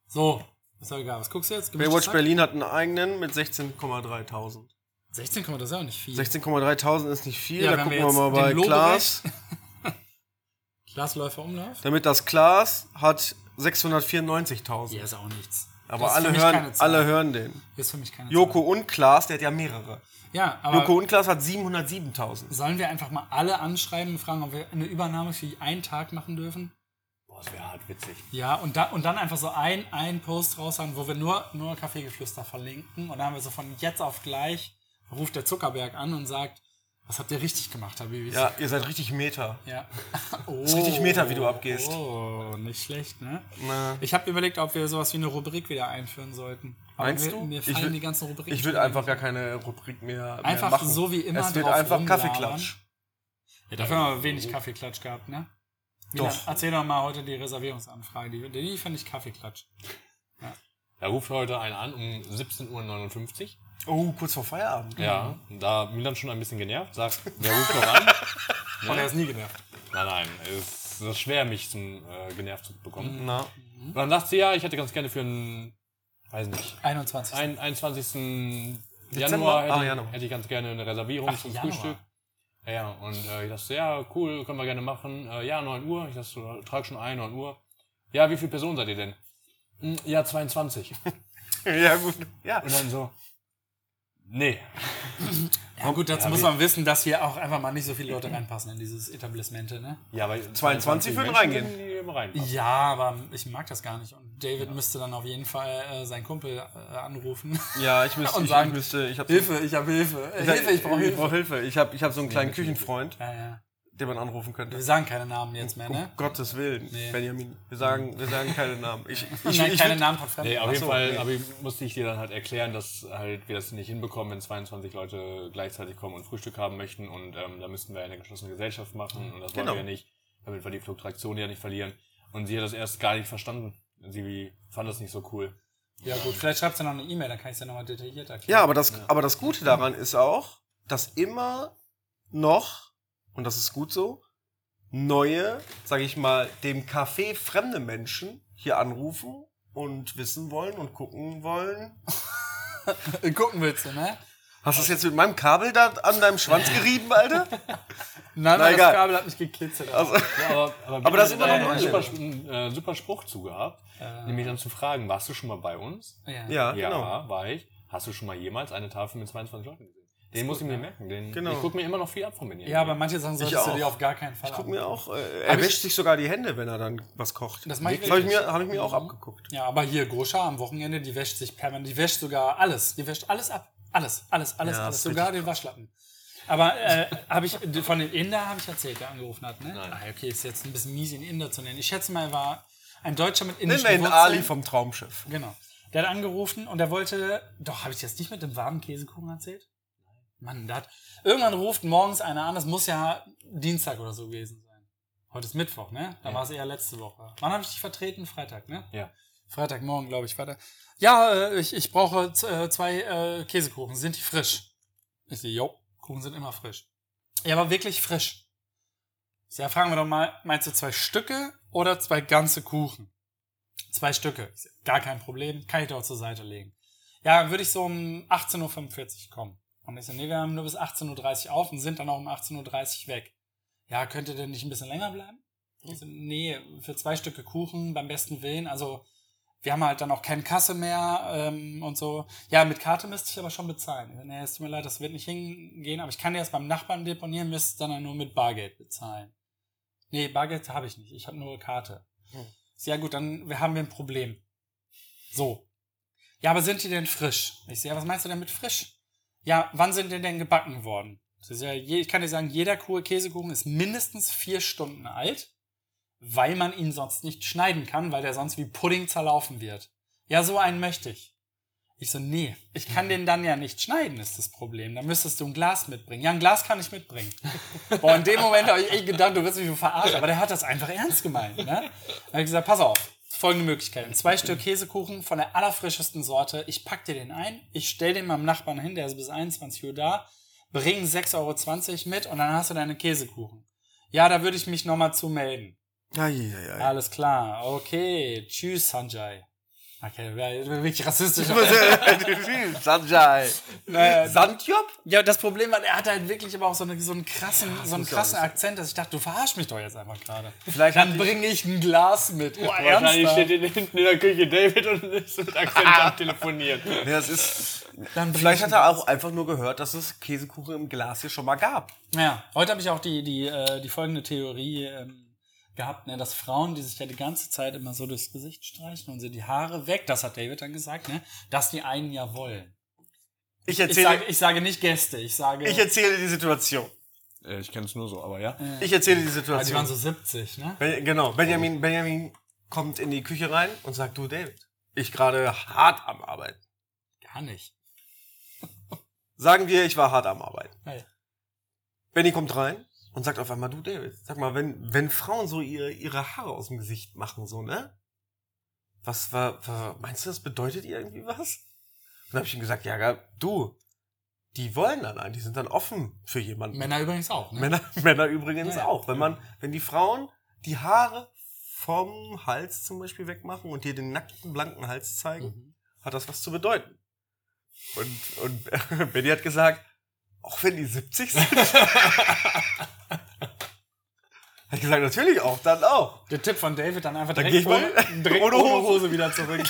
S2: So, ist doch egal. Was guckst du jetzt? Gemischtes
S3: Baywatch
S2: Hack?
S3: Berlin hat einen eigenen mit 16,3000.
S2: 16, das ist ja auch nicht viel.
S3: 16,3000 ist nicht viel,
S2: Ja,
S3: da
S2: wenn wir
S3: gucken wir
S2: jetzt
S3: mal bei
S2: den Lobrecht-
S3: Klaas.
S2: Glasläufer Umlauf?
S3: Damit das Klaas hat 694.000.
S2: Ja, ist auch nichts.
S3: Aber
S2: Das ist für
S3: alle
S2: mich keine
S3: hören,
S2: Zahl.
S3: alle hören den.
S2: Ist für mich keine Zahl.
S3: Joko und Klaas, der hat ja mehrere.
S2: Ja, aber
S3: Joko und Klaas hat 707.000.
S2: sollen wir einfach mal alle anschreiben und fragen, ob wir eine Übernahme für einen Tag machen dürfen?
S5: Boah, das wäre hart witzig.
S2: Ja, und, da, und dann einfach so ein, ein Post raushauen, wo wir nur, nur Kaffeegeflüster verlinken. Und dann haben wir so von jetzt auf gleich, ruft der Zuckerberg an und sagt, was habt ihr richtig gemacht, Habibis?
S3: Ja, ihr seid richtig Meter. [LAUGHS]
S2: ja. Oh,
S3: Ist richtig Meta, wie du abgehst.
S2: Oh, nicht schlecht, ne?
S3: Na.
S2: Ich habe überlegt, ob wir sowas wie eine Rubrik wieder einführen sollten. Aber
S3: Meinst
S2: mir,
S3: du?
S2: Mir
S3: Ich
S2: fallen
S3: wür-
S2: die ganzen Rubriken.
S3: Ich würde einfach gar keine Rubrik mehr, mehr
S2: Einfach
S3: machen.
S2: so wie immer
S3: Es wird
S2: drauf
S3: einfach
S2: rumlabern.
S3: Kaffeeklatsch.
S2: Ja, dafür haben wir wenig Kaffeeklatsch gehabt, ne? Milan,
S3: Doch.
S2: Erzähl doch mal heute die Reservierungsanfrage. Die, die fand ich Kaffeeklatsch.
S5: Da ruft heute einen an um 17.59 Uhr.
S3: Oh, kurz vor
S2: Mhm.
S3: Feierabend.
S5: Ja, da bin dann schon ein bisschen genervt. Sagt, wer ruft doch
S2: [LAUGHS]
S5: an?
S2: Und er ist nie genervt.
S5: Nein, nein, es ist schwer, mich zum äh, genervt zu bekommen.
S3: Na,
S2: Mhm.
S5: Und dann sagt sie, ja, ich hätte ganz gerne für einen, weiß nicht,
S2: 21.
S5: ein, 21.
S3: Dezember?
S5: Januar hätte,
S3: Ah,
S5: ich-
S3: Januar.
S5: hätte ich ganz gerne eine Reservierung
S2: Ach,
S5: zum
S2: Januar.
S5: Frühstück. Ja, Ja, und äh, ich dachte, so, ja, cool, können wir gerne machen. Äh, ja, 9 Uhr. Ich dachte, so, trag schon ein, 9 Uhr. Ja, wie viele Personen seid ihr denn? Hm, Ja, 22.
S3: [LAUGHS] ja gut. Ja.
S5: Und dann so, nee.
S2: Ja, gut, dazu muss man wissen, dass hier auch einfach mal nicht so viele Leute reinpassen in dieses Etablissement, ne?
S5: Ja, aber
S3: 22 würden
S5: Menschen
S3: reingehen.
S5: sind, Die eben reinpassen.
S2: Ja, aber ich mag das gar nicht. Und David müsste dann auf jeden Fall äh, seinen Kumpel äh, anrufen.
S3: Ja, ich
S2: [LAUGHS]
S3: müsste,
S2: Und
S3: ich,
S2: sagen,
S3: ich müsste, ich habe
S2: Hilfe, ich habe Hilfe. Äh, Hilfe, ich brauche
S3: Ich
S2: Hilfe.
S3: brauche Hilfe. Ich habe ich hab so einen kleinen Küchenfreund,
S2: Ja, ja.
S3: den man anrufen könnte.
S2: Wir sagen keine Namen jetzt mehr,
S3: Um
S2: ne?
S3: Gottes Willen,
S2: Nee.
S3: Benjamin. Wir sagen, wir sagen keine Namen.
S2: [LAUGHS]
S3: Ich, [LAUGHS] ich,
S2: Nein,
S3: ich,
S2: keine
S3: würd-
S2: Namen von Fremden.
S5: Nee, auf jeden
S3: so,
S5: Fall
S3: nee.
S5: aber ich musste ich dir dann halt erklären, dass halt wir das nicht hinbekommen, wenn 22 Leute gleichzeitig kommen und Frühstück haben möchten und ähm, da müssten wir eine geschlossene Gesellschaft machen und das
S3: Genau.
S5: wollen wir ja nicht, damit wir die Fluktuation ja nicht verlieren. Und sie hat das erst gar nicht verstanden. Sie fand das nicht so cool.
S2: Ja gut, vielleicht schreibst du noch eine E-Mail, dann kann ich es ja nochmal detailliert erklären.
S3: Ja, aber das, aber das Gute daran ist auch, dass immer noch, und das ist gut so, neue, sage ich mal, dem Café fremde Menschen hier anrufen und wissen wollen und gucken wollen.
S2: Äh, Gucken willst du, ne?
S3: Hast du es jetzt mit meinem Kabel da an
S2: [LAUGHS]
S3: deinem Schwanz gerieben, Alter?
S2: Nein,
S3: Na,
S2: nein,
S3: egal.
S2: das Kabel hat mich gekitzelt.
S3: Also,
S5: Ja, aber, aber,
S3: Aber das
S5: wir
S3: sind immer
S5: haben
S3: noch
S5: einen
S3: neue.
S5: super, Sp- einen, äh, super Spruch zu gehabt, nämlich dann zu fragen, warst du schon mal bei uns?
S2: Äh. ja.
S3: ja,
S5: Ja,
S3: genau.
S5: war ich. Hast du schon mal jemals eine Tafel mit 22 Leuten gesehen? Den muss ich mir merken. Den,
S3: Genau.
S5: Ich gucke mir immer noch viel ab von Benjamin.
S2: ja, aber manche Sachen solltest du
S3: auch.
S2: dir auf gar keinen Fall
S3: Guck
S2: ab.
S3: mir auch, äh, er wäscht sich sogar die Hände, wenn er dann was kocht.
S2: Das mach ich
S3: Das habe ich,
S2: wirklich. Mhm.
S3: mir- hab ich mir auch abgeguckt.
S2: Ja, aber hier, Groscha am Wochenende, die wäscht sich permanent. Die wäscht sogar alles. Die wäscht alles ab. Alles, alles, alles,
S3: Ja,
S2: alles.
S3: ist
S2: Sogar den Waschlappen. Aber äh, habe ich von dem Inder habe ich erzählt, der angerufen hat, ne? Nein. Ah, okay, ist jetzt ein bisschen mies, ihn Inder zu nennen. Ich schätze mal, er war ein Deutscher mit
S3: Nimm
S2: indischen
S3: den
S2: Wurzeln.
S3: Ali vom Traumschiff.
S2: Genau. Der hat angerufen und er wollte. Doch, habe ich das nicht mit dem warmen Käsekuchen erzählt? Mann, da hat. Irgendwann ruft morgens einer an, das muss ja Dienstag oder so gewesen sein. Heute ist Mittwoch, ne? Da war es eher letzte Woche. Wann habe ich dich vertreten? Freitag, ne?
S5: Ja.
S2: Freitagmorgen, glaube ich, war der. Ja, äh, ich, ich brauche z- äh, zwei äh, Käsekuchen. Sind die frisch? Ich sehe, jo, Kuchen sind immer frisch. Ja, aber wirklich frisch. Ich sag, Ja, fragen wir doch mal, meinst du zwei Stücke oder zwei ganze Kuchen? Zwei Stücke. Ich sag, Gar kein Problem, kann ich doch zur Seite legen. Ja, würde ich so um 18.45 Uhr kommen. Und ich so, nee, wir haben nur bis 18.30 Uhr auf und sind dann auch um 18.30 Uhr weg. Ja, könnt ihr denn nicht ein bisschen länger bleiben? Ich so, nee, für zwei Stücke Kuchen beim besten Willen. Also, wir haben halt dann auch keine Kasse mehr ähm, und so. Ja, mit Karte müsste ich aber schon bezahlen. Ich so, Nee, es tut mir leid, das wird nicht hingehen, aber ich kann dir das beim Nachbarn deponieren, müsste dann nur mit Bargeld bezahlen. Nee, Bargeld habe ich nicht. Ich habe nur Karte. Ich so, Ja gut, dann wir- haben wir ein Problem. So. Ja, aber sind die denn frisch? Ich so, ja, was meinst du denn mit frisch? Ja, wann sind die denn gebacken worden? Das ist ja, je- ich kann dir sagen, jeder Kuh Käsekuchen ist mindestens vier Stunden alt, weil man ihn sonst nicht schneiden kann, weil der sonst wie Pudding zerlaufen wird. Ja, so einen möchte ich. Ich so, nee, ich kann den dann ja nicht schneiden, ist das Problem. Da müsstest du ein Glas mitbringen. Ja, ein Glas kann ich mitbringen. Boah, in dem Moment habe ich echt gedacht, du wirst mich verarschen. Aber der hat das einfach ernst gemeint. Ne? Da habe ich gesagt, pass auf, folgende Möglichkeiten. Zwei Stück Käsekuchen von der allerfrischesten Sorte. Ich pack dir den ein, ich stell den meinem Nachbarn hin, der ist bis 21 Uhr da, bring 6,20 Euro mit und dann hast du deine Käsekuchen. Ja, da würde ich mich nochmal zu melden.
S3: Ja, ja, ja.
S2: Alles klar, okay, tschüss Sanjay. Okay, das war wirklich rassistisch.
S3: [LAUGHS] Sanjay.
S2: Naja,
S3: Sandjob?
S2: Ja, das Problem war, er hatte halt wirklich aber auch so, eine, so einen krassen, so einen krassen Akzent, dass ich dachte, du verarsch mich doch jetzt einfach gerade. Vielleicht Dann bringe ich ein Glas mit. Boah,
S5: Wahrscheinlich
S2: ernsthaft?
S5: steht in- hinten in der Küche David und ist mit Akzent
S2: Ah,
S5: am Telefonieren.
S3: Ja, das ist.
S2: Dann bring
S3: Vielleicht
S2: ich
S3: hat er auch einfach nur gehört, dass es Käsekuchen im Glas hier schon mal gab.
S2: Ja, heute habe ich auch die, die, äh, die folgende Theorie ähm, gehabt, ne, dass Frauen, die sich ja die ganze Zeit immer so durchs Gesicht streichen und sie die Haare weg, das hat David dann gesagt, ne, dass die einen ja wollen.
S3: Ich
S2: Ich
S3: erzähle,
S2: sage, ich sage nicht Gäste, ich sage.
S3: ich erzähle die Situation.
S5: Äh, Ich kenne es nur so, aber ja.
S3: Ich erzähle die
S2: Ah, die waren
S3: Situation.
S2: so 70, ne?
S3: Ben, genau, Benjamin, Benjamin kommt in die Küche rein und sagt, du David, ich gerade hart am Arbeiten.
S2: Gar nicht.
S3: [LAUGHS] Sagen wir, ich war hart am Arbeiten.
S2: Ja, ja.
S3: Benny kommt rein und sagt auf einmal, du David, sag mal, wenn, wenn Frauen so ihre, ihre Haare aus dem Gesicht machen, so, ne? Was war, war meinst du, das bedeutet ihr irgendwie was? Und dann habe ich ihm gesagt, ja, ja, du, die wollen dann ein, die sind dann offen für jemanden.
S2: Männer übrigens auch, ne?
S3: Männer, [LAUGHS] Männer übrigens
S2: Ja, ja.
S3: auch. Wenn man, wenn die Frauen die Haare vom Hals zum Beispiel wegmachen und dir den nackten, blanken Hals zeigen,
S2: Mhm.
S3: hat das was zu bedeuten. Und, und [LAUGHS] Benny hat gesagt, auch wenn die 70 sind. [LAUGHS] hat gesagt, natürlich auch, dann auch.
S2: Der Tipp von David dann einfach
S3: Dann
S2: direkt,
S3: geh ich mal-
S2: ohne, direkt
S3: ohne
S2: ohne,
S3: Hose.
S2: Hose. wieder zurück.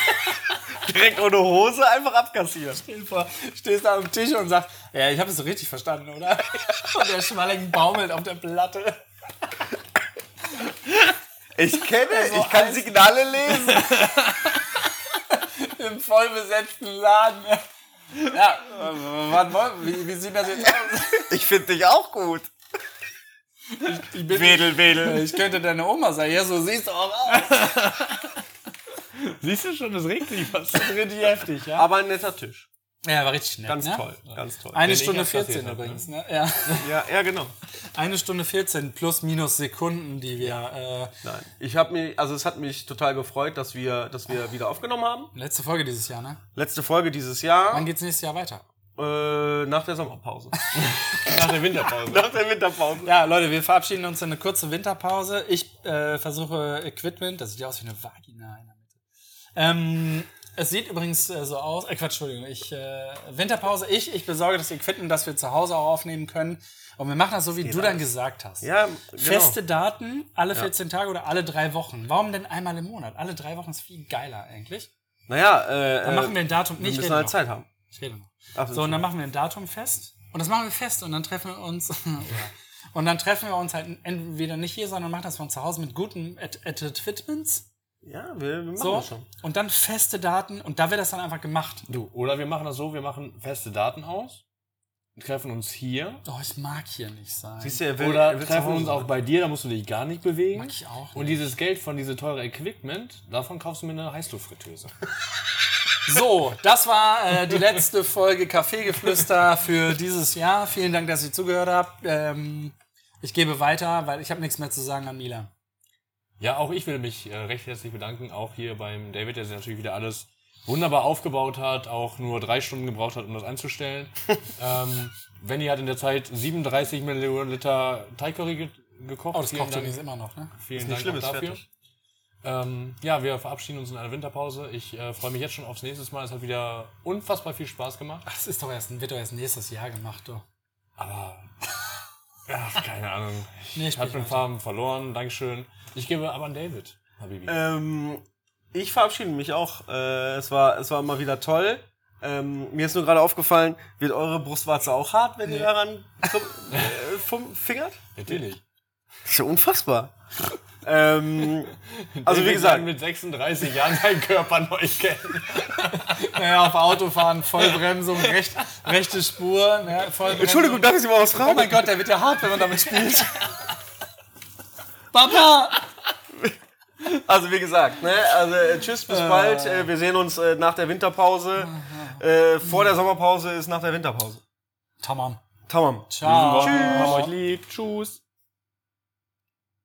S3: Direkt ohne Hose einfach abkassiert.
S2: Vor- Stehst da am Tisch und sagst, ja, ich habe es so richtig verstanden, oder? [LAUGHS] Und der Schmalling baumelt auf der Platte.
S3: Ich kenne,
S2: Also
S3: ich kann Signale lesen.
S2: im vollbesetzten Laden. [LAUGHS] Ja, äh, wann wollen, wie, wie sieht das jetzt aus?
S3: Ich finde dich auch gut.
S2: Ich, ich bin,
S7: Wedel, wedel.
S2: Ich könnte deine Oma sein. Ja, so siehst du auch aus.
S7: Siehst du schon, das regt
S4: [LAUGHS]
S7: sich was.
S2: Richtig heftig, ja.
S3: Aber ein netter Tisch.
S2: Ja, war richtig nett.
S4: Ganz
S2: ne?
S4: toll, ganz toll.
S2: Eine
S4: Wenn ich
S2: Stunde
S4: das passiert
S2: 14
S4: hab, ne?
S2: übrigens, ne? Ja.
S3: Ja, ja, genau.
S2: Eine Stunde 14 plus minus Sekunden, die wir äh,
S3: Nein. Ich habe mich, also es hat mich total gefreut, dass wir, dass wir wieder aufgenommen haben.
S2: äh, letzte Folge dieses Jahr, ne?
S3: Letzte Folge dieses Jahr,
S2: Wann geht's nächstes Jahr weiter?
S3: äh, nach
S2: [LAUGHS]
S3: der Sommerpause.
S4: Nach der Winterpause.
S3: nach der Winterpause.
S2: Ja, Leute, wir verabschieden uns in eine kurze Winterpause. Ich äh, versuche Equipment, das sieht ja aus wie eine Vagina in der Mitte. Ähm, es sieht übrigens äh, so aus, äh, Quatsch, Entschuldigung, ich, äh, Winterpause, ich, ich besorge das Equipment, das wir zu Hause auch aufnehmen können. Und wir machen das so, wie du dann gesagt hast.
S3: Ja, genau.
S2: Feste Daten, alle 14 Tage oder alle drei Wochen. Warum denn einmal im Monat? Alle drei Wochen ist viel geiler eigentlich.
S3: Naja, äh,
S2: Dann
S3: äh,
S2: machen wir ein Datum. Nee,
S3: wir
S2: ich
S3: müssen
S2: rede
S3: halt
S2: noch.
S3: Zeit haben.
S2: Ich rede noch.
S3: Ach,
S2: so, und dann machen wir ein Datum fest. Und das machen wir fest und dann treffen wir uns. [LAUGHS] und dann treffen wir uns halt entweder nicht hier, sondern machen das von zu Hause mit guten Ad- Ad- Advertisements.
S3: Ja, wir, wir machen
S2: So.
S3: das schon.
S2: Und dann feste Daten. Und da wird das dann einfach gemacht.
S4: Du, oder wir machen das so, wir machen feste Daten aus, treffen uns hier
S2: Oh, ich mag hier nicht sein.
S3: Siehst du, er will,
S4: oder
S3: er will zu
S4: treffen
S3: Hause
S4: uns
S3: sein.
S4: auch bei dir, da musst du dich gar nicht bewegen.
S2: Mag ich auch
S4: Und dieses Geld von diese teure Equipment, davon kaufst du mir eine Heißluftfritteuse.
S2: So, das war äh, die letzte [LAUGHS] Folge Kaffeegeflüster für dieses Jahr. Vielen Dank, dass ihr zugehört habt. Ähm, ich gebe weiter, weil ich habe nichts mehr zu sagen an Mila.
S4: Ja, auch ich will mich äh, recht herzlich bedanken, auch hier beim David, der sich natürlich wieder alles wunderbar aufgebaut hat, auch nur drei Stunden gebraucht hat, um
S3: [LAUGHS]
S4: das einzustellen. ähm, Benny hat in der Zeit 37 Millionen Liter Thai Curry ge gekocht.
S2: Oh, das
S4: Vielen
S2: kocht
S4: Dank.
S2: übrigens immer noch, ne?
S4: Vielen Dank auch dafür. Ähm, ja, wir verabschieden uns in einer Winterpause. Ich äh, freue mich jetzt schon aufs nächste Mal. Es hat wieder unfassbar viel Spaß gemacht.
S2: Das ist doch erst, wird doch erst nächstes Jahr gemacht, doch.
S4: Aber ach, keine Ahnung. Ich
S2: Nee, ich
S4: habe
S2: bin also
S4: den Farben verloren. Dankeschön. Ich gebe aber an David, Habibi.
S3: Ähm, ich verabschiede mich auch. Äh, es, war, es war mal wieder toll. Ähm, mir ist nur gerade aufgefallen, wird eure Brustwarze auch hart, wenn ihr daran krumm- äh, fum- fingert?
S4: Natürlich.
S3: Das ist ja unfassbar. [LAUGHS] ähm, also wie
S4: David
S3: gesagt,
S4: lernt mit 36 Jahren seinen Körper neu kennen.
S2: [LAUGHS] Naja, auf Autofahren, Vollbremsung, recht, rechte Spur. Ne? Vollbremsung.
S3: Entschuldigung, darf ich Sie mal was
S2: Oh
S3: fragen?
S2: mein Gott, der wird ja hart, wenn man damit spielt. Papa!
S3: Also wie gesagt, ne? Also äh, tschüss, bis bald. Äh, wir sehen uns äh, nach der Winterpause. Äh, vor der Sommerpause ist nach der Winterpause.
S2: Tamam.
S3: Tamam.
S2: Ciao.
S4: Haben euch lieb. Tschüss.